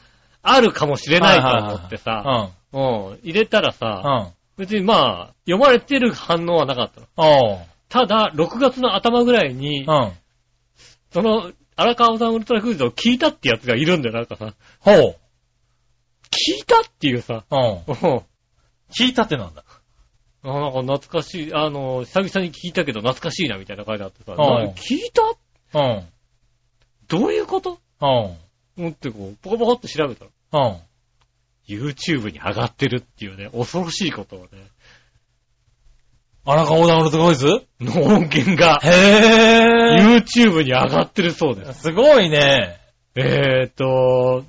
[SPEAKER 2] あるかもしれないと思って
[SPEAKER 3] う
[SPEAKER 2] さ、
[SPEAKER 3] ん。
[SPEAKER 2] うん、入れたら
[SPEAKER 3] う
[SPEAKER 2] さ、
[SPEAKER 3] ん。
[SPEAKER 2] 別にまあ、読まれてる反応はなかったの。
[SPEAKER 3] おう。
[SPEAKER 2] ただ、6月の頭ぐらいに
[SPEAKER 3] う、ん。
[SPEAKER 2] その、荒川さんウルトラクイズを聞いたってやつがいるんだよ、なんかさ。
[SPEAKER 3] ほう。
[SPEAKER 2] 聞いたっていうさ。
[SPEAKER 3] うん。
[SPEAKER 2] うん。
[SPEAKER 3] 聞いたってなんだ。
[SPEAKER 2] あなんか懐かしい、あの、久々に聞いたけど懐かしいなみたいな書いてあってさ。
[SPEAKER 3] ん
[SPEAKER 2] なんか聞いた
[SPEAKER 3] うん。
[SPEAKER 2] どういうこと
[SPEAKER 3] うん。
[SPEAKER 2] 思ってこう、ポコポコって調べたら。
[SPEAKER 3] うん。
[SPEAKER 2] YouTube に上がってるっていうね、恐ろしいことをね、
[SPEAKER 3] 荒川横断ウルトラクイズ
[SPEAKER 2] の音源が
[SPEAKER 3] へー。
[SPEAKER 2] YouTube に上がってるそうです。
[SPEAKER 3] すごいね。
[SPEAKER 2] えーと、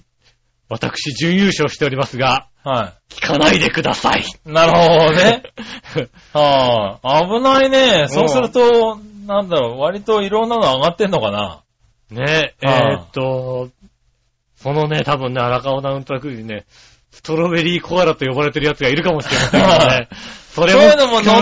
[SPEAKER 2] 私準優勝しておりますが、
[SPEAKER 3] は
[SPEAKER 2] 聞かないでください。
[SPEAKER 3] い。なるほど
[SPEAKER 2] <laughs>
[SPEAKER 3] ね。はい。危ないね。そうすると、なんだろう、割といろんなの上がってんのかな。
[SPEAKER 2] ねえ、
[SPEAKER 3] はあ
[SPEAKER 2] えーっと、そのね、多分ね、荒川ナウントラクイズにね、ストロベリーコアラと呼ばれてるやつがいるかもしれませんから
[SPEAKER 3] <laughs>
[SPEAKER 2] ね。それ
[SPEAKER 3] そういうのも
[SPEAKER 2] も
[SPEAKER 3] の
[SPEAKER 2] 聞か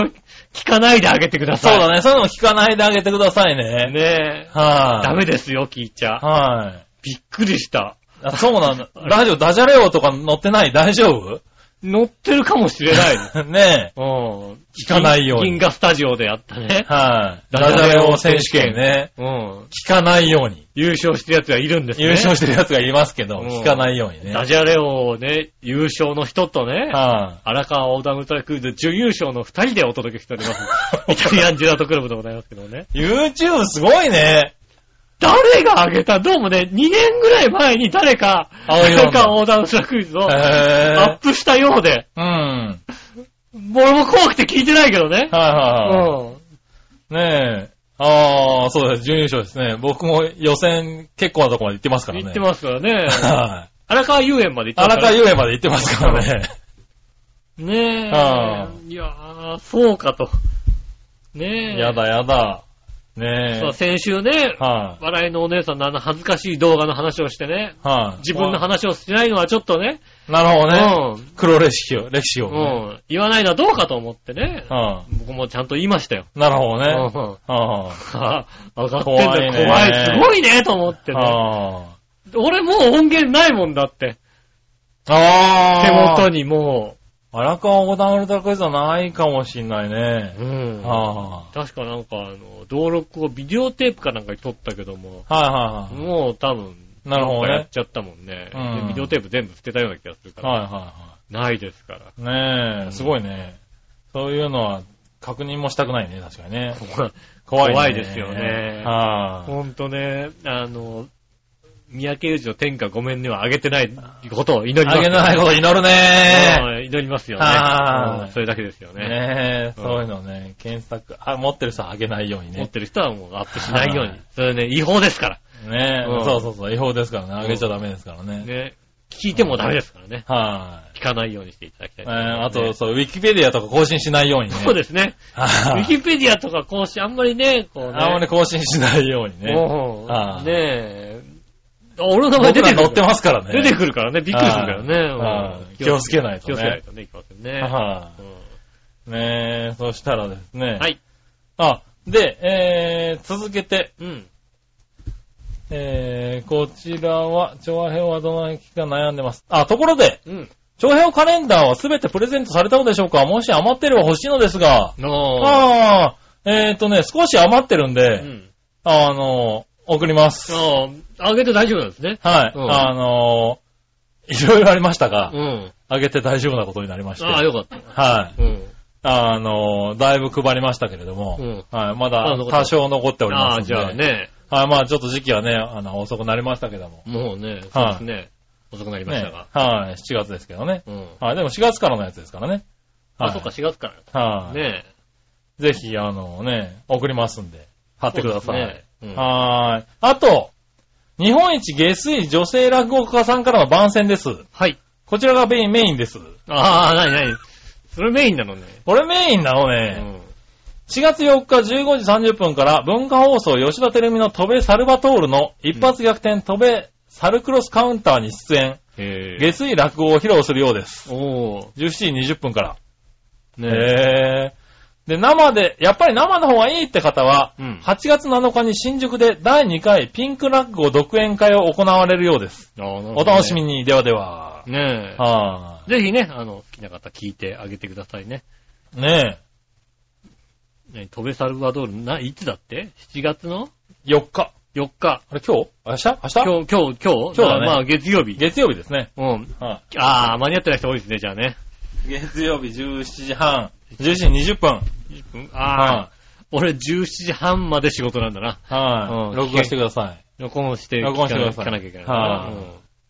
[SPEAKER 2] 聞かないであげてくだ
[SPEAKER 3] そう
[SPEAKER 2] さい。
[SPEAKER 3] だね。そういうの聞かないであげてくださいね。
[SPEAKER 2] ねえ。
[SPEAKER 3] はい。
[SPEAKER 2] ダメですよ、聞いちゃ。
[SPEAKER 3] はい。
[SPEAKER 2] びっくりした。
[SPEAKER 3] あそうなんだ。ラジオダジャレ王とか載ってない大丈夫
[SPEAKER 2] 乗ってるかもしれ
[SPEAKER 3] <laughs>
[SPEAKER 2] ない。
[SPEAKER 3] ねえ。
[SPEAKER 2] うん。
[SPEAKER 3] 聞かないように
[SPEAKER 2] 銀河スタジオでやったね。
[SPEAKER 3] はい。
[SPEAKER 2] ダ
[SPEAKER 3] ダ
[SPEAKER 2] ジ
[SPEAKER 3] ジ
[SPEAKER 2] ャ
[SPEAKER 3] ャ
[SPEAKER 2] レ
[SPEAKER 3] レ
[SPEAKER 2] 王
[SPEAKER 3] 王
[SPEAKER 2] 選
[SPEAKER 3] 選
[SPEAKER 2] 手
[SPEAKER 3] 手
[SPEAKER 2] 権
[SPEAKER 3] 権ね。
[SPEAKER 2] うん。
[SPEAKER 3] 聞かないように。
[SPEAKER 2] 優勝してるやつがいるんですね。
[SPEAKER 3] 優勝してる奴がいますけど、
[SPEAKER 2] うん
[SPEAKER 3] 聞かないようにね。
[SPEAKER 2] ダジャレをね、優勝の人とね、
[SPEAKER 3] は
[SPEAKER 2] 荒川横断ウルトラクイズ準優勝の二人でお届けしており <laughs> ます。イタリアンジェラートクラブでございますけどね。
[SPEAKER 3] い。YouTube すごいね。
[SPEAKER 2] 誰が挙げたどうもね、2年ぐらい前に誰か、
[SPEAKER 3] 青い女
[SPEAKER 2] 荒川横断ウルトラクイズをア
[SPEAKER 3] へ
[SPEAKER 2] ップしたようで、
[SPEAKER 3] ぇー。うん。はい
[SPEAKER 2] もう俺も怖くて聞いてないけどね。
[SPEAKER 3] はいは
[SPEAKER 2] うん。
[SPEAKER 3] い。ねえ。ああ、そうです。準優勝ですね。僕も予選結構なとこまで行ってますからね。
[SPEAKER 2] 言ってますからね。
[SPEAKER 3] す。はい。
[SPEAKER 2] <laughs> 荒川遊園まで行ってます
[SPEAKER 3] 荒
[SPEAKER 2] か
[SPEAKER 3] 川
[SPEAKER 2] ら。
[SPEAKER 3] 遊園まで行ってますからね。
[SPEAKER 2] ねえ。
[SPEAKER 3] ああ
[SPEAKER 2] いやー、そうかと。ねえ。
[SPEAKER 3] やだやだ。ね
[SPEAKER 2] さあ先週ね
[SPEAKER 3] え。、はい。
[SPEAKER 2] 笑いのお姉さんのあの恥ずかしい動画の話をしてね、
[SPEAKER 3] はい。
[SPEAKER 2] 自分の話をしてないのはちょっとね、
[SPEAKER 3] なるほどね。
[SPEAKER 2] うん。
[SPEAKER 3] 黒歴史を、歴史を、ね。
[SPEAKER 2] うん。言わないのはどうかと思ってね。
[SPEAKER 3] うん。
[SPEAKER 2] 僕もちゃんと言いましたよ。
[SPEAKER 3] なるほど
[SPEAKER 2] う
[SPEAKER 3] ね。
[SPEAKER 2] ん。
[SPEAKER 3] は
[SPEAKER 2] あ上がってんだ、 <laughs> 怖
[SPEAKER 3] 怖
[SPEAKER 2] い
[SPEAKER 3] いね
[SPEAKER 2] すごいね、と思って
[SPEAKER 3] あ。
[SPEAKER 2] ね。
[SPEAKER 3] はあ。
[SPEAKER 2] 俺もう音源ないもんだって。
[SPEAKER 3] ああ。
[SPEAKER 2] 手元にも
[SPEAKER 3] 荒川横断ウルトラクイズはないかもしんないね
[SPEAKER 2] う。。うん。
[SPEAKER 3] は
[SPEAKER 2] 確かなんか、あの、登録をビデオテープかなんかに撮ったけども、
[SPEAKER 3] あ。はいはいはい。
[SPEAKER 2] もう多分、
[SPEAKER 3] なるほどね
[SPEAKER 2] んかやっちゃったもんね。
[SPEAKER 3] うん
[SPEAKER 2] でビデオテープ全部捨てたような気がするから。
[SPEAKER 3] はいは
[SPEAKER 2] ないですから。
[SPEAKER 3] いはい。ねえ、すごいね。そういうのは確認もしたくないね、確かにね。 <laughs> 怖い、ね。
[SPEAKER 2] 怖いですよね
[SPEAKER 3] は
[SPEAKER 2] ほんとね、あの、三宅裕二の天下ごめんねはあげてないことを祈り
[SPEAKER 3] い。
[SPEAKER 2] ます。
[SPEAKER 3] あげないこと祈るね。
[SPEAKER 2] はい祈りますよ
[SPEAKER 3] は
[SPEAKER 2] ね
[SPEAKER 3] い。
[SPEAKER 2] うんそれだけですよね。
[SPEAKER 3] ねえ、そういうのね、検索、あ、持ってる人はあげないように
[SPEAKER 2] 持っ
[SPEAKER 3] ね。
[SPEAKER 2] てる人はもうアップしないよう
[SPEAKER 3] は
[SPEAKER 2] に
[SPEAKER 3] い。
[SPEAKER 2] それね、違法ですか
[SPEAKER 3] ねえ、
[SPEAKER 2] うん
[SPEAKER 3] そうそうそう、違法ですからね。あげちゃダメですからね。
[SPEAKER 2] ら。ね。聞いてもダメですからね。
[SPEAKER 3] はい。
[SPEAKER 2] 聞かないようにしていただきたい
[SPEAKER 3] え
[SPEAKER 2] と
[SPEAKER 3] ー
[SPEAKER 2] 思い
[SPEAKER 3] あ
[SPEAKER 2] ますね、
[SPEAKER 3] と、そう、ウィキペディアとか更新しないようにね。
[SPEAKER 2] そうですね。ウ
[SPEAKER 3] はい
[SPEAKER 2] ィキペディアとか講師、あんまりね、こうね。
[SPEAKER 3] あんまり更新しないようにね。
[SPEAKER 2] も
[SPEAKER 3] あ
[SPEAKER 2] う
[SPEAKER 3] ー
[SPEAKER 2] ねえ。あ俺の名前
[SPEAKER 3] 僕
[SPEAKER 2] 出
[SPEAKER 3] ら
[SPEAKER 2] てく
[SPEAKER 3] 載
[SPEAKER 2] る
[SPEAKER 3] ってますからね。
[SPEAKER 2] 出てくるからね、びっくりするからね
[SPEAKER 3] あーあ
[SPEAKER 2] うん。
[SPEAKER 3] ー気をつけないと
[SPEAKER 2] 気
[SPEAKER 3] ね
[SPEAKER 2] をつけないとね、いきませんね。
[SPEAKER 3] は
[SPEAKER 2] うん
[SPEAKER 3] ねえ、そしたらですね。
[SPEAKER 2] はい。
[SPEAKER 3] あ、で、えー、続けて、
[SPEAKER 2] うん。
[SPEAKER 3] えー、こちらは、長編はどの駅か悩んでます。あ、ところで、
[SPEAKER 2] うん。
[SPEAKER 3] 長編カレンダーはすべてプレゼントされたのでしょうかもし余ってれば欲しいのですが。
[SPEAKER 2] のー。
[SPEAKER 3] ああ、えーとね、少し余ってるんで、
[SPEAKER 2] うん。
[SPEAKER 3] あの、送ります。
[SPEAKER 2] あーあげて大丈夫なんですね。
[SPEAKER 3] はい。
[SPEAKER 2] うん
[SPEAKER 3] あの、いろいろありましたが
[SPEAKER 2] う、ん。
[SPEAKER 3] あげて大丈夫なことになりまして。
[SPEAKER 2] ああ、よかった。
[SPEAKER 3] はい。
[SPEAKER 2] うん。
[SPEAKER 3] あの、だいぶ配りましたけれども、
[SPEAKER 2] うん
[SPEAKER 3] はい、ま
[SPEAKER 2] あ
[SPEAKER 3] だ
[SPEAKER 2] 残った
[SPEAKER 3] 多少残っており
[SPEAKER 2] あ
[SPEAKER 3] ます
[SPEAKER 2] あ、
[SPEAKER 3] ので。
[SPEAKER 2] じゃあね、
[SPEAKER 3] はい、まあちょっと時期はね、あの、遅くなりましたけども。
[SPEAKER 2] もうね、そうですね、遅くなりました
[SPEAKER 3] ね
[SPEAKER 2] が。
[SPEAKER 3] はい、7月ですけどね。
[SPEAKER 2] うん。
[SPEAKER 3] はい、でも4月からのやつですからね。はい、
[SPEAKER 2] あ、そっか、4月からだっ
[SPEAKER 3] は
[SPEAKER 2] た
[SPEAKER 3] い、
[SPEAKER 2] ね。
[SPEAKER 3] ぜひ、あのね、送りますんで、貼ってください。
[SPEAKER 2] そうですねうん
[SPEAKER 3] はーい。あと、日本一下水女性落語家さんからの番宣です。
[SPEAKER 2] はい。
[SPEAKER 3] こちらがメインメインです。
[SPEAKER 2] ああ、なになにそれメインなのね。
[SPEAKER 3] これメインなの
[SPEAKER 2] う
[SPEAKER 3] ね。
[SPEAKER 2] ん。
[SPEAKER 3] 4月4日15時30分から文化放送吉田照美の戸部サルバトールの一発逆転戸部サルクロスカウンターに出演、
[SPEAKER 2] へえ。
[SPEAKER 3] 下水落語を披露するようです。
[SPEAKER 2] おー。
[SPEAKER 3] 17時20分から。
[SPEAKER 2] ね
[SPEAKER 3] へーで、生で、やっぱり生の方がいいって方は、
[SPEAKER 2] うん
[SPEAKER 3] 8月7日に新宿で第2回ピンク落語独演会を行われるようです。
[SPEAKER 2] あーなる
[SPEAKER 3] お
[SPEAKER 2] ほどね
[SPEAKER 3] 楽しみに。ではでは。
[SPEAKER 2] ね
[SPEAKER 3] は
[SPEAKER 2] え。ぜひね、あの、好きな方聞いてあげてくださいね。
[SPEAKER 3] い。ね
[SPEAKER 2] ね、飛べサルバドール、な、いつだって ?7 月の
[SPEAKER 3] え、4日。
[SPEAKER 2] 4日。
[SPEAKER 3] あれ今日明日明日
[SPEAKER 2] 今日、今日、今日今
[SPEAKER 3] 日だね
[SPEAKER 2] まあ、月曜日。
[SPEAKER 3] 月曜日ですね。
[SPEAKER 2] うん。
[SPEAKER 3] はい。
[SPEAKER 2] ああ、間に合ってない人多いですね、じゃあね。
[SPEAKER 3] 月曜日17時半、17時20分。
[SPEAKER 2] ああ、俺17時半まで仕事なんだな。
[SPEAKER 3] は
[SPEAKER 2] うん
[SPEAKER 3] い。録画してくださ
[SPEAKER 2] 録音して、
[SPEAKER 3] 録音してくだ
[SPEAKER 2] 聞
[SPEAKER 3] さい
[SPEAKER 2] かなきゃいけないからな。
[SPEAKER 3] は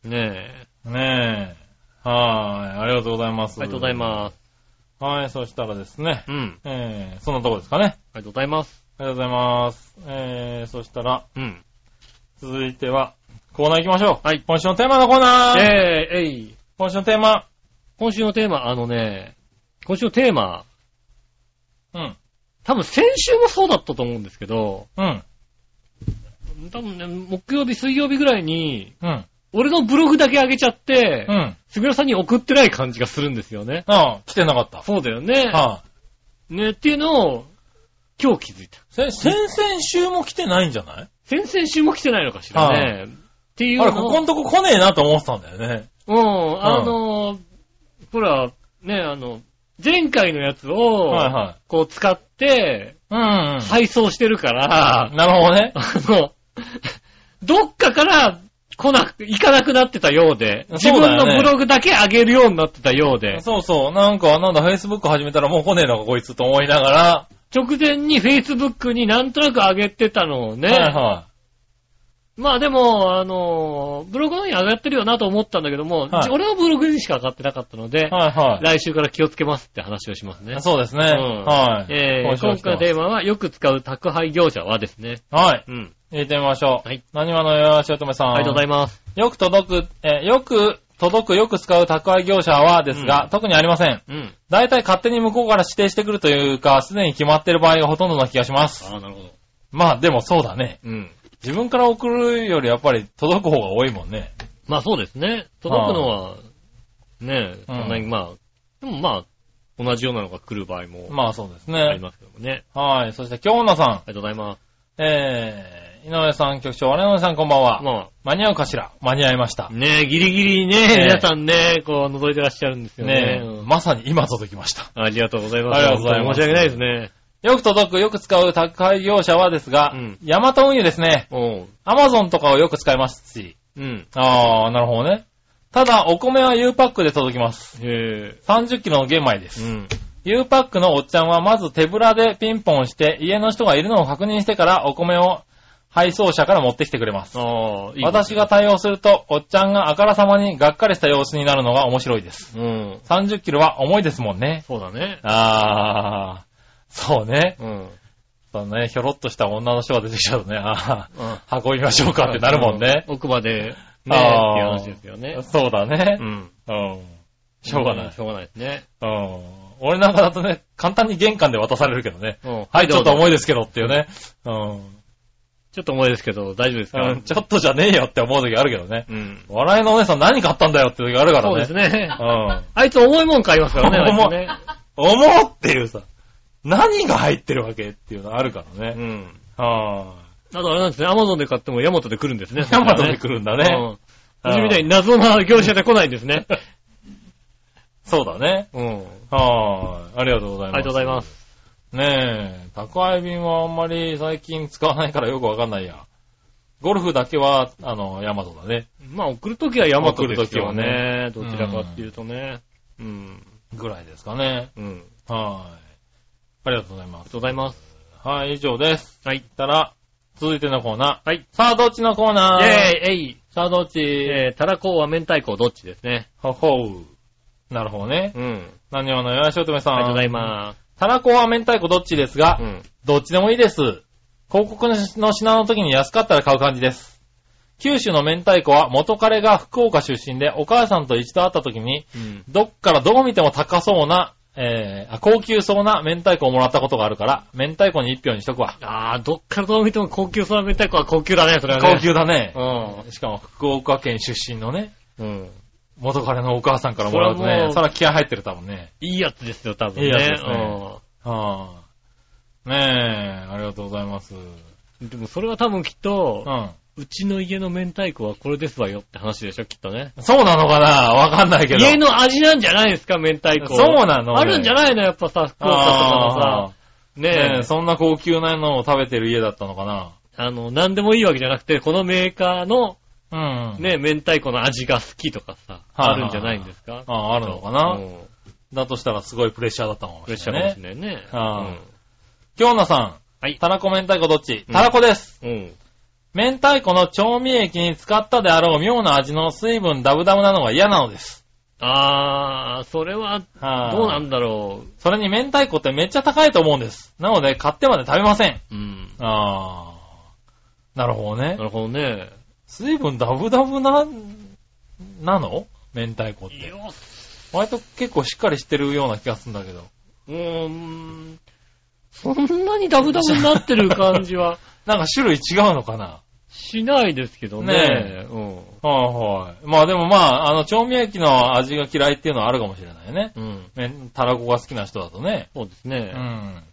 [SPEAKER 2] うんねえ。
[SPEAKER 3] い。ねえ。はい。ありがとうございます。
[SPEAKER 2] ありがとうございます。
[SPEAKER 3] す。はい。そしたらですね。
[SPEAKER 2] うん。
[SPEAKER 3] えー、そんなとこですかね。
[SPEAKER 2] ありがとうございます。
[SPEAKER 3] ありがとうございます。えー、そしたら、
[SPEAKER 2] うん。
[SPEAKER 3] 続いては、コーナー行きましょう。
[SPEAKER 2] はい
[SPEAKER 3] 今週のテーマのコーナー
[SPEAKER 2] えー、えい。
[SPEAKER 3] 今週のテーマ。
[SPEAKER 2] 今週のテーマ、あのね、今週のテーマ、
[SPEAKER 3] うん。
[SPEAKER 2] 多分先週もそうだったと思うんですけど、
[SPEAKER 3] うん。
[SPEAKER 2] 多分ね、木曜日、水曜日ぐらいに、
[SPEAKER 3] うん。
[SPEAKER 2] 俺のブログだけ上げちゃって
[SPEAKER 3] う、ん。
[SPEAKER 2] すみらさんに送ってない感じがするんですよね。
[SPEAKER 3] ああ、来てなかった。
[SPEAKER 2] そうだよね。
[SPEAKER 3] は
[SPEAKER 2] ね、っていうのを、今日気づいた。
[SPEAKER 3] い。せ先々週も来てないんじゃない
[SPEAKER 2] 先々週も来てないのかしらね。っていう
[SPEAKER 3] あれ、
[SPEAKER 2] の
[SPEAKER 3] ここのとこ来ねえなと思ってたんだよね。
[SPEAKER 2] うん、あのー、ほら、ね、あの、前回のやつを、
[SPEAKER 3] はいは
[SPEAKER 2] こう使って、
[SPEAKER 3] い。うん。
[SPEAKER 2] 配送してるから、
[SPEAKER 3] なるほどね。
[SPEAKER 2] あの、 <laughs> どっかから来なく、行かなくなってたようで、自
[SPEAKER 3] そうだ
[SPEAKER 2] 分
[SPEAKER 3] よね
[SPEAKER 2] のブログだけ上げるようになってたようで、
[SPEAKER 3] そうそう。なんか、なんだ、Facebook 始めたらもう来ねえのか、こいつと思いながら。
[SPEAKER 2] 直前に Facebook になんとなく上げてたのをね、
[SPEAKER 3] はいは
[SPEAKER 2] まあでも、あのー、ブログの方に上がってるよなと思ったんだけども、
[SPEAKER 3] はい
[SPEAKER 2] 俺のブログにしか上がってなかったので、
[SPEAKER 3] い。はいは
[SPEAKER 2] 来週から気をつけますって話をしますね
[SPEAKER 3] い。。そうですね。
[SPEAKER 2] ん
[SPEAKER 3] はい。
[SPEAKER 2] えー、
[SPEAKER 3] 今週は
[SPEAKER 2] 今回の
[SPEAKER 3] 来てます
[SPEAKER 2] テーマは、よく使う宅配業者はですね。
[SPEAKER 3] はい。
[SPEAKER 2] うん。
[SPEAKER 3] 入れてみましょう。
[SPEAKER 2] はい。
[SPEAKER 3] 何話のよしおとめさん。
[SPEAKER 2] ありがとうございます。
[SPEAKER 3] よく届く、えーよく届く、よく使う宅配業者はですが、
[SPEAKER 2] うん
[SPEAKER 3] 特にありません。
[SPEAKER 2] うん。
[SPEAKER 3] 大体勝手に向こうから指定してくるというか、すでに決まってる場合がほとんどな気がします。
[SPEAKER 2] ああ、なるほど。
[SPEAKER 3] まあ、でもそうだね。
[SPEAKER 2] うん。
[SPEAKER 3] 自分から送るよりやっぱり届く方が多いもんね。
[SPEAKER 2] まあそうですね。届くのは、ねえ、そんなに、
[SPEAKER 3] う
[SPEAKER 2] まあ、でもまあ、同じようなのが来る場合も
[SPEAKER 3] まあそうです
[SPEAKER 2] あり
[SPEAKER 3] ね。
[SPEAKER 2] ますけどもね。
[SPEAKER 3] はい。そして、京女さん。
[SPEAKER 2] ありがとうございます。
[SPEAKER 3] えー、井上さん局長、我々さんこんばんは。
[SPEAKER 2] ま
[SPEAKER 3] 間に合うかしら間に合いました
[SPEAKER 2] あ、。ねえ、ギリギリね、
[SPEAKER 3] え
[SPEAKER 2] 皆さんね、こう、覗いてらっしゃるんですよね。
[SPEAKER 3] ねえ、
[SPEAKER 2] うん
[SPEAKER 3] まさに今届きました。
[SPEAKER 2] ありがとうございます。
[SPEAKER 3] ありがとうござい
[SPEAKER 2] 本当に申
[SPEAKER 3] ます
[SPEAKER 2] し訳ないですね。
[SPEAKER 3] よく届く、よく使う宅配業者はですが、
[SPEAKER 2] うん
[SPEAKER 3] ヤマト運輸ですね。
[SPEAKER 2] おう。
[SPEAKER 3] アマゾンとかをよく使いますし。
[SPEAKER 2] うん。
[SPEAKER 3] あー、なるほどね。ただ、お米は U パックで届きます。
[SPEAKER 2] へ
[SPEAKER 3] 30キロの玄米で
[SPEAKER 2] え。う
[SPEAKER 3] す。
[SPEAKER 2] ん。
[SPEAKER 3] U パックのおっちゃんはまず手ぶらでピンポンして、家の人がいるのを確認してからお米を配送車から持ってきてくれます。
[SPEAKER 2] ああ、いい。
[SPEAKER 3] 私が。対応すると、おっちゃんがあからさまにがっかりした様子になるのが面白いです。
[SPEAKER 2] うん。
[SPEAKER 3] 30キロは重いですもんね。
[SPEAKER 2] そうだね。
[SPEAKER 3] あー、そうね。
[SPEAKER 2] うん。
[SPEAKER 3] そうね、ひょろっとした女の人が出てきちゃうとね、あ
[SPEAKER 2] うん。
[SPEAKER 3] ー、運びましょうかってなるもんね。
[SPEAKER 2] 奥まで、ね、っていう
[SPEAKER 3] あー
[SPEAKER 2] 話ですよね。
[SPEAKER 3] そうだね
[SPEAKER 2] う。ん。
[SPEAKER 3] うん。しょうがない
[SPEAKER 2] ん。しょうがないですね。
[SPEAKER 3] うん。俺なんかだとね、簡単に玄関で渡されるけどね。
[SPEAKER 2] うん
[SPEAKER 3] はい、ちょっと
[SPEAKER 2] い。
[SPEAKER 3] 重いですけどっていうね。うん。
[SPEAKER 2] ちょっと重いですけど、大丈夫ですか
[SPEAKER 3] うんちょっとじゃねえよって思う時あるけどね。
[SPEAKER 2] うん。
[SPEAKER 3] 笑いのお姉さん何買ったんだよって時あるから
[SPEAKER 2] そう
[SPEAKER 3] ね。
[SPEAKER 2] ですね。
[SPEAKER 3] うん。
[SPEAKER 2] あいつ重いもん買いますからね、あいつね。
[SPEAKER 3] 思うっていうさ、何が入ってるわけっていうのあるから
[SPEAKER 2] う
[SPEAKER 3] ね。
[SPEAKER 2] ん。
[SPEAKER 3] は
[SPEAKER 2] あとあれなんですね、アマゾンで買ってもヤマトで来るんですね。
[SPEAKER 3] ヤマトで来るんだね
[SPEAKER 2] うん。私みたいに謎な業者で来ないんですね。
[SPEAKER 3] い。そうだね。
[SPEAKER 2] うん。
[SPEAKER 3] はーい。ありがとうございます。。
[SPEAKER 2] ありがとうございますす。
[SPEAKER 3] ねえ、宅配便はあんまり最近使わないからよくわかんないや。ゴルフだけは、あの、ヤマトだね。
[SPEAKER 2] まあ送るときはヤマトですよね。
[SPEAKER 3] 送
[SPEAKER 2] ど
[SPEAKER 3] る時はね
[SPEAKER 2] ちらかっていうとね。うん。
[SPEAKER 3] ぐらいですかね。
[SPEAKER 2] うん。あり
[SPEAKER 3] はーい。ありがとうございま
[SPEAKER 2] が
[SPEAKER 3] す。
[SPEAKER 2] とうございます。
[SPEAKER 3] はい、以上です。
[SPEAKER 2] はい。
[SPEAKER 3] たら、続いてのコーナー。
[SPEAKER 2] はい。
[SPEAKER 3] さあ、どっちのコー
[SPEAKER 2] イ
[SPEAKER 3] ナ
[SPEAKER 2] ェーイ
[SPEAKER 3] ー
[SPEAKER 2] えい
[SPEAKER 3] さあ、どっち、
[SPEAKER 2] えー、たらこは明太子どっちですね。
[SPEAKER 3] ほほう。なるほどね。
[SPEAKER 2] うん。
[SPEAKER 3] 何をのよしおとめさん。。
[SPEAKER 2] ありがとうございます
[SPEAKER 3] たらこは明太子どっちですが、
[SPEAKER 2] す。うん。
[SPEAKER 3] どっちでもいいです。広告の品の時に安かったら買う感じです。九州の明太子は元彼が福岡出身でお母さんと一度会った時に、
[SPEAKER 2] うん。
[SPEAKER 3] どっからどう見ても高そうな、えーあ高級そうな明太子をもらったことがあるから、明太子に一票にしとくわ。
[SPEAKER 2] あー、どっからどう見ても高級そうな明太子は高級だね、それはね。
[SPEAKER 3] 高。級だね。
[SPEAKER 2] う
[SPEAKER 3] しかも福岡県出身のね、
[SPEAKER 2] ん。うん。
[SPEAKER 3] 元彼のお母さんからもらうとね、そ
[SPEAKER 2] それはもう
[SPEAKER 3] れは気合入ってる多分ね。
[SPEAKER 2] いいやつですよ、多分ね。
[SPEAKER 3] いいやつですね
[SPEAKER 2] うん
[SPEAKER 3] はぁ、ねえ、ありがとうございます。う
[SPEAKER 2] でもそれは多分きっと、
[SPEAKER 3] ん。
[SPEAKER 2] うちの家の明太子はこれですわよって話でしょ、きっとね。
[SPEAKER 3] そうなのかなわかんないけど。
[SPEAKER 2] 家の味なんじゃないですか、明太子。
[SPEAKER 3] そうなの
[SPEAKER 2] あるんじゃないのやっぱさ、福岡とかの
[SPEAKER 3] あー
[SPEAKER 2] さ、
[SPEAKER 3] ね
[SPEAKER 2] ね
[SPEAKER 3] え
[SPEAKER 2] え、
[SPEAKER 3] そんな高級なのを食べてる家だったのかな
[SPEAKER 2] あの、なんでもいいわけじゃなくて、このメーカーの
[SPEAKER 3] うん。
[SPEAKER 2] ね、明太子の味が好きとかさ、
[SPEAKER 3] はい
[SPEAKER 2] あるんじゃないんですか
[SPEAKER 3] ああ、あるのかな、
[SPEAKER 2] うん
[SPEAKER 3] だとしたらすごいプレッシャーだったのかもしれない、ね。
[SPEAKER 2] プレッシャーかもしれないね。
[SPEAKER 3] はあ京奈さん。
[SPEAKER 2] はい
[SPEAKER 3] たらこ明太子どっち
[SPEAKER 2] うん
[SPEAKER 3] たらこです。
[SPEAKER 2] うん。うん。
[SPEAKER 3] 明太子の調味液に使ったであろう妙な味の水分ダブダブなのが嫌なのです。
[SPEAKER 2] あー、それは、
[SPEAKER 3] はい
[SPEAKER 2] どうなんだろ
[SPEAKER 3] それに明太子ってめっちゃ高いと思うんです。なので買ってまで食べません。
[SPEAKER 2] う。うん。
[SPEAKER 3] ああ。なるほどね
[SPEAKER 2] な。るほどね。
[SPEAKER 3] 水分ダブダブな、なの明太子っ
[SPEAKER 2] い
[SPEAKER 3] て
[SPEAKER 2] や。
[SPEAKER 3] 割と結構しっかりしてるような気がするんだけど。
[SPEAKER 2] うーん。そんなにダブダブになってる感じは
[SPEAKER 3] なんか種類違うのかな
[SPEAKER 2] しないですけどね。
[SPEAKER 3] <laughs> ねはいはい。まあでもまあ、あの、調味液の味が嫌いっていうのはあるかもしれないね。
[SPEAKER 2] うん。うん。
[SPEAKER 3] めんたらこが好きな人だとね。
[SPEAKER 2] そうです
[SPEAKER 3] う
[SPEAKER 2] ね。あ
[SPEAKER 3] ん。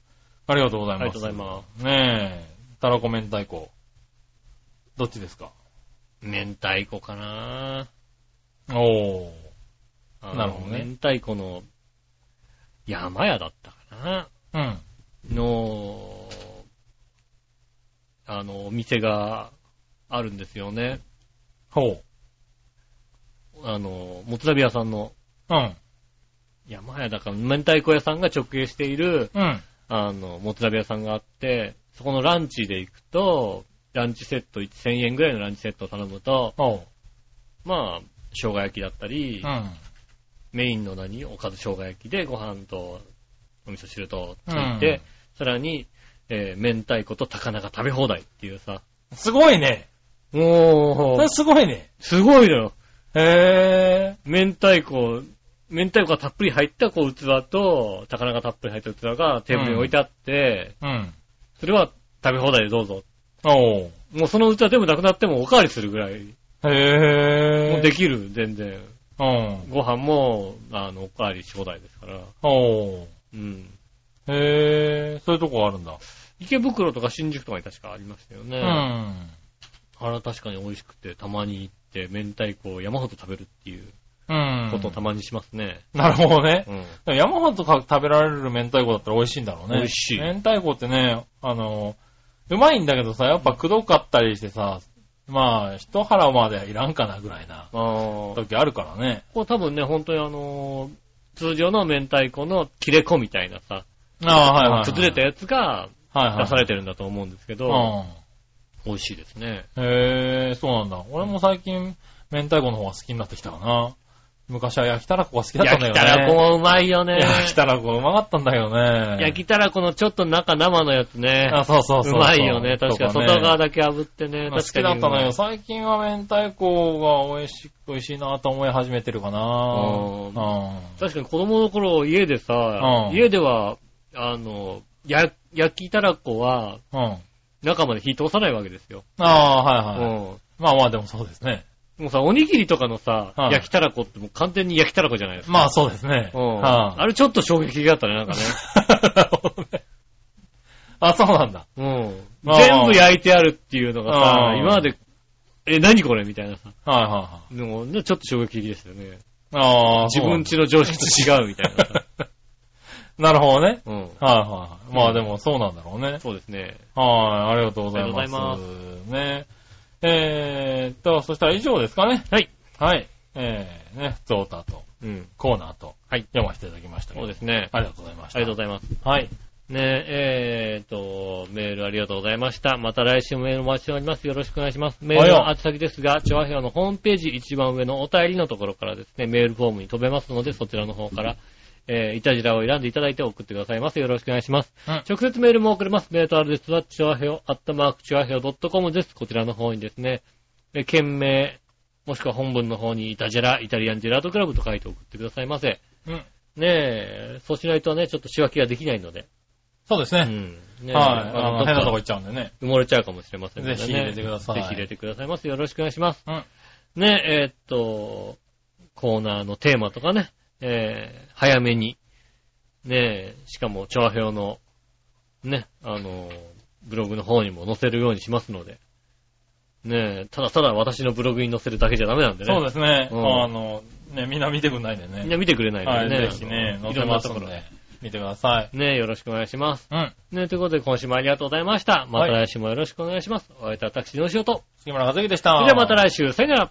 [SPEAKER 3] ありがとうござい
[SPEAKER 2] り
[SPEAKER 3] ます。
[SPEAKER 2] がとうございます。
[SPEAKER 3] す。ねえ。たらこ明太子。どっちですか
[SPEAKER 2] 明太子かな
[SPEAKER 3] おー。
[SPEAKER 2] あの
[SPEAKER 3] なるほどね
[SPEAKER 2] 明太子の山屋だったかな
[SPEAKER 3] うん。
[SPEAKER 2] の、あの、お店があるんですよね。
[SPEAKER 3] ほう。
[SPEAKER 2] あの、もつ鍋屋さんの
[SPEAKER 3] うん。
[SPEAKER 2] 山屋だから、明太子屋さんが直営している、
[SPEAKER 3] うん。
[SPEAKER 2] あの、もつ鍋屋さんがあって、そこのランチで行くと、ランチセット1000円ぐらいのランチセットを頼むと、
[SPEAKER 3] おう。
[SPEAKER 2] まあ、生姜焼きだったり、
[SPEAKER 3] うん。
[SPEAKER 2] メインの何おかず生姜焼きでご飯とお味噌汁とついうて
[SPEAKER 3] ん、
[SPEAKER 2] さらに、えー明太子と高菜が食べ放題っていうさ、
[SPEAKER 3] すごいね。
[SPEAKER 2] お
[SPEAKER 3] それすごいね。
[SPEAKER 2] すごいのよ。
[SPEAKER 3] へえ。
[SPEAKER 2] 明太子、明太子がたっぷり入ったこう器と、高菜がたっぷり入った器がテーブルに置いてあって、
[SPEAKER 3] うん。
[SPEAKER 2] それは食べ放題でどうぞ。
[SPEAKER 3] おう。
[SPEAKER 2] もうその器全部なくなってもおかわりするぐらい、
[SPEAKER 3] へえ。
[SPEAKER 2] もうできる、全然。
[SPEAKER 3] うん。
[SPEAKER 2] ご飯も、あの、おかわりし放題ですから。
[SPEAKER 3] おう。
[SPEAKER 2] うん。
[SPEAKER 3] へえ。そういうとこあるんだ。
[SPEAKER 2] 池袋とか新宿とかに確かありましたよね。
[SPEAKER 3] う
[SPEAKER 2] あ
[SPEAKER 3] ん。
[SPEAKER 2] れは確かに美味しくて、たまに行って、明太子を山ほど食べるっていう
[SPEAKER 3] うん。
[SPEAKER 2] ことをたまにしますね。
[SPEAKER 3] なるほどね
[SPEAKER 2] う。ん。
[SPEAKER 3] でも山本か食べられる明太子だったら美味しいんだろうね。
[SPEAKER 2] 美味しい
[SPEAKER 3] 明太子ってね、あの、うまいんだけどさ、やっぱくどかったりしてさ、まあ、一腹まではいらんかなぐらいな
[SPEAKER 2] ああ。
[SPEAKER 3] 時あるからね。
[SPEAKER 2] これ多分ね、本当にあのー通常の明太子の切れ子みたいなさ、
[SPEAKER 3] ああ、はいはい、はい。
[SPEAKER 2] 崩れたやつが
[SPEAKER 3] はいはい。
[SPEAKER 2] 出されてるんだと思うんですけど、
[SPEAKER 3] う
[SPEAKER 2] 美味しいですね。
[SPEAKER 3] ん。へえ、そうなんだ。俺も最近、明太子の方が好きになってきたかな。昔は焼きたらこが好きだった
[SPEAKER 2] 焼
[SPEAKER 3] んだよ
[SPEAKER 2] き
[SPEAKER 3] ね。
[SPEAKER 2] たらこもうまいよね。
[SPEAKER 3] 焼きたらこうまかったんだけどね。
[SPEAKER 2] 焼きたらこのちょっと中生のやつ <laughs> ね。
[SPEAKER 3] あ、そうそうそうそう。
[SPEAKER 2] まいよね。確かに
[SPEAKER 3] と
[SPEAKER 2] 外側
[SPEAKER 3] ね
[SPEAKER 2] だけ炙ってね。
[SPEAKER 3] 好
[SPEAKER 2] 確か
[SPEAKER 3] き
[SPEAKER 2] に。
[SPEAKER 3] だったのよ。最近は明太子が美味しい、美味しいなと思い始めてるか
[SPEAKER 2] うん
[SPEAKER 3] な
[SPEAKER 2] 確かに子供の頃家でさ、
[SPEAKER 3] うん
[SPEAKER 2] 家では、あの、や、焼きたらこは
[SPEAKER 3] うん。うん。
[SPEAKER 2] 中まで火通さないわけですよ。
[SPEAKER 3] ああ、はいはい。
[SPEAKER 2] うん
[SPEAKER 3] まあまあでもそうですね。
[SPEAKER 2] もうさ、おにぎりとかのさ、
[SPEAKER 3] はい
[SPEAKER 2] 焼きたらこってもう完全に焼きたらこじゃないですか。
[SPEAKER 3] まあそうですね。
[SPEAKER 2] うん
[SPEAKER 3] は
[SPEAKER 2] あれちょっと衝撃があったね、なん
[SPEAKER 3] <laughs>
[SPEAKER 2] かね。
[SPEAKER 3] いなるほどねあ、そうなんだ。
[SPEAKER 2] うん。
[SPEAKER 3] あー
[SPEAKER 2] 全部焼いてあるっていうのが
[SPEAKER 3] あ
[SPEAKER 2] さ、
[SPEAKER 3] ー
[SPEAKER 2] 今まで、え、何これみたいなさ。
[SPEAKER 3] はいはいはい。
[SPEAKER 2] でも、ねちょっと衝撃的ですよね。
[SPEAKER 3] ああ。
[SPEAKER 2] 自分ちの常識と違うみたいなさ。
[SPEAKER 3] <laughs> なるほどね。
[SPEAKER 2] うん。
[SPEAKER 3] はいはい。まあでもそうなんだろうね。
[SPEAKER 2] そうですね。
[SPEAKER 3] はい、ありがとうございます。
[SPEAKER 2] ありがとう
[SPEAKER 3] ね。えーっと、そしたら以上ですかね。
[SPEAKER 2] はい。
[SPEAKER 3] はい。えー、ね、ゾータと
[SPEAKER 2] うん。
[SPEAKER 3] コーナーと、
[SPEAKER 2] はい
[SPEAKER 3] 読ませていただきましたけ
[SPEAKER 2] そ
[SPEAKER 3] ど
[SPEAKER 2] うですね。
[SPEAKER 3] ありがとうございまし
[SPEAKER 2] あ
[SPEAKER 3] た。
[SPEAKER 2] りがとうございます。
[SPEAKER 3] はい。
[SPEAKER 2] ねえ、えーと、メールありがとうございました。また来週もメールお待ちしております。よろしくお願いします。メールの宛先ですが、チョアヘアのホームページ一番上のお便りのところからですね、メールフォームに飛べますので、そちらの方から、えー、いたじらを選んでいただいて送ってくださいます。よろしくお願いします。
[SPEAKER 3] うん
[SPEAKER 2] 直接メールも送れます。メールとアドレスは、チョアヘオ、アットマークチョアヘオ .com です。こちらの方にですね、えー、件名、もしくは本文の方に、イタジェラ、イタリアンジェラートクラブと書いて送ってくださいませ。
[SPEAKER 3] うん。
[SPEAKER 2] ねえ、そうしないとね、ちょっと仕分けができないので。
[SPEAKER 3] そうです
[SPEAKER 2] う
[SPEAKER 3] ね。
[SPEAKER 2] んね
[SPEAKER 3] はい。あの、
[SPEAKER 2] どっか
[SPEAKER 3] 変なとこ行っちゃうんでね。
[SPEAKER 2] 埋もれちゃうかもしれませんのでね
[SPEAKER 3] ぜひ入れてください
[SPEAKER 2] ぜひ入れてくださいます。よろしくお願いします。
[SPEAKER 3] うん。
[SPEAKER 2] ね、えーっと、コーナーのテーマとかね、えー早めに、ね、しかも、調和表の、ね、あの、ブログの方にも載せるようにしますので、ね、ただただ私のブログに載せるだけじゃダメなんでね。
[SPEAKER 3] そうですね。
[SPEAKER 2] うん
[SPEAKER 3] あの、ね、みんな見てくんないでね。
[SPEAKER 2] みんな見てくれない
[SPEAKER 3] は
[SPEAKER 2] の
[SPEAKER 3] い、
[SPEAKER 2] でね。
[SPEAKER 3] ぜひね、
[SPEAKER 2] あの
[SPEAKER 3] 載
[SPEAKER 2] い
[SPEAKER 3] せ
[SPEAKER 2] ろん
[SPEAKER 3] ま
[SPEAKER 2] な
[SPEAKER 3] す
[SPEAKER 2] とこ
[SPEAKER 3] ん
[SPEAKER 2] ろ
[SPEAKER 3] で
[SPEAKER 2] で。、
[SPEAKER 3] 見てください。
[SPEAKER 2] ね、よろしくお願いします。
[SPEAKER 3] うん。
[SPEAKER 2] ね、ということで今週もありがとうございました。また来週もよろしくお願いします。お会いいたい私、のしおと。
[SPEAKER 3] 杉村和樹でした。
[SPEAKER 2] それではまた来週、さよなら。